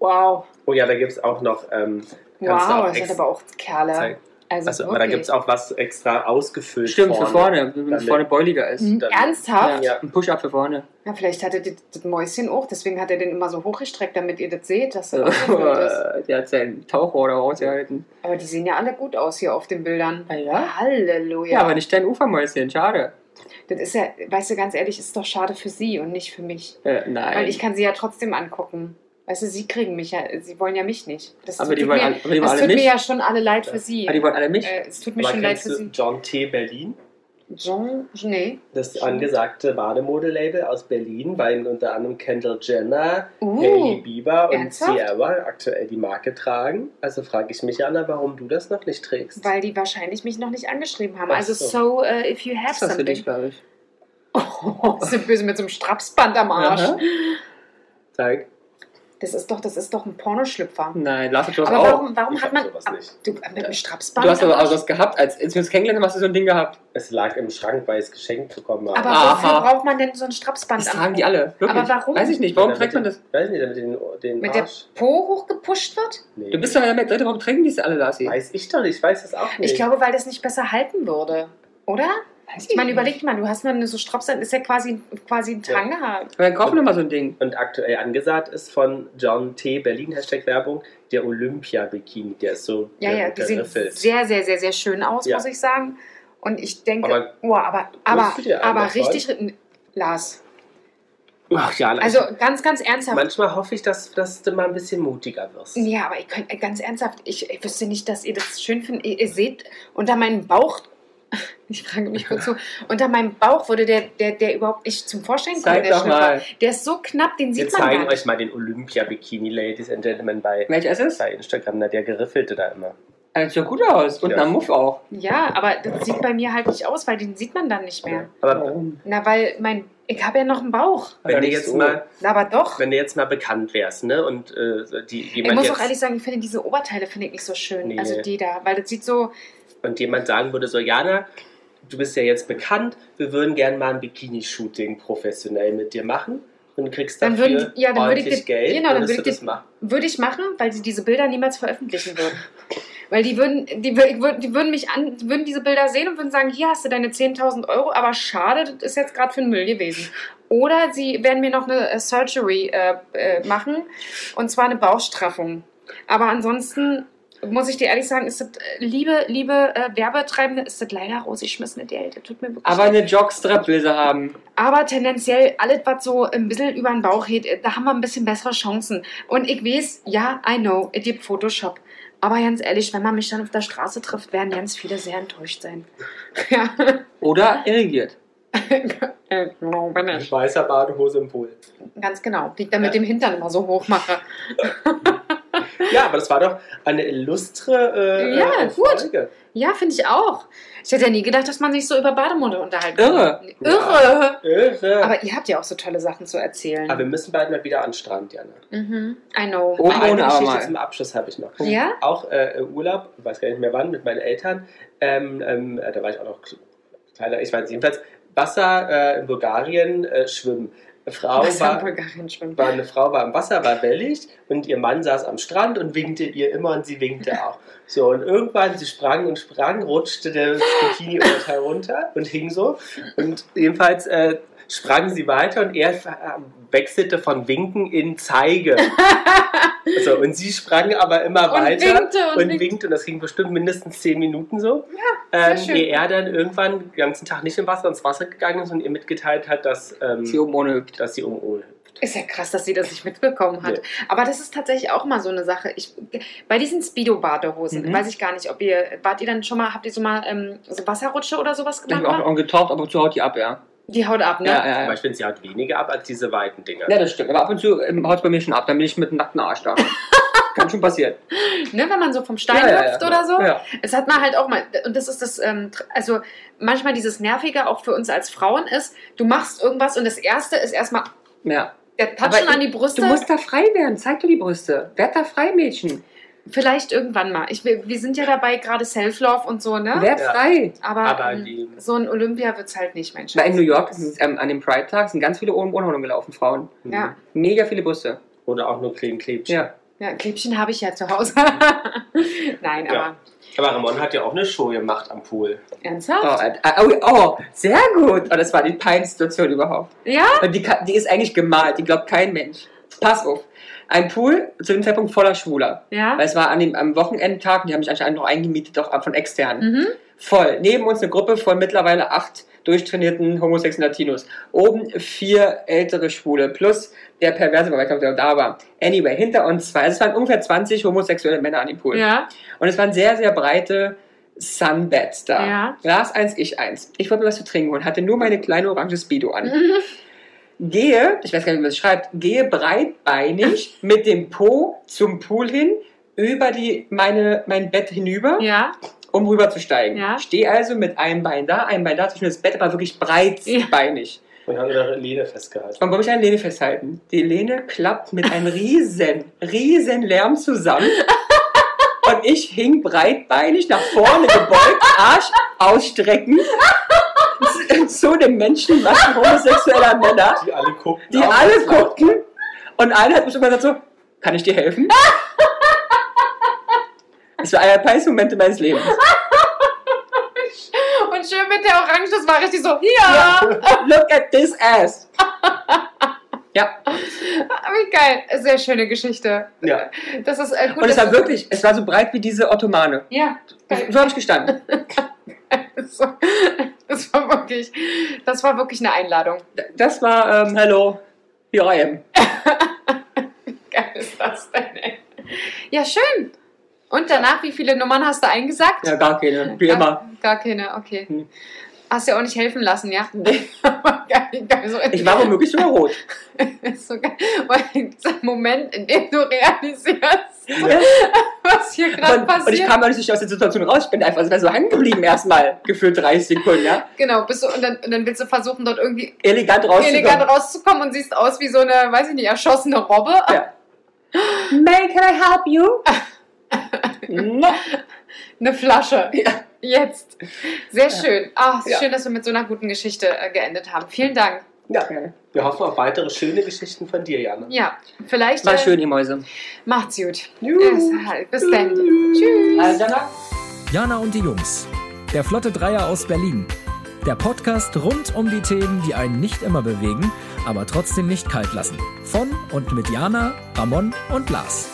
Speaker 2: wow.
Speaker 1: Oh ja, da gibt es auch noch. Ähm, kannst du
Speaker 2: Wow, das
Speaker 1: ex-
Speaker 2: sind aber auch Kerle.
Speaker 1: zeigen.
Speaker 2: Also,
Speaker 1: Achso, aber da gibt es auch was extra ausgefüllt.
Speaker 3: Stimmt, für vorne, wenn
Speaker 1: Damit-
Speaker 3: vorne Beuliger ist.
Speaker 2: Mhm,
Speaker 1: dann-
Speaker 2: Ernsthaft?
Speaker 1: Ja.
Speaker 3: Ja, ein Push-Up für vorne.
Speaker 2: Ja, vielleicht hatte die, das Mäuschen auch, deswegen hat er den immer so hochgestreckt, damit ihr das seht, dass das ausgefüllt ist.
Speaker 3: Also, Der hat sein Tauchrohr da rausgehalten.
Speaker 2: Aber die sehen ja alle gut aus hier auf den Bildern.
Speaker 3: Na ja.
Speaker 2: Halleluja.
Speaker 3: Ja, aber nicht dein Ufermäuschen, schade.
Speaker 2: Das ist ja, weißt du, ganz ehrlich, ist doch schade für sie und nicht für mich.
Speaker 3: Äh, nein.
Speaker 2: Weil ich kann sie ja trotzdem angucken. Weißt du, sie kriegen mich ja, sie wollen ja mich nicht. Das
Speaker 3: aber
Speaker 2: tut
Speaker 3: die wollen
Speaker 2: mir,
Speaker 3: alle, aber die wollen
Speaker 2: das
Speaker 3: alle
Speaker 2: tut
Speaker 3: mich.
Speaker 2: mir ja schon alle leid für sie.
Speaker 3: Ah, die wollen alle mich.
Speaker 2: Äh, es tut mir
Speaker 1: Aber
Speaker 2: schon leid
Speaker 1: kennst
Speaker 2: für
Speaker 1: du
Speaker 2: sie.
Speaker 1: John T. Berlin?
Speaker 2: Jean, nee.
Speaker 1: Das angesagte Bademodelabel aus Berlin, weil unter anderem Kendall Jenner, Hailey
Speaker 2: Uh,
Speaker 1: Bieber und
Speaker 2: ernsthaft?
Speaker 1: Sierra aktuell die Marke tragen. Also frage ich mich, Anna, warum du das noch nicht trägst.
Speaker 2: weil die wahrscheinlich mich noch nicht angeschrieben haben.
Speaker 1: Ach
Speaker 2: Also,
Speaker 1: so.
Speaker 2: so, äh, if you have
Speaker 3: das ist das für dich,
Speaker 2: something.
Speaker 3: glaube ich.
Speaker 2: Oh, das ist böse mit so einem Strapsband am Arsch.
Speaker 3: Aha.
Speaker 1: Zeig.
Speaker 2: Das ist doch, das ist doch ein Pornoschlüpfer.
Speaker 3: Nein, Lasse, du hast
Speaker 2: Aber
Speaker 3: auch.
Speaker 2: warum, warum
Speaker 1: Ich
Speaker 2: hat
Speaker 1: hab
Speaker 2: man.
Speaker 1: sowas nicht.
Speaker 2: Du, mit einem Strapsband?
Speaker 3: Du hast aber
Speaker 2: am
Speaker 3: auch
Speaker 2: Arsch?
Speaker 3: das gehabt. Als, als wir uns kennengelernt haben, hast du so ein Ding gehabt.
Speaker 1: Es lag im Schrank, weil ich es geschenkt bekommen habe.
Speaker 2: aber
Speaker 3: Aha.
Speaker 2: wofür braucht man denn so ein Strapsband
Speaker 3: Das
Speaker 2: am
Speaker 3: tragen die alle. Wirklich.
Speaker 2: Aber warum?
Speaker 3: Weiß ich nicht. Warum trägt man das?
Speaker 1: Ich weiß nicht, damit den, den
Speaker 2: Mit der
Speaker 1: Arsch...
Speaker 2: Po hochgepusht wird?
Speaker 1: Nee.
Speaker 3: Du bist doch in der Dritte, warum trinken die es alle, Lassi?
Speaker 1: Weiß ich doch nicht, ich weiß das auch nicht.
Speaker 2: Ich glaube, weil das nicht besser halten würde, oder?
Speaker 3: Weiß
Speaker 2: Ich meine, überleg mal, du hast nur so Strops, dann ist ja quasi, quasi ein
Speaker 1: Ja.
Speaker 2: Tanga.
Speaker 3: Aber dann kaufen wir mal so ein Ding.
Speaker 1: Und aktuell angesagt ist von John T. Berlin, Hashtag Werbung, der Olympia-Bikini. Der ist so
Speaker 2: Ja,
Speaker 1: der,
Speaker 2: ja, die
Speaker 1: der
Speaker 2: sehen
Speaker 1: Riffel.
Speaker 2: sehr, sehr, sehr, sehr schön aus,
Speaker 1: Ja.
Speaker 2: muss ich sagen. Und ich denke,
Speaker 1: Aber-
Speaker 2: oh, aber, aber,
Speaker 1: du dir einen
Speaker 2: aber
Speaker 1: davon?
Speaker 2: richtig, ri- Lars,
Speaker 1: Ach ja,
Speaker 2: also ganz, ganz
Speaker 1: ich,
Speaker 2: ernsthaft.
Speaker 1: manchmal hoffe ich, dass, dass du mal ein bisschen mutiger wirst.
Speaker 2: ja, aber ich könnte, ganz ernsthaft, ich, ich wüsste nicht, dass ihr das schön findet. Ihr, ihr seht, unter meinem Bauch, ich frage mich wozu, unter meinem Bauch würde der, der, der überhaupt nicht zum Vorschein kommen.
Speaker 3: Zeig
Speaker 2: Der,
Speaker 3: doch
Speaker 2: Schnurrbart.
Speaker 3: mal.
Speaker 2: der ist so knapp,
Speaker 1: Wir
Speaker 2: den sieht man gar
Speaker 1: zeigen
Speaker 2: nicht.
Speaker 1: euch mal den Olympia-Bikini, Ladies and Gentlemen, bei,
Speaker 3: Welcher ist es?
Speaker 1: bei Instagram. Na, der geriffelte da immer.
Speaker 3: Ah, Das sieht doch gut aus. Und
Speaker 1: Ja.
Speaker 3: ein Muff auch.
Speaker 2: Ja, aber das sieht bei mir halt nicht aus, weil den sieht man dann nicht mehr.
Speaker 1: Aber
Speaker 3: Warum?
Speaker 2: Na, weil mein, ich habe ja noch einen Bauch.
Speaker 1: wenn du,
Speaker 3: nicht
Speaker 1: jetzt
Speaker 3: so.
Speaker 1: mal,
Speaker 2: Na, aber doch.
Speaker 1: wenn du jetzt mal bekannt wärst, ne? Und äh, die,
Speaker 2: Ich
Speaker 1: jemand,
Speaker 2: muss auch
Speaker 1: jetzt,
Speaker 2: ehrlich sagen, ich finde diese Oberteile finde ich nicht so schön.
Speaker 1: Nee.
Speaker 2: Also die da, weil das sieht so,
Speaker 1: und jemand sagen würde, so, Jana, du bist ja jetzt bekannt, wir würden gerne mal ein Bikini-Shooting professionell mit dir machen. Und du kriegst
Speaker 2: Dann
Speaker 1: dafür
Speaker 2: würden- ja, dann würde ich
Speaker 1: ordentlich
Speaker 2: dir-
Speaker 1: Geld,
Speaker 2: genau, dann
Speaker 1: würdest
Speaker 2: würde
Speaker 1: du
Speaker 2: ich
Speaker 1: das machen.
Speaker 2: würde ich machen, weil sie diese Bilder niemals veröffentlichen würden. weil die würden, die, wür- ich würd- die würden mich an, die würden diese Bilder sehen und würden sagen, hier hast du deine 10.000 Euro, aber schade, das ist jetzt gerade für den Müll gewesen. Oder sie werden mir noch eine äh, Surgery äh, äh, machen und zwar eine Bauchstraffung. Aber ansonsten muss ich dir ehrlich sagen, ist das, äh, liebe, liebe äh, Werbetreibende, ist das leider rausgeschmissene Geld. Das tut mir wirklich
Speaker 3: Aber eine Jogstrap will sie haben.
Speaker 2: aber tendenziell alles, was so ein bisschen über den Bauch geht, äh, da haben wir ein bisschen bessere Chancen. Und ich weiß, ja, I know, es gibt Photoshop. Aber ganz ehrlich, wenn man mich dann auf der Straße trifft, werden ganz viele sehr enttäuscht sein. Ja,
Speaker 3: Oder irrigiert.
Speaker 2: äh, genau, bin ich.
Speaker 1: Weißer Badehose im Pool.
Speaker 2: Ganz genau. Die ich dann mit dem Hintern immer so hoch mache.
Speaker 1: Ja, aber das war doch eine illustre äh,
Speaker 2: Ja,
Speaker 1: äh,
Speaker 2: gut.
Speaker 1: Folge.
Speaker 2: Ja, finde ich auch. Ich hätte ja nie gedacht, dass man sich so über Bademode unterhalten
Speaker 3: Irre.
Speaker 2: kann. Irre.
Speaker 1: Irre. Aber,
Speaker 2: Aber ihr habt ja auch so tolle Sachen zu erzählen.
Speaker 1: wir müssen bald mal wieder an den Strand, Jana.
Speaker 2: mhm. I know.
Speaker 3: Oh,
Speaker 1: Eine
Speaker 3: ohne aber
Speaker 1: Geschichte
Speaker 3: mal.
Speaker 1: zum Abschluss habe ich noch.
Speaker 2: Ja?
Speaker 1: Auch äh, Urlaub, ich weiß gar nicht mehr wann, mit meinen Eltern. Ähm, ähm, äh, da war ich auch noch kle- kleiner. Ich weiß jedenfalls, Wasser äh, in Bulgarien äh, schwimmen. Eine Frau
Speaker 2: Was haben
Speaker 1: war,
Speaker 2: Bulgarien schwimmen?
Speaker 1: war, eine Frau war im Wasser, war wellig und ihr Mann saß am Strand und winkte ihr immer und sie winkte auch. So, und irgendwann, sie sprang und sprang, rutschte der Bikini-Oberteil runter und hing so. Und jedenfalls äh, sprang sie weiter und er äh, wechselte von Winken in Zeige. so, und sie sprang aber immer
Speaker 2: Und
Speaker 1: weiter
Speaker 2: winkte und
Speaker 1: und
Speaker 2: winkte.
Speaker 1: winkte. Und das ging bestimmt mindestens zehn Minuten so.
Speaker 2: sehr
Speaker 1: ähm,
Speaker 2: schön.
Speaker 1: Ehe er dann irgendwann den ganzen Tag nicht im Wasser ins Wasser gegangen ist und ihr mitgeteilt hat, dass,
Speaker 3: Ist
Speaker 1: ähm,
Speaker 3: hier oben ohne hüpft.
Speaker 1: dass sie um Ohl
Speaker 2: Ist ja krass, dass sie das nicht mitbekommen hat.
Speaker 1: Nee.
Speaker 2: Aber das ist tatsächlich auch mal so eine Sache. Ich, bei diesen Speedo-Badehosen,
Speaker 3: Mhm.
Speaker 2: weiß ich gar nicht, ob ihr, wart ihr dann schon mal, habt ihr so mal ähm, so Wasserrutsche oder sowas
Speaker 3: Ich
Speaker 2: gemacht?
Speaker 3: hab auch, auch getaucht, aber zu haut die ab, ja.
Speaker 2: Die haut ab, ne?
Speaker 3: Ja, ja,
Speaker 1: Aber
Speaker 3: ja.
Speaker 1: ich finde, sie hat weniger ab als diese weiten Dinger.
Speaker 3: ja, das stimmt. Aber ab und zu haut es bei mir schon ab, dann bin ich mit einem nackten Arsch da. Kann schon passieren.
Speaker 2: ne? Wenn man so vom Stein
Speaker 3: ja, ja,
Speaker 2: hüpft
Speaker 3: ja.
Speaker 2: oder so.
Speaker 3: Ja.
Speaker 2: Es hat man halt auch mal, und das ist das, ähm, tr- also manchmal dieses Nervige auch für uns als Frauen ist, du machst irgendwas und das Erste ist erstmal
Speaker 3: ja.
Speaker 2: der
Speaker 3: Aber
Speaker 2: Tatschen an die
Speaker 3: ich-
Speaker 2: Brüste.
Speaker 3: Du musst da frei werden. Zeig dir die Brüste. Werd da frei, Mädchen.
Speaker 2: Vielleicht irgendwann mal. Ich, wir, wir sind ja dabei, gerade Self-Love und so, ne?
Speaker 3: Werd
Speaker 1: Ja.
Speaker 3: frei.
Speaker 2: Aber,
Speaker 1: Aber
Speaker 2: ähm,
Speaker 1: die,
Speaker 2: so ein Olympia wird es halt nicht, Mensch.
Speaker 3: Weil in New York ist es, ähm, an dem Pride-Tag sind ganz viele ohne Unordnung gelaufen, Frauen.
Speaker 2: Ja,
Speaker 3: Mega viele Brüste.
Speaker 1: Mhm. Oder auch nur Creme Klebchen.
Speaker 3: Ja.
Speaker 2: ja Klebchen habe ich ja zu Hause. Nein,
Speaker 1: Ja.
Speaker 2: aber
Speaker 1: Aber Ramon hat ja auch eine Show gemacht am Pool.
Speaker 3: Oh,
Speaker 2: ernsthaft?
Speaker 3: äh, oh, oh, sehr gut. Oh, das war die peinlichste Situation überhaupt.
Speaker 2: Ja?
Speaker 3: Und die, ka- die ist eigentlich gemalt, die glaubt kein Mensch. Pass auf. Ein Pool zu dem Zeitpunkt voller Schwuler.
Speaker 2: Ja.
Speaker 3: Weil es war an dem, am Wochenendtag, und die haben mich anscheinend noch eingemietet, doch von externen.
Speaker 2: Mhm.
Speaker 3: Voll. Neben uns eine Gruppe von mittlerweile acht durchtrainierten homosexuellen Latinos. Oben vier ältere Schwule plus der perverse, weil ich glaube, der da war. Anyway, hinter uns zwei. Also es waren ungefähr 20 homosexuelle Männer an dem Pool.
Speaker 2: Ja.
Speaker 3: Und es waren sehr, sehr breite Sunbeds da.
Speaker 2: Ja.
Speaker 3: Lars eins, ich eins. Ich wollte mir was zu trinken holen, hatte nur meine kleine orange Speedo an. gehe, ich weiß gar nicht, wie man das schreibt, gehe breitbeinig mit dem Po zum Pool hin, über die, meine, mein Bett hinüber,
Speaker 2: Ja.
Speaker 3: um rüberzusteigen.
Speaker 2: Ja.
Speaker 3: Stehe also mit einem Bein da, einem Bein da, zwischen das Bett, aber wirklich breitbeinig.
Speaker 1: Und haben ihre Leder festgehalten.
Speaker 3: Man wollte mich an der Lehne festhalten. Die Lehne klappt mit einem riesen, riesen Lärm zusammen. Und ich hing breitbeinig nach vorne gebeugt, Arsch ausstreckend zu- zu den Menschenmassen homosexueller Männer,
Speaker 1: Die alle gucken.
Speaker 3: die
Speaker 1: auch.
Speaker 3: alle guckten. Und einer hat mich immer gesagt so, kann ich dir helfen? Das war einer der peinlichsten Momente meines Lebens.
Speaker 2: Und schön mit der Orange, das war richtig so, ja.
Speaker 3: Look at this ass. Ja,
Speaker 2: Wie geil. Sehr schöne Geschichte.
Speaker 1: Ja.
Speaker 2: Das ist äh, gut.
Speaker 3: und es
Speaker 2: dass
Speaker 3: war
Speaker 2: du-
Speaker 3: wirklich, es war so breit wie diese Ottomane.
Speaker 2: Ja. Geil.
Speaker 3: So habe ich gestanden.
Speaker 2: Das war- das war wirklich, das war wirklich eine Einladung.
Speaker 3: Das war ähm, Hello, here I am.
Speaker 2: geil ist das denn, ey? Ja, schön. Und danach, wie viele Nummern hast du eingesagt?
Speaker 3: Ja, gar keine, wie immer.
Speaker 2: Gar, gar keine, okay.
Speaker 3: Hm.
Speaker 2: Hast dir auch nicht helfen lassen, ja? Geil, geil, so-
Speaker 3: Ich war womöglich sogar rot.
Speaker 2: Ist so geil, weil dieser Moment, in dem du realisierst, was hier gerade
Speaker 3: Und, und ich
Speaker 2: passiert.
Speaker 3: kam auch nicht aus der Situation raus. Ich bin einfach also so hängen geblieben erstmal. Gefühlt 30 Sekunden, ja.
Speaker 2: genau, bist du, und, dann, und dann willst du versuchen, dort irgendwie
Speaker 3: Elegant rauszukommen.
Speaker 2: elegant rauszukommen und siehst aus wie so eine, weiß ich nicht, erschossene Robbe.
Speaker 3: Ja. Man, can I help you? no.
Speaker 2: Eine Flasche. Jetzt. Sehr schön. Ach,
Speaker 3: Ja.
Speaker 2: schön, dass wir mit so einer guten Geschichte äh, geendet haben. Vielen Dank.
Speaker 1: Ja. Wir hoffen auf weitere schöne Geschichten von dir, Jana.
Speaker 2: Ja, vielleicht.
Speaker 3: War
Speaker 2: äh,
Speaker 3: schön, ihr Mäuse.
Speaker 2: Macht's gut.
Speaker 1: Juhu.
Speaker 2: Ja, Bis dann. Tschüss.
Speaker 3: Also,
Speaker 4: Jana und die Jungs. Der Flotte Dreier aus Berlin. Der Podcast rund um die Themen, die einen nicht immer bewegen, aber trotzdem nicht kalt lassen. Von und mit Jana, Ramon und Lars.